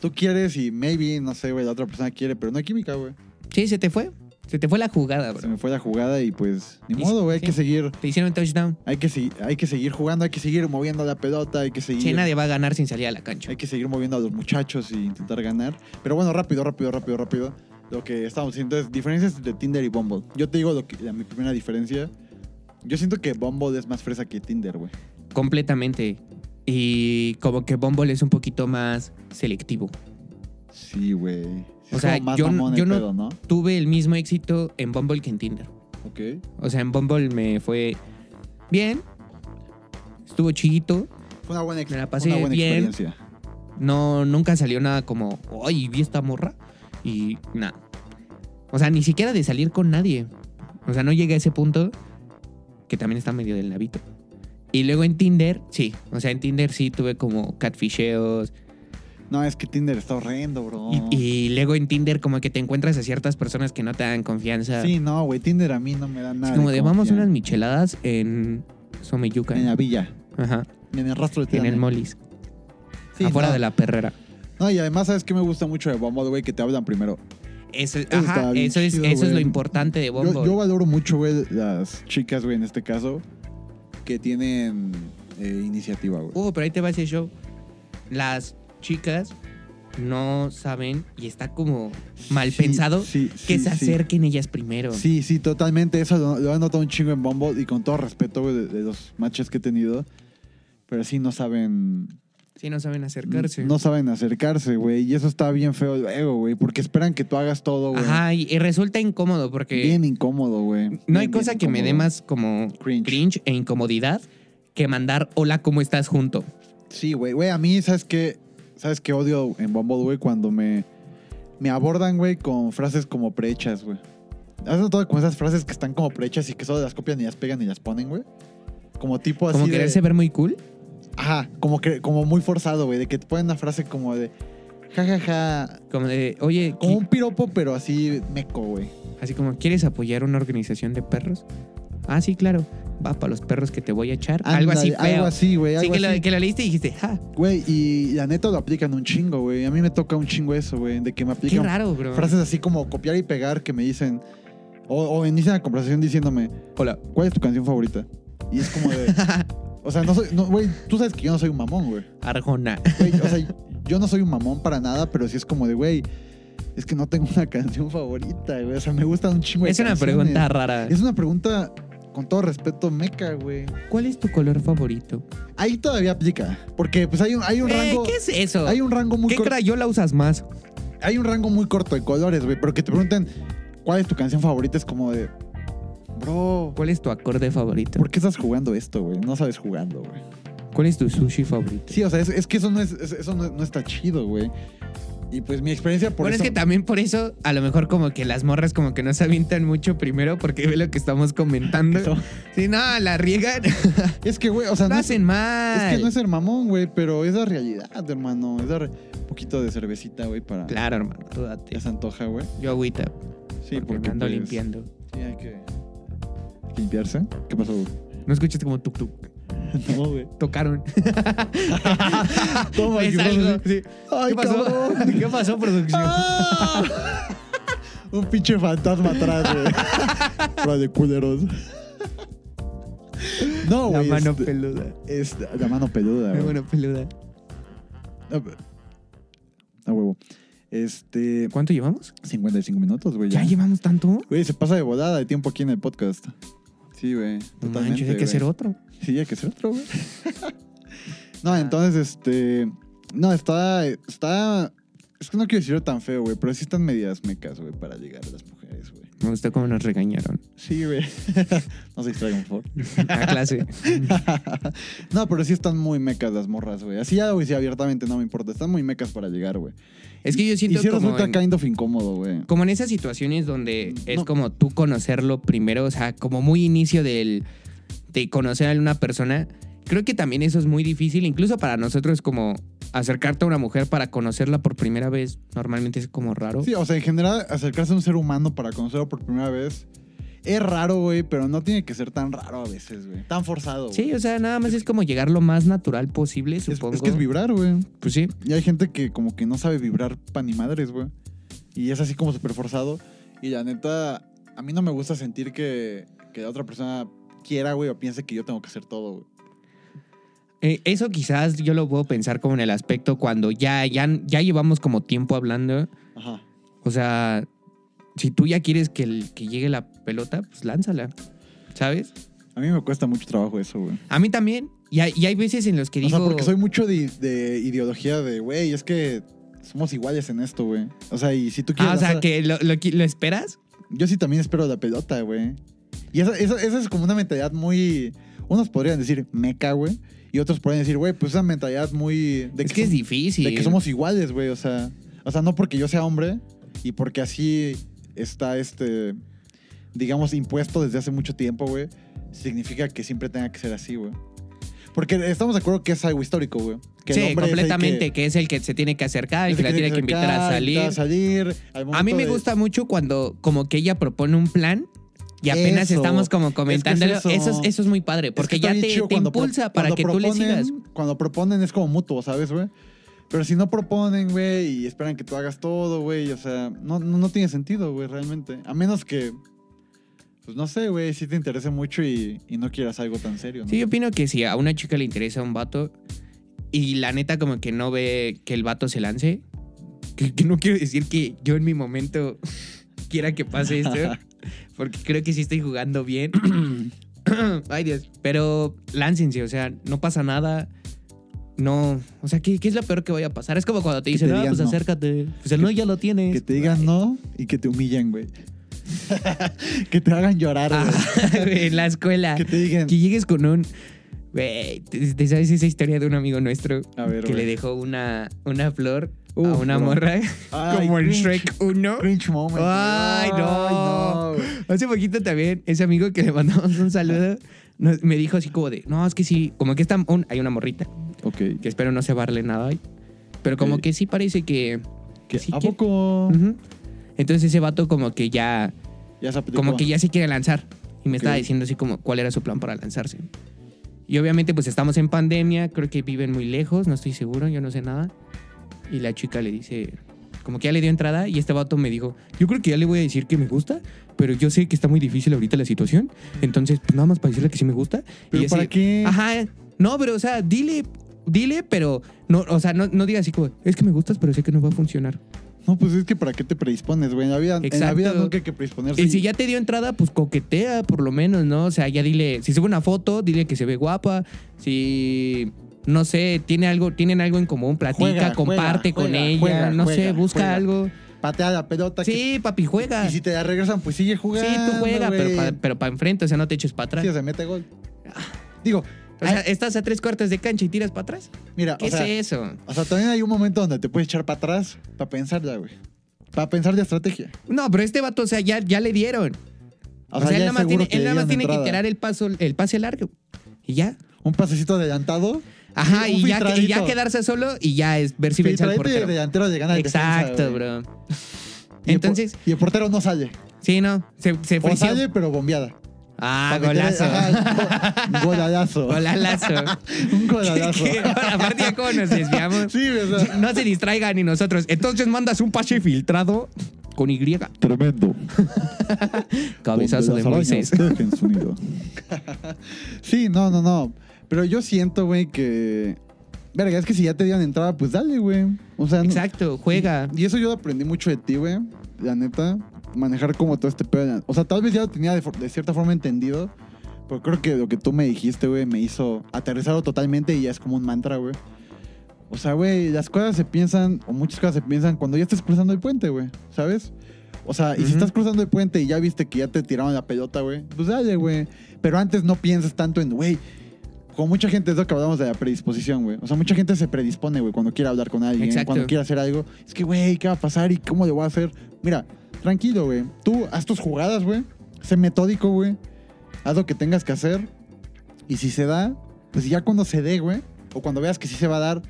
Speaker 3: tú quieres y maybe, no sé, güey, la otra persona quiere, pero no hay química, güey.
Speaker 4: Sí, se te fue. Se te fue la jugada,
Speaker 3: Se
Speaker 4: bro.
Speaker 3: me fue la jugada y pues ni
Speaker 4: Y-
Speaker 3: modo, güey, hay
Speaker 4: sí.
Speaker 3: que seguir,
Speaker 4: Te hicieron touchdown.
Speaker 3: hay que segui- hay que seguir jugando, hay que seguir moviendo la pelota, hay que seguir
Speaker 4: Sí, nadie va a ganar sin salir a la cancha.
Speaker 3: hay que seguir moviendo a los muchachos y intentar ganar. Pero bueno, rápido, rápido, rápido, rápido. Lo que estamos haciendo es diferencias entre Tinder y Bumble. Yo te digo lo que, la- mi primera diferencia. Yo siento que Bumble es más fresa que Tinder, güey.
Speaker 4: Completamente. Y como que Bumble es un poquito más selectivo.
Speaker 3: Sí, güey. Sí,
Speaker 4: O
Speaker 3: es
Speaker 4: sea,
Speaker 3: como más
Speaker 4: yo no-
Speaker 3: mamón el
Speaker 4: yo no-
Speaker 3: pedo, ¿no?
Speaker 4: Tuve el mismo éxito en Bumble que en Tinder.
Speaker 3: Ok.
Speaker 4: O sea, en Bumble me fue bien. Estuvo chiquito.
Speaker 3: Fue una buena, ex-
Speaker 4: Me la
Speaker 3: una
Speaker 4: pasé
Speaker 3: buena
Speaker 4: bien.
Speaker 3: experiencia.
Speaker 4: No, nunca salió nada como, ay, vi esta morra. Y nada. O sea, ni siquiera de salir con nadie. O sea, no llegué a ese punto que también está medio del navito. Y luego en Tinder, sí. O sea, en Tinder sí tuve como catfisheos.
Speaker 3: No, es que Tinder está horrendo, bro.
Speaker 4: Y, y luego en Tinder como que te encuentras a ciertas personas que no te dan confianza.
Speaker 3: Sí, no, güey. Tinder a mí no me da
Speaker 4: ah, es
Speaker 3: nada.
Speaker 4: como de vamos unas
Speaker 3: confianza.
Speaker 4: micheladas en Someyuca.
Speaker 3: En la villa.
Speaker 4: Ajá.
Speaker 3: En el rastro de
Speaker 4: En el
Speaker 3: Tinder.
Speaker 4: Molis.
Speaker 3: Sí,
Speaker 4: afuera
Speaker 3: no.
Speaker 4: de la perrera.
Speaker 3: No, y además, ¿sabes qué me gusta mucho de Bumble, güey? Que te hablan primero.
Speaker 4: Eso, es-
Speaker 3: Eso
Speaker 4: ajá,
Speaker 3: está bien
Speaker 4: eso, es,
Speaker 3: chido,
Speaker 4: eso es lo
Speaker 3: güey.
Speaker 4: importante de Bumble.
Speaker 3: Yo, yo valoro mucho, güey, las chicas, güey, en este caso, que tienen eh, iniciativa, güey.
Speaker 4: Uh, pero ahí te va ese show. Las chicas no saben y está como mal
Speaker 3: Sí,
Speaker 4: pensado
Speaker 3: sí, sí,
Speaker 4: que se
Speaker 3: sí.
Speaker 4: acerquen ellas primero.
Speaker 3: Sí, sí, totalmente. Eso lo, lo he notado un chingo en Bumble y con todo respeto, güey, de, de los matches que he tenido. Pero sí no saben.
Speaker 4: Sí, no saben acercarse.
Speaker 3: No saben acercarse, güey. Y eso está bien feo luego, güey. Porque esperan que tú hagas todo, güey.
Speaker 4: Ajá, y, y resulta incómodo porque
Speaker 3: Bien incómodo, güey.
Speaker 4: no hay
Speaker 3: Bien,
Speaker 4: cosa
Speaker 3: bien
Speaker 4: que me dé
Speaker 3: incómodo.
Speaker 4: más como cringe.
Speaker 3: Cringe.
Speaker 4: e incomodidad que mandar hola, ¿cómo estás junto?
Speaker 3: Sí, güey. Güey, a mí, ¿sabes qué? ¿Sabes qué odio en Bumble, güey? Cuando me, me abordan, güey, con frases como prehechas, güey. ¿Has notado con esas frases que están como prehechas y que solo las copian y las pegan y las ponen, güey? Como tipo así
Speaker 4: Como
Speaker 3: Pues de...
Speaker 4: quererse ver muy cool.
Speaker 3: Ajá, como, que, como muy forzado, güey. De que te ponen una frase como de... Ja, ja, ja.
Speaker 4: Como de, oye,
Speaker 3: Como
Speaker 4: qui-
Speaker 3: un piropo, pero así meco, güey.
Speaker 4: así como, ¿quieres apoyar una organización de perros? Ah, sí, claro. Va para los perros que te voy a echar. algo así
Speaker 3: Ándale,
Speaker 4: feo.
Speaker 3: Algo así, güey.
Speaker 4: sí,
Speaker 3: algo
Speaker 4: que, lo-
Speaker 3: así.
Speaker 4: que lo leíste y dijiste, "Ah, ja,
Speaker 3: Güey, y la neta lo aplican un chingo, güey. A mí me toca un chingo eso, güey. De que me
Speaker 4: qué
Speaker 3: aplican
Speaker 4: raro, bro.
Speaker 3: frases así como copiar y pegar que me dicen o, o inician la conversación diciéndome
Speaker 4: Hola.
Speaker 3: cuál es tu canción favorita Y es como de. O sea, no soy. no, Güey, tú sabes que yo no soy un mamón, güey.
Speaker 4: Arjona.
Speaker 3: Güey, o sea, yo no soy un mamón para nada, pero sí es como de, güey, es que no tengo una canción favorita, güey. O sea, me gustan un chingo de
Speaker 4: es una
Speaker 3: canciones.
Speaker 4: pregunta rara.
Speaker 3: Es una pregunta, con todo respeto, meca, güey.
Speaker 4: ¿Cuál es tu color favorito?
Speaker 3: Ahí todavía aplica, porque pues hay un, hay un
Speaker 4: Eh,
Speaker 3: rango...
Speaker 4: ¿Qué es eso?
Speaker 3: Hay un rango muy
Speaker 4: ¿Qué
Speaker 3: corto.
Speaker 4: crayola usas más?
Speaker 3: Hay un rango muy corto de colores, güey. Pero que te pregunten cuál es tu canción favorita, es como de. Bro,
Speaker 4: ¿Cuál es tu acorde favorito?
Speaker 3: ¿por qué estás jugando esto, güey? No sabes jugando, güey.
Speaker 4: ¿Cuál es tu sushi favorito?
Speaker 3: Sí, o sea, es, es que eso no es, es- eso no, no está chido, güey. Y pues mi experiencia por
Speaker 4: bueno,
Speaker 3: eso.
Speaker 4: es que también por eso, a lo mejor como que las morras como que no se avientan mucho primero porque ve lo que estamos comentando. Si no, la riegan,
Speaker 3: Es que, güey, o sea,
Speaker 4: lo
Speaker 3: no es,
Speaker 4: hacen mal.
Speaker 3: es que no es ser mamón, güey, pero es la realidad, hermano. Es dar un poquito de cervecita, güey, para.
Speaker 4: Claro, hermano, tú date.
Speaker 3: Ya se antoja, güey.
Speaker 4: Yo agüita,
Speaker 3: Sí, porque,
Speaker 4: porque me ando
Speaker 3: pues,
Speaker 4: limpiando.
Speaker 3: Sí, hay que. hay que limpiarse. ¿Qué pasó, güey?
Speaker 4: ¿No escuchaste como tuk tuk?
Speaker 3: No, güey.
Speaker 4: Tocaron.
Speaker 3: Toma,
Speaker 4: Es
Speaker 3: que
Speaker 4: algo.
Speaker 3: pasó, sí. Ay,
Speaker 4: ¿Qué pasó?
Speaker 3: cabrón.
Speaker 4: ¿Qué pasó, producción?
Speaker 3: ¡Ah! Un pinche fantasma atrás, güey. Ra de culeros. No,
Speaker 4: la
Speaker 3: güey.
Speaker 4: mano
Speaker 3: este-
Speaker 4: peluda.
Speaker 3: este- la mano peluda,
Speaker 4: La
Speaker 3: güey.
Speaker 4: mano peluda.
Speaker 3: A huevo. Este.
Speaker 4: ¿Cuánto llevamos?
Speaker 3: 55 minutos, güey.
Speaker 4: ¿Ya
Speaker 3: Ya.
Speaker 4: llevamos tanto?
Speaker 3: Güey, se pasa de volada de tiempo aquí en el podcast. Sí, güey.
Speaker 4: No
Speaker 3: Totalmente.
Speaker 4: manches, hay que
Speaker 3: güey.
Speaker 4: hacer otro.
Speaker 3: Sí, hay que ser otro, güey.
Speaker 4: Ah.
Speaker 3: no, entonces, este. No, está. Está. Es que no quiero decirlo tan feo, güey, pero sí están medidas mecas, güey, para llegar a las mujeres, güey.
Speaker 4: Me gustó cómo nos regañaron.
Speaker 3: Sí, güey. no se distraigan, por favor.
Speaker 4: La clase.
Speaker 3: no, pero sí están muy mecas las morras, güey. Así ya, güey, sí, abiertamente no me importa. Están muy mecas para llegar, güey.
Speaker 4: Es que yo
Speaker 3: Y
Speaker 4: siento
Speaker 3: sí
Speaker 4: como
Speaker 3: resulta
Speaker 4: en-
Speaker 3: kind of incómodo, güey.
Speaker 4: como en esas situaciones donde es
Speaker 3: No.
Speaker 4: como tú conocerlo primero, o sea, como muy inicio del de conocer a una persona, creo que también eso es muy difícil, incluso para nosotros como acercarte a una mujer para conocerla por primera vez, normalmente es como raro.
Speaker 3: Sí, o sea, en general, acercarse a un ser humano para conocerlo por primera vez es raro, güey, pero no tiene que ser tan raro a veces, güey. Tan forzado, güey.
Speaker 4: Sí, o sea, nada más es como llegar lo más natural posible,
Speaker 3: Es-
Speaker 4: supongo.
Speaker 3: es que es vibrar, güey.
Speaker 4: pues sí.
Speaker 3: Y hay gente que como que no sabe vibrar pan ni madres, güey. Y es así como súper forzado. Y la neta, a mí no me gusta sentir que, que la otra persona quiera, güey, o piense que yo tengo que hacer todo, güey.
Speaker 4: Eh, eso quizás yo lo puedo pensar como en el aspecto cuando ya, ya, ya llevamos como tiempo hablando.
Speaker 3: Ajá.
Speaker 4: O sea, si tú ya quieres que, el- que llegue la pelota, pues lánzala. ¿Sabes?
Speaker 3: A mí me cuesta mucho trabajo eso, güey.
Speaker 4: A mí también. Y hay, y hay veces en los que
Speaker 3: O
Speaker 4: digo.
Speaker 3: sea, porque soy mucho de, de ideología de, güey, es que somos iguales en esto, güey. O sea, y si tú quieres...
Speaker 4: Ah, o sea,
Speaker 3: hacer-
Speaker 4: que lo, lo qui- lo esperas.
Speaker 3: Yo sí también espero la pelota, güey. Y esa, esa- esa es como una mentalidad muy... Unos podrían decir meca, güey. Y otros podrían decir, güey, pues esa mentalidad muy... De
Speaker 4: es que es
Speaker 3: som-
Speaker 4: difícil.
Speaker 3: De que somos iguales, güey. O sea, o sea, no porque yo sea hombre y porque así está este, digamos, impuesto desde hace mucho tiempo, güey, significa que siempre tenga que ser así, güey. Porque estamos de acuerdo que es algo histórico, güey. Que el
Speaker 4: sí,
Speaker 3: hombre es el
Speaker 4: completamente.
Speaker 3: que-
Speaker 4: que... es el que se tiene que acercar, el
Speaker 3: es
Speaker 4: que la tiene que invitar a
Speaker 3: acercar,
Speaker 4: salir.
Speaker 3: invitar A, salir al
Speaker 4: A mí
Speaker 3: momento
Speaker 4: me
Speaker 3: de-
Speaker 4: gusta mucho cuando, como que ella propone un plan. Y apenas
Speaker 3: Eso.
Speaker 4: estamos como comentándolo.
Speaker 3: eso.
Speaker 4: eso. es, eso es muy padre,
Speaker 3: es que
Speaker 4: porque
Speaker 3: está
Speaker 4: ya
Speaker 3: bien
Speaker 4: te,
Speaker 3: chido
Speaker 4: te
Speaker 3: cuando pro-
Speaker 4: impulsa para
Speaker 3: cuando
Speaker 4: que tú le
Speaker 3: proponen-
Speaker 4: sigas.
Speaker 3: Cuando proponen es como mutuo, ¿sabes, güey? Pero si no proponen, güey, y esperan que tú hagas todo, güey, o sea, no, no, no tiene sentido, güey, realmente. A menos que, pues no sé, güey, si te interese mucho y, y no quieras algo tan serio, ¿no?
Speaker 4: Sí, yo opino que si a una chica le interesa un vato y la neta como que no ve que el vato se lance, que, que no quiero decir que yo en mi momento quiera que pase esto, porque creo que sí estoy jugando bien. Ay Dios, pero láncense, o sea, no pasa nada. No, o sea, ¿qué, qué es lo peor que vaya a pasar? Es como cuando te
Speaker 3: Que te
Speaker 4: dicen, ah,
Speaker 3: digan
Speaker 4: pues
Speaker 3: no".
Speaker 4: acércate. Pues el no ya lo tienes.
Speaker 3: Que te digan no y que te humillen, güey. que te hagan llorar,
Speaker 4: Ah,
Speaker 3: güey.
Speaker 4: en la escuela.
Speaker 3: Que te digan...
Speaker 4: Ah, Que llegues con un. Güey, ¿te, te sabes esa historia de un amigo nuestro
Speaker 3: A ver,
Speaker 4: que
Speaker 3: güey.
Speaker 4: le dejó una, una flor a
Speaker 3: Uf,
Speaker 4: una
Speaker 3: bro.
Speaker 4: morra?
Speaker 3: Uh, Ay,
Speaker 4: como en
Speaker 3: cringe.
Speaker 4: Shrek 1.
Speaker 3: Cringe moment. güey.
Speaker 4: Ay, no.
Speaker 3: güey.
Speaker 4: Hace poquito también, ese amigo que le mandamos un saludo nos- me dijo así como de: No, es que sí, como que está un- hay una morrita
Speaker 3: Ok.
Speaker 4: que espero no se barle nada hoy. Pero como
Speaker 3: Ok.
Speaker 4: que sí parece que. que sí
Speaker 3: Eh, ¿A
Speaker 4: que-
Speaker 3: poco?
Speaker 4: Ujú. Entonces ese vato como que ya.
Speaker 3: Ya se aplicó.
Speaker 4: como que ya se quiere lanzar. Y me
Speaker 3: Ok.
Speaker 4: estaba diciendo así como cuál era su plan para lanzarse. Y obviamente pues estamos en pandemia, creo que viven muy lejos, no estoy seguro, yo no sé nada. Y la chica le dice, como que ya le dio entrada y este vato me dijo, yo creo que ya le voy a decir que me gusta, pero yo sé que está muy difícil ahorita la situación. Entonces, pues nada más para decirle que sí me gusta.
Speaker 3: ¿Pero
Speaker 4: y así,
Speaker 3: para qué?
Speaker 4: Ajá. No, pero, o sea, dile, dile, pero no, o sea, no, no diga así como, es que me gustas, pero sé que no va a funcionar.
Speaker 3: No, pues es que para qué te predispones, güey. En la vida, en la
Speaker 4: Exacto.
Speaker 3: vida nunca hay que predisponerse.
Speaker 4: Y si ya te dio entrada, pues coquetea, por lo menos, ¿no? O sea, ya dile, si sube una foto, dile que se ve guapa. Si no sé, tiene algo, tienen algo en común, platica,
Speaker 3: Juega, juega,
Speaker 4: comparte con
Speaker 3: juega,
Speaker 4: ella,
Speaker 3: juega,
Speaker 4: no sé,
Speaker 3: juega,
Speaker 4: busca
Speaker 3: juega.
Speaker 4: algo.
Speaker 3: Patea la pelota.
Speaker 4: Sí, papi,
Speaker 3: que-
Speaker 4: juega.
Speaker 3: y si te la regresan, pues sigue jugando.
Speaker 4: sí, tú juega,
Speaker 3: güey.
Speaker 4: pero para pero pa enfrente, o sea, no te eches para atrás.
Speaker 3: Sí, se mete gol. Digo,
Speaker 4: o sea, estás a tres cuartos de cancha y tiras para atrás.
Speaker 3: mira,
Speaker 4: ¿Qué
Speaker 3: o sea,
Speaker 4: es eso?
Speaker 3: o sea, también hay un momento donde te puedes echar para atrás para pensarla, güey. Para pensar de estrategia.
Speaker 4: No, pero este vato, o sea, ya, ya le dieron.
Speaker 3: O, sea, ya
Speaker 4: él nada más tiene,
Speaker 3: seguro que,
Speaker 4: él nada más
Speaker 3: dieron
Speaker 4: tiene que
Speaker 3: entrada.
Speaker 4: tirar el, paso, el pase largo. Y ya.
Speaker 3: Un pasecito adelantado.
Speaker 4: Ajá,
Speaker 3: Un
Speaker 4: y ya, y ya
Speaker 3: filtradito.
Speaker 4: quedarse solo y ya es ver si vence al
Speaker 3: filtradito y el
Speaker 4: portero.
Speaker 3: delantero de ganar
Speaker 4: Exacto, bro.
Speaker 3: pues,
Speaker 4: Entonces,
Speaker 3: Y el portero no sale.
Speaker 4: sí, no. Se, se
Speaker 3: O
Speaker 4: frició.
Speaker 3: pues, sale, pero bombeada.
Speaker 4: Ah,
Speaker 3: Para meterle-
Speaker 4: golazo.
Speaker 3: ajá, go- Goladazo.
Speaker 4: Golalazo.
Speaker 3: Un goladazo.
Speaker 4: Que, bueno, aparte ya como nos desviamos.
Speaker 3: Sí, o sea,
Speaker 4: No se distraigan ni nosotros. Entonces mandas un pase filtrado con Y.
Speaker 3: Tremendo.
Speaker 4: Cabezazo de
Speaker 3: Donde las
Speaker 4: Moisés.
Speaker 3: arañas tejen su nido. sí, no, no, no. Pero yo siento, güey, que. Verga, es que si ya te dieron entrada, pues dale, güey. O sea, no-
Speaker 4: Exacto, juega.
Speaker 3: Y eso yo aprendí mucho de ti, güey. La neta, manejar como todo este pedo. de la- O sea, tal vez ya lo tenía de, for- de cierta forma entendido. Pero creo que lo que tú me dijiste, güey, me hizo aterrizarlo totalmente y ya es como un mantra, güey. O sea, güey, las cosas se piensan, o muchas cosas se piensan cuando ya estás cruzando el puente, güey, ¿sabes? O sea, y si
Speaker 4: Ujú.
Speaker 3: estás cruzando el puente y ya viste que ya te tiraron la pelota, güey, pues dale, güey. Pero antes no pienses tanto en, güey, con mucha gente es lo que hablamos de la predisposición, güey. O sea, mucha gente se predispone, güey, cuando quiere hablar con alguien,
Speaker 4: Exacto.
Speaker 3: cuando quiere hacer algo. Es que, güey, ¿qué va a pasar y cómo le voy a hacer? Mira, tranquilo, güey. Tú haz tus jugadas, güey. Sé metódico, güey. Haz lo que tengas que hacer. Y si se da, pues ya cuando se dé, güey, o cuando veas que sí se va a dar,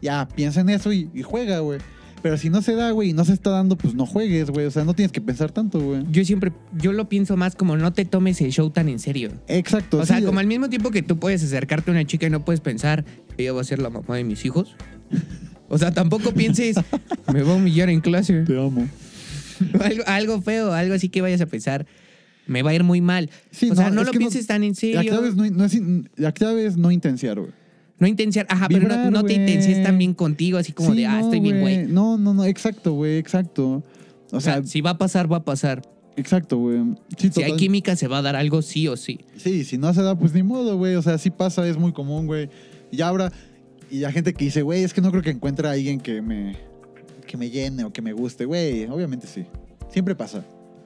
Speaker 3: ya piensa en eso y, y juega, güey. Pero si no se da, güey, y no se está dando, pues no juegues, güey. O sea, no tienes que pensar tanto, güey.
Speaker 4: Yo siempre, yo lo pienso más como no te tomes el show tan en serio.
Speaker 3: Exacto.
Speaker 4: o sea,
Speaker 3: sí. eh.
Speaker 4: como al mismo tiempo que tú puedes acercarte a una chica y no puedes pensar, ella va a ser la mamá de mis hijos. O sea, tampoco pienses, me va a humillar en clase.
Speaker 3: Te amo.
Speaker 4: O algo, algo feo, algo así que vayas a pensar, me va a ir muy mal.
Speaker 3: Sí,
Speaker 4: o sea,
Speaker 3: no,
Speaker 4: no
Speaker 3: es
Speaker 4: lo
Speaker 3: que no-
Speaker 4: pienses tan en
Speaker 3: La
Speaker 4: serio.
Speaker 3: clave, es no, no es in- la clave es no intenciar, güey.
Speaker 4: No intenciar, ajá, pero no-
Speaker 3: Vibrar,
Speaker 4: no, te
Speaker 3: güey.
Speaker 4: intencias tan bien contigo, así como
Speaker 3: Sí,
Speaker 4: de, ah,
Speaker 3: no,
Speaker 4: estoy bien, güey.
Speaker 3: No, no, no, exacto, güey, exacto. O
Speaker 4: O sea,
Speaker 3: sea,
Speaker 4: si va a pasar, va a pasar.
Speaker 3: exacto, güey. Sí,
Speaker 4: Si hay
Speaker 3: total-
Speaker 4: química, se va a dar algo sí o sí.
Speaker 3: Sí, si no se da, pues ni modo, güey. O sea, sí pasa, es muy común, güey. Y ahora, y la gente que dice, güey, es que no creo que encuentre a alguien que me, que me llene o que me guste, güey. Obviamente sí. Siempre pasa.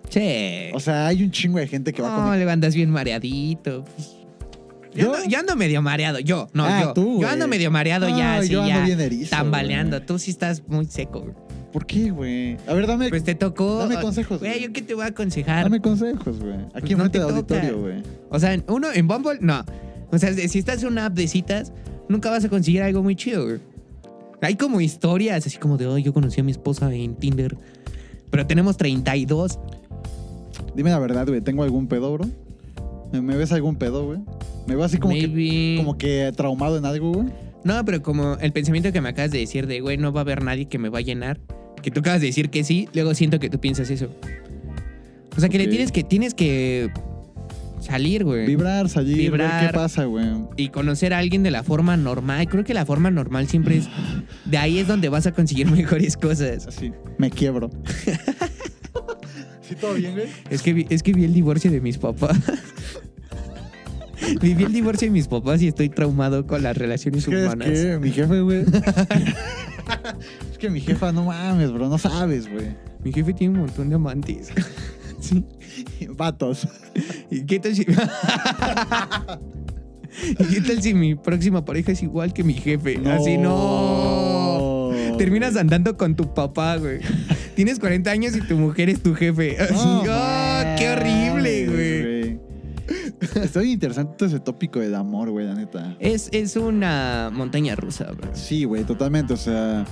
Speaker 4: Che.
Speaker 3: O sea, hay un chingo de gente que va
Speaker 4: no,
Speaker 3: con.
Speaker 4: le andas bien mareadito. pues. Yo,
Speaker 3: ¿Yo?
Speaker 4: Ando, yo ando medio mareado, yo. No,
Speaker 3: Ah,
Speaker 4: yo.
Speaker 3: tú,
Speaker 4: yo
Speaker 3: güey.
Speaker 4: ando medio mareado ya,
Speaker 3: No,
Speaker 4: sí,
Speaker 3: yo ando
Speaker 4: ya.
Speaker 3: bien erizo,
Speaker 4: tambaleando.
Speaker 3: güey.
Speaker 4: Tú sí estás muy seco. güey.
Speaker 3: ¿Por qué, güey? A ver, dame,
Speaker 4: Pues te tocó.
Speaker 3: Dame consejos,
Speaker 4: Güey,
Speaker 3: güey.
Speaker 4: yo qué te voy a aconsejar.
Speaker 3: dame consejos, güey. Aquí
Speaker 4: Pues no
Speaker 3: enfrente
Speaker 4: te
Speaker 3: del
Speaker 4: toca.
Speaker 3: auditorio, güey.
Speaker 4: O sea, uno en Bumble, no. O sea, si estás en una app de citas, nunca vas a conseguir algo muy chido, güey. Hay como historias, así como de, hoy yo conocí a mi esposa en Tinder. Pero tenemos 32.
Speaker 3: Dime la verdad, güey. ¿Tengo algún pedo, bro? ¿Me, me ves algún pedo, güey? ¿Me veo así como que,
Speaker 4: Maybe.
Speaker 3: como que traumado en algo, güey?
Speaker 4: No, pero como el pensamiento que me acabas de decir de, güey, no va a haber nadie que me va a llenar, que tú acabas de decir que sí, luego siento que tú piensas eso. O sea, que le
Speaker 3: Ok.
Speaker 4: tienes que, tienes que salir, güey.
Speaker 3: Vibrar, salir, ver
Speaker 4: Vibrar.
Speaker 3: qué pasa, güey.
Speaker 4: Y conocer a alguien de la forma normal. Creo que la forma normal siempre es... De ahí es donde vas a conseguir mejores cosas.
Speaker 3: Así, me quiebro. ¿Sí todo bien, güey?
Speaker 4: Es que vi, es que vi el divorcio de mis papás. Viví el divorcio de mis papás y estoy traumado con las relaciones
Speaker 3: Es que, es
Speaker 4: humanas.
Speaker 3: que mi jefe, güey. es que mi jefa, no mames, bro, no sabes, güey.
Speaker 4: Mi jefe tiene un montón de amantes. sí.
Speaker 3: Vatos.
Speaker 4: ¿Y qué tal si... ¿Y qué tal si mi próxima pareja es igual que mi jefe? Así no. Terminas andando con tu papá, güey. Tienes 40 años y tu mujer es tu jefe. Así,
Speaker 3: No
Speaker 4: ¡ah, ¡Qué horrible,
Speaker 3: mames,
Speaker 4: güey!
Speaker 3: güey. Está bien interesante ese tópico del amor, güey, la neta.
Speaker 4: Es, es una montaña rusa, bro.
Speaker 3: Sí, güey, totalmente, o sea.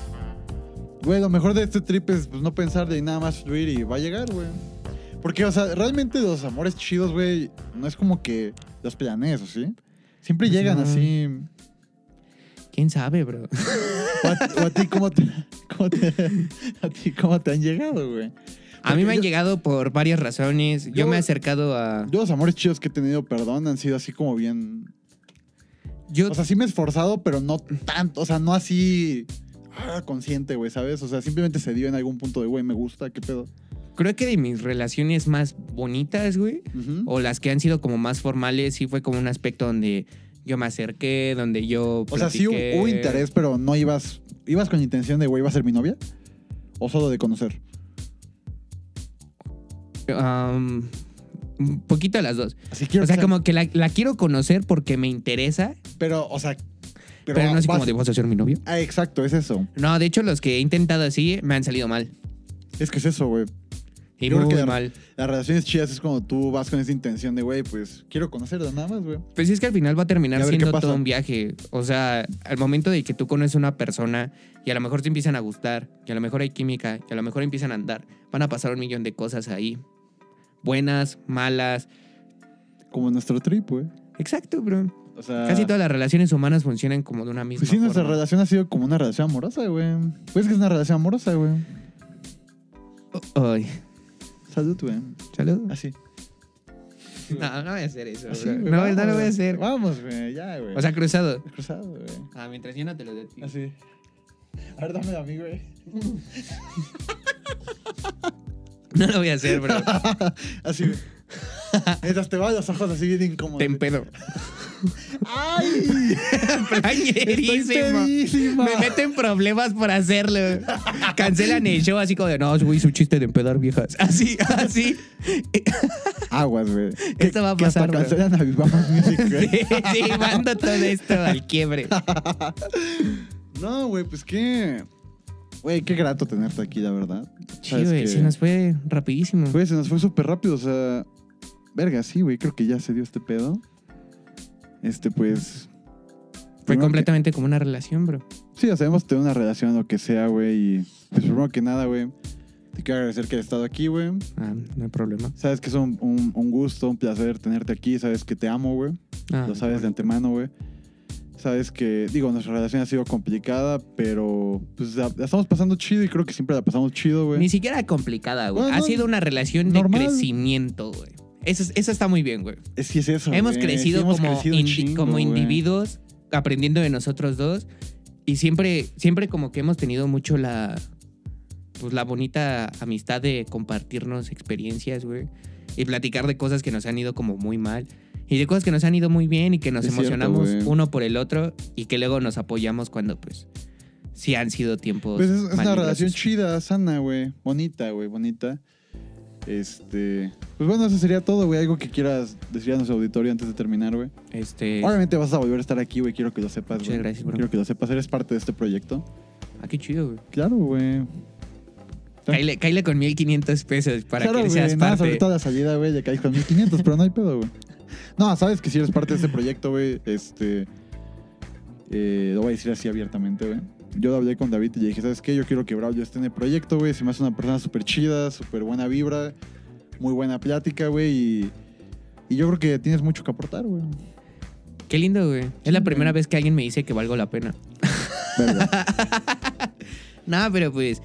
Speaker 3: Güey, lo mejor de este trip es pues, no pensar de nada más fluir y va a llegar, güey. Porque, o sea, realmente los amores chidos, güey, no es como que los planees, ¿o sí? Siempre
Speaker 4: Pues
Speaker 3: llegan
Speaker 4: no.
Speaker 3: así.
Speaker 4: ¿Quién sabe, bro?
Speaker 3: ¿O a, o a ti cómo te, cómo te- a ti cómo te han llegado, güey?
Speaker 4: A mí me han
Speaker 3: Yo-
Speaker 4: llegado por varias razones. Yo,
Speaker 3: Yo-
Speaker 4: me he acercado a.
Speaker 3: Yo los amores chidos que he tenido, perdón, han sido así como bien...
Speaker 4: Yo,
Speaker 3: O sea, sí me he esforzado, pero no tanto. O sea, no así ah, consciente, güey, ¿sabes? O sea, simplemente se dio en algún punto de, güey, me gusta, qué pedo.
Speaker 4: creo que de mis relaciones más bonitas, güey,
Speaker 3: Ujú.
Speaker 4: o las que han sido como más formales, sí fue como un aspecto donde yo me acerqué, donde yo.
Speaker 3: O sea, sí hubo,
Speaker 4: platiqué.
Speaker 3: hubo interés, pero no ibas... ¿Ibas con intención de, güey, iba a ser mi novia? ¿O solo de conocer?
Speaker 4: Am, un poquito de las dos.
Speaker 3: Así quiero
Speaker 4: O sea,
Speaker 3: que
Speaker 4: como que la, la quiero conocer porque me interesa,
Speaker 3: Pero, o sea...
Speaker 4: pero, no es
Speaker 3: vas-
Speaker 4: como de vos a ser mi novio.
Speaker 3: Ah, exacto, es eso.
Speaker 4: No, de hecho, los que he intentado así me han salido mal.
Speaker 3: Es que es eso, güey.
Speaker 4: Y
Speaker 3: Yo creo
Speaker 4: muy
Speaker 3: que-
Speaker 4: mal.
Speaker 3: Las relaciones chidas es cuando tú vas con esa intención de, güey, pues quiero conocerla nada más, güey.
Speaker 4: Pues es que al final va a terminar
Speaker 3: Y a ver,
Speaker 4: siendo
Speaker 3: ¿qué pasa?
Speaker 4: todo un viaje. O sea, al momento de que tú conoces a una persona y a lo mejor te empiezan a gustar, y a lo mejor hay química, y a lo mejor empiezan a andar, van a pasar un millón de cosas ahí. Buenas, malas.
Speaker 3: Como nuestro trip, güey.
Speaker 4: Exacto, bro.
Speaker 3: O sea,
Speaker 4: Casi todas las relaciones humanas funcionan como de una misma
Speaker 3: Ah. Pues sí, nuestra
Speaker 4: forma.
Speaker 3: relación ha sido como una relación amorosa, güey. Pues es que es una relación amorosa, güey.
Speaker 4: Ay,
Speaker 3: Salud, güey.
Speaker 4: salud.
Speaker 3: Así.
Speaker 4: No, no voy a hacer eso.
Speaker 3: Así, Ah,
Speaker 4: bro.
Speaker 3: güey,
Speaker 4: No,
Speaker 3: vamos,
Speaker 4: no lo voy
Speaker 3: güey.
Speaker 4: a hacer.
Speaker 3: Vamos, güey, ya, güey.
Speaker 4: O sea, cruzado.
Speaker 3: cruzado, güey.
Speaker 4: Ah, mientras yo no te lo dé.
Speaker 3: Así. A ver, dámelo a mí, güey.
Speaker 4: No lo voy a hacer, bro.
Speaker 3: Así, güey. Mientras te van los ojos así bien incómodos.
Speaker 4: Te empedo.
Speaker 3: ¡Ay! Estoy
Speaker 4: Playerísimo.
Speaker 3: pedísima.
Speaker 4: Me meten problemas por hacerlo. Cancelan el show así como de, no, güey, su chiste de empedar viejas. Así, así.
Speaker 3: Aguas, güey.
Speaker 4: Esto va a
Speaker 3: Que hasta
Speaker 4: pasar, bro.
Speaker 3: cancelan a Vivamos Music, güey.
Speaker 4: Sí, sí, mando todo esto al quiebre.
Speaker 3: No, güey, pues qué. Güey, qué grato tenerte aquí, la verdad.
Speaker 4: Sí,
Speaker 3: Sabes
Speaker 4: güey,
Speaker 3: que-
Speaker 4: eh, se nos fue rapidísimo.
Speaker 3: Güey, se nos fue súper rápido, o sea. Verga, sí, güey, creo que ya se dio este pedo. Este, pues.
Speaker 4: Fue
Speaker 3: primero
Speaker 4: completamente como una relación, bro.
Speaker 3: que- Sí, o sea, hemos tenido una relación, lo que sea, güey. Y pues, primero que nada, güey, te quiero agradecer que hayas estado aquí, güey.
Speaker 4: Ah, no hay problema.
Speaker 3: Sabes que es un, un- un gusto, un placer tenerte aquí. Sabes que te amo, güey.
Speaker 4: Ah,
Speaker 3: Lo sabes de antemano, güey. Sabes que, digo, nuestra relación ha sido complicada, pero pues la, la estamos pasando chido y creo que siempre la pasamos chido, güey.
Speaker 4: Ni siquiera complicada, güey.
Speaker 3: Bueno,
Speaker 4: ha
Speaker 3: no,
Speaker 4: sido una relación
Speaker 3: normal.
Speaker 4: de crecimiento, güey. Eso, es- eso está muy bien, güey.
Speaker 3: Eh, Sí, es eso.
Speaker 4: Hemos
Speaker 3: güey. Sí,
Speaker 4: crecido,
Speaker 3: hemos
Speaker 4: como,
Speaker 3: crecido un
Speaker 4: indi-
Speaker 3: chingo,
Speaker 4: como
Speaker 3: güey.
Speaker 4: individuos, aprendiendo de nosotros dos. Y siempre, siempre como que hemos tenido mucho la, pues la bonita amistad de compartirnos experiencias, güey. Y platicar de cosas que nos han ido como muy mal. Y de cosas que nos han ido muy bien y que nos
Speaker 3: Es cierto,
Speaker 4: emocionamos
Speaker 3: güey.
Speaker 4: uno por el otro y que luego nos apoyamos cuando, pues, sí han sido tiempos.
Speaker 3: Pues es, es una
Speaker 4: malignosos.
Speaker 3: relación chida, sana, güey. Bonita, güey, bonita. Este. Pues bueno, eso sería todo, güey. Algo que quieras decir a nuestro auditorio antes de terminar, güey.
Speaker 4: Este,
Speaker 3: Obviamente vas a volver a estar aquí, güey. Quiero que lo sepas,
Speaker 4: Muchas
Speaker 3: güey.
Speaker 4: gracias, bro.
Speaker 3: Quiero que lo sepas. Eres parte de este proyecto.
Speaker 4: ah, qué chido, güey.
Speaker 3: Claro, güey.
Speaker 4: Cáile, cáile con 1500 pesos para
Speaker 3: claro,
Speaker 4: que
Speaker 3: güey.
Speaker 4: seas
Speaker 3: Nada,
Speaker 4: parte.
Speaker 3: sobre todo la salida, güey. Ya caí con 1500, pero no hay pedo, güey. No, sabes que si eres parte de este proyecto, güey. Este. eh, lo voy a decir así abiertamente, güey. Yo hablé con David y le dije, ¿sabes qué? Yo quiero que Braulio esté en el proyecto, güey. Se me hace una persona súper chida, súper buena vibra, muy buena plática, güey. Y, y yo creo que tienes mucho que aportar, güey.
Speaker 4: Qué lindo, güey. Es la
Speaker 3: Sí,
Speaker 4: primera
Speaker 3: güey.
Speaker 4: vez que alguien me dice que valgo la pena.
Speaker 3: Verga.
Speaker 4: No, pero pues,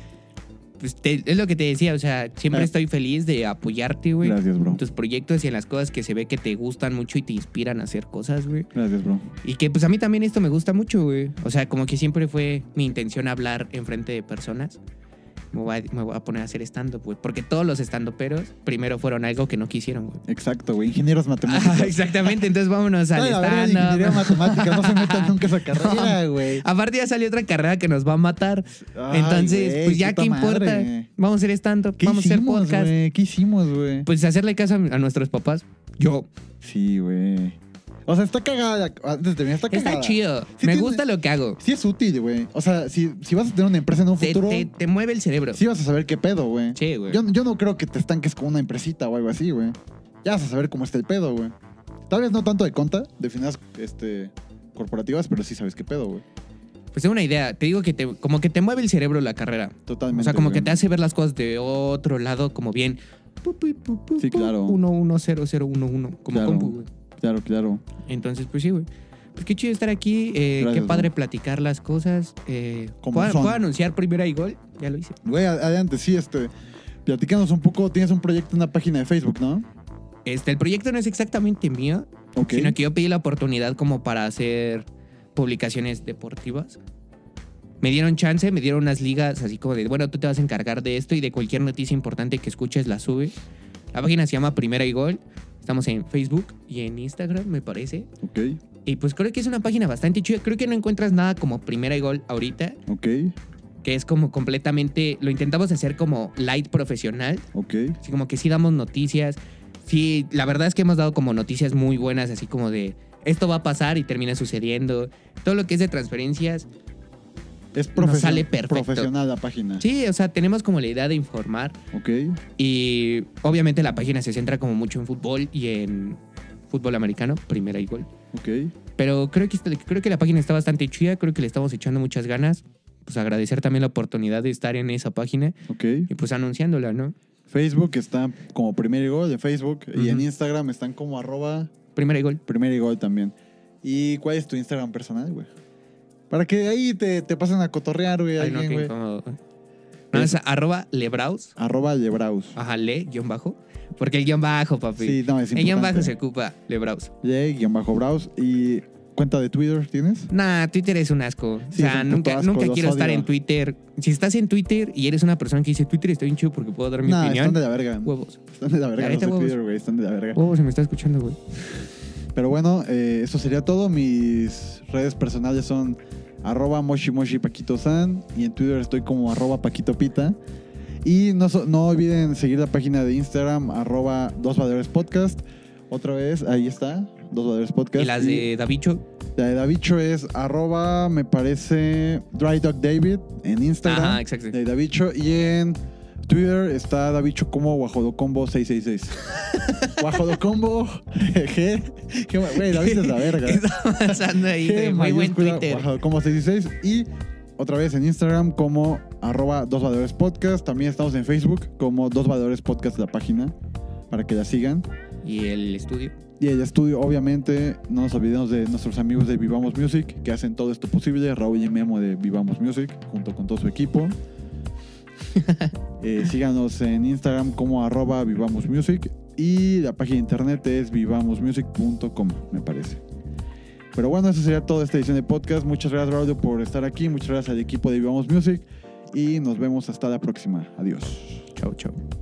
Speaker 4: pues, te- es lo que te decía, o sea, siempre
Speaker 3: Ah.
Speaker 4: estoy feliz de apoyarte, güey.
Speaker 3: Gracias, bro.
Speaker 4: En tus proyectos y en las cosas que se ve que te gustan mucho y te inspiran a hacer cosas, güey.
Speaker 3: Gracias, bro.
Speaker 4: Y que pues a mí también esto me gusta mucho, güey. O sea, como que siempre fue mi intención hablar enfrente de personas. Me voy a, me voy a poner a hacer stand-up, güey. Porque todos los stand-uperos primero fueron algo que no quisieron, güey.
Speaker 3: Exacto, güey. Ingenieros matemáticos.
Speaker 4: Ah, exactamente, entonces vámonos al
Speaker 3: Ay, la verga, ingeniería
Speaker 4: stand-up.
Speaker 3: matemática. No se metan nunca a esa carrera, güey.
Speaker 4: Aparte ya salió otra carrera que nos va a matar.
Speaker 3: Ay,
Speaker 4: Entonces,
Speaker 3: güey,
Speaker 4: pues ya
Speaker 3: puta
Speaker 4: qué importa.
Speaker 3: madre.
Speaker 4: Vamos a hacer stand-up,
Speaker 3: ¿Qué
Speaker 4: vamos
Speaker 3: hicimos,
Speaker 4: a hacer podcast.
Speaker 3: güey? ¿Qué hicimos, güey?
Speaker 4: Pues hacerle caso a, a nuestros papás. Yo.
Speaker 3: sí, güey. O sea, está cagada. la- Antes de terminar, está cagada.
Speaker 4: Está chido.
Speaker 3: Sí
Speaker 4: Me
Speaker 3: tiene-
Speaker 4: gusta lo que hago.
Speaker 3: Sí es útil, güey. O sea, si, si vas a tener una empresa en un
Speaker 4: Te,
Speaker 3: futuro,
Speaker 4: te- te mueve el cerebro.
Speaker 3: sí vas a saber qué pedo, güey.
Speaker 4: Sí, güey.
Speaker 3: Yo, yo no creo que te estanques con una empresita o algo así, güey. Ya vas a saber cómo está el pedo, güey. Tal vez no tanto de conta, de finanzas este, corporativas, pero sí sabes qué pedo, güey.
Speaker 4: Pues tengo una idea. Te digo que te, como que te mueve el cerebro la carrera.
Speaker 3: Totalmente.
Speaker 4: O sea, como
Speaker 3: güey.
Speaker 4: que te hace ver las cosas de otro lado, como bien. Pu, pu, pu, pu,
Speaker 3: Sí,
Speaker 4: pu,
Speaker 3: claro.
Speaker 4: Uno, uno, cero, cero, uno, uno. Como
Speaker 3: Claro.
Speaker 4: compu, güey.
Speaker 3: Claro, claro.
Speaker 4: Entonces, pues sí, güey. Pues qué chido estar aquí. eh,
Speaker 3: Gracias,
Speaker 4: qué padre platicar las cosas. Eh,
Speaker 3: Como
Speaker 4: ¿puedo,
Speaker 3: son.
Speaker 4: puedo anunciar primera y gol? Ya lo hice.
Speaker 3: Güey, ad- adelante, sí, este. Platícanos un poco, tienes un proyecto en una página de Facebook, ¿no?
Speaker 4: Este, el proyecto no es exactamente mío,
Speaker 3: Ok.
Speaker 4: sino que yo pedí la oportunidad como para hacer publicaciones deportivas. Me dieron chance, me dieron unas ligas así como de, bueno, tú te vas a encargar de esto y de cualquier noticia importante que escuches la sube. La página se llama Primera y Gol. Estamos en Facebook y en Instagram, me parece.
Speaker 3: Ok,
Speaker 4: Y pues creo que es una página bastante chida. Creo que no encuentras nada como Primera y Gol ahorita,
Speaker 3: ok,
Speaker 4: que es como completamente, lo intentamos hacer como light profesional.
Speaker 3: ok.
Speaker 4: Así como que sí damos noticias. Sí, la verdad es que hemos dado como noticias muy buenas, así como de esto va a pasar y termina sucediendo. Todo lo que es de transferencias.
Speaker 3: Es profesio-
Speaker 4: sale perfecto.
Speaker 3: profesional la página.
Speaker 4: Sí, o sea, tenemos como la idea de informar.
Speaker 3: Ok,
Speaker 4: Y obviamente la página se centra como mucho en fútbol y en fútbol americano, primera y gol.
Speaker 3: ok.
Speaker 4: Pero creo que, está- creo que la página está bastante chida, creo que le estamos echando muchas ganas. Pues agradecer también la oportunidad de estar en esa página
Speaker 3: Ok.
Speaker 4: y pues anunciándola, ¿no?
Speaker 3: Facebook está como primer y gol de Facebook. Y en
Speaker 4: Ujú.
Speaker 3: Instagram están como arroba
Speaker 4: Primera y gol.
Speaker 3: primer y gol también. ¿Y cuál es tu Instagram personal, güey? Para que ahí te, te pasen a cotorrear, güey.
Speaker 4: Ay, no,
Speaker 3: alguien,
Speaker 4: qué
Speaker 3: güey.
Speaker 4: incómodo. No, es arroba lebraus.
Speaker 3: Arroba Lebraus.
Speaker 4: Ajá, le, guión bajo. Porque el guión bajo, papi.
Speaker 3: Sí, no, es
Speaker 4: el guión bajo
Speaker 3: importante.
Speaker 4: se ocupa, le browse.
Speaker 3: Le-Braus. ¿Y cuenta de Twitter tienes?
Speaker 4: Nah, Twitter es un asco. o
Speaker 3: Sí, es un
Speaker 4: sea,
Speaker 3: puto
Speaker 4: nunca,
Speaker 3: asco,
Speaker 4: nunca
Speaker 3: los
Speaker 4: quiero estar
Speaker 3: odio.
Speaker 4: en Twitter. Si estás en Twitter y eres una persona que dice Twitter está bien chido porque puedo dar mi
Speaker 3: Nah,
Speaker 4: opinión.
Speaker 3: están de la verga.
Speaker 4: Huevos.
Speaker 3: Están de la verga
Speaker 4: La
Speaker 3: los
Speaker 4: neta,
Speaker 3: de
Speaker 4: huevos.
Speaker 3: Twitter, güey. Están de la verga.
Speaker 4: Huevos, se me está escuchando, güey.
Speaker 3: Pero bueno, eh, eso sería todo. Mis redes personales son arroba moshi moshi paquito san y en Twitter estoy como arroba paquito pita. Y no, so- no olviden seguir la página de Instagram arroba dos valores podcast. Otra vez, ahí está, dos valores podcast.
Speaker 4: Y las de Davicho.
Speaker 3: la de Davicho es arroba, me parece, Dry Dog David en Instagram.
Speaker 4: Ajá, exacto.
Speaker 3: De Davicho y en Twitter está Davicho como Guajodocombo 666. Guajodocombo G. Qué ma- Güey, David es la verga.
Speaker 4: ¿Qué está pasando ahí,
Speaker 3: G
Speaker 4: güey? Muy buen
Speaker 3: mayúscula,
Speaker 4: Twitter.
Speaker 3: Guajodocombo 666 y otra vez en Instagram como arroba dos valores podcast. También estamos en Facebook como dos valores podcast la página para que la sigan.
Speaker 4: Y el estudio.
Speaker 3: Y el estudio, obviamente, no nos olvidemos de nuestros amigos de Vivamos Music, que hacen todo esto posible. Raúl y Memo de Vivamos Music, junto con todo su equipo. Eh, síganos en Instagram como arroba Vivamos Music. Y la página de internet es vivamosmusic.com, me parece. Pero bueno, eso sería toda esta edición de podcast. Muchas gracias, Raúl, por estar aquí. Muchas gracias al equipo de Vivamos Music. Y nos vemos hasta la próxima. Adiós.
Speaker 4: Chau, chau.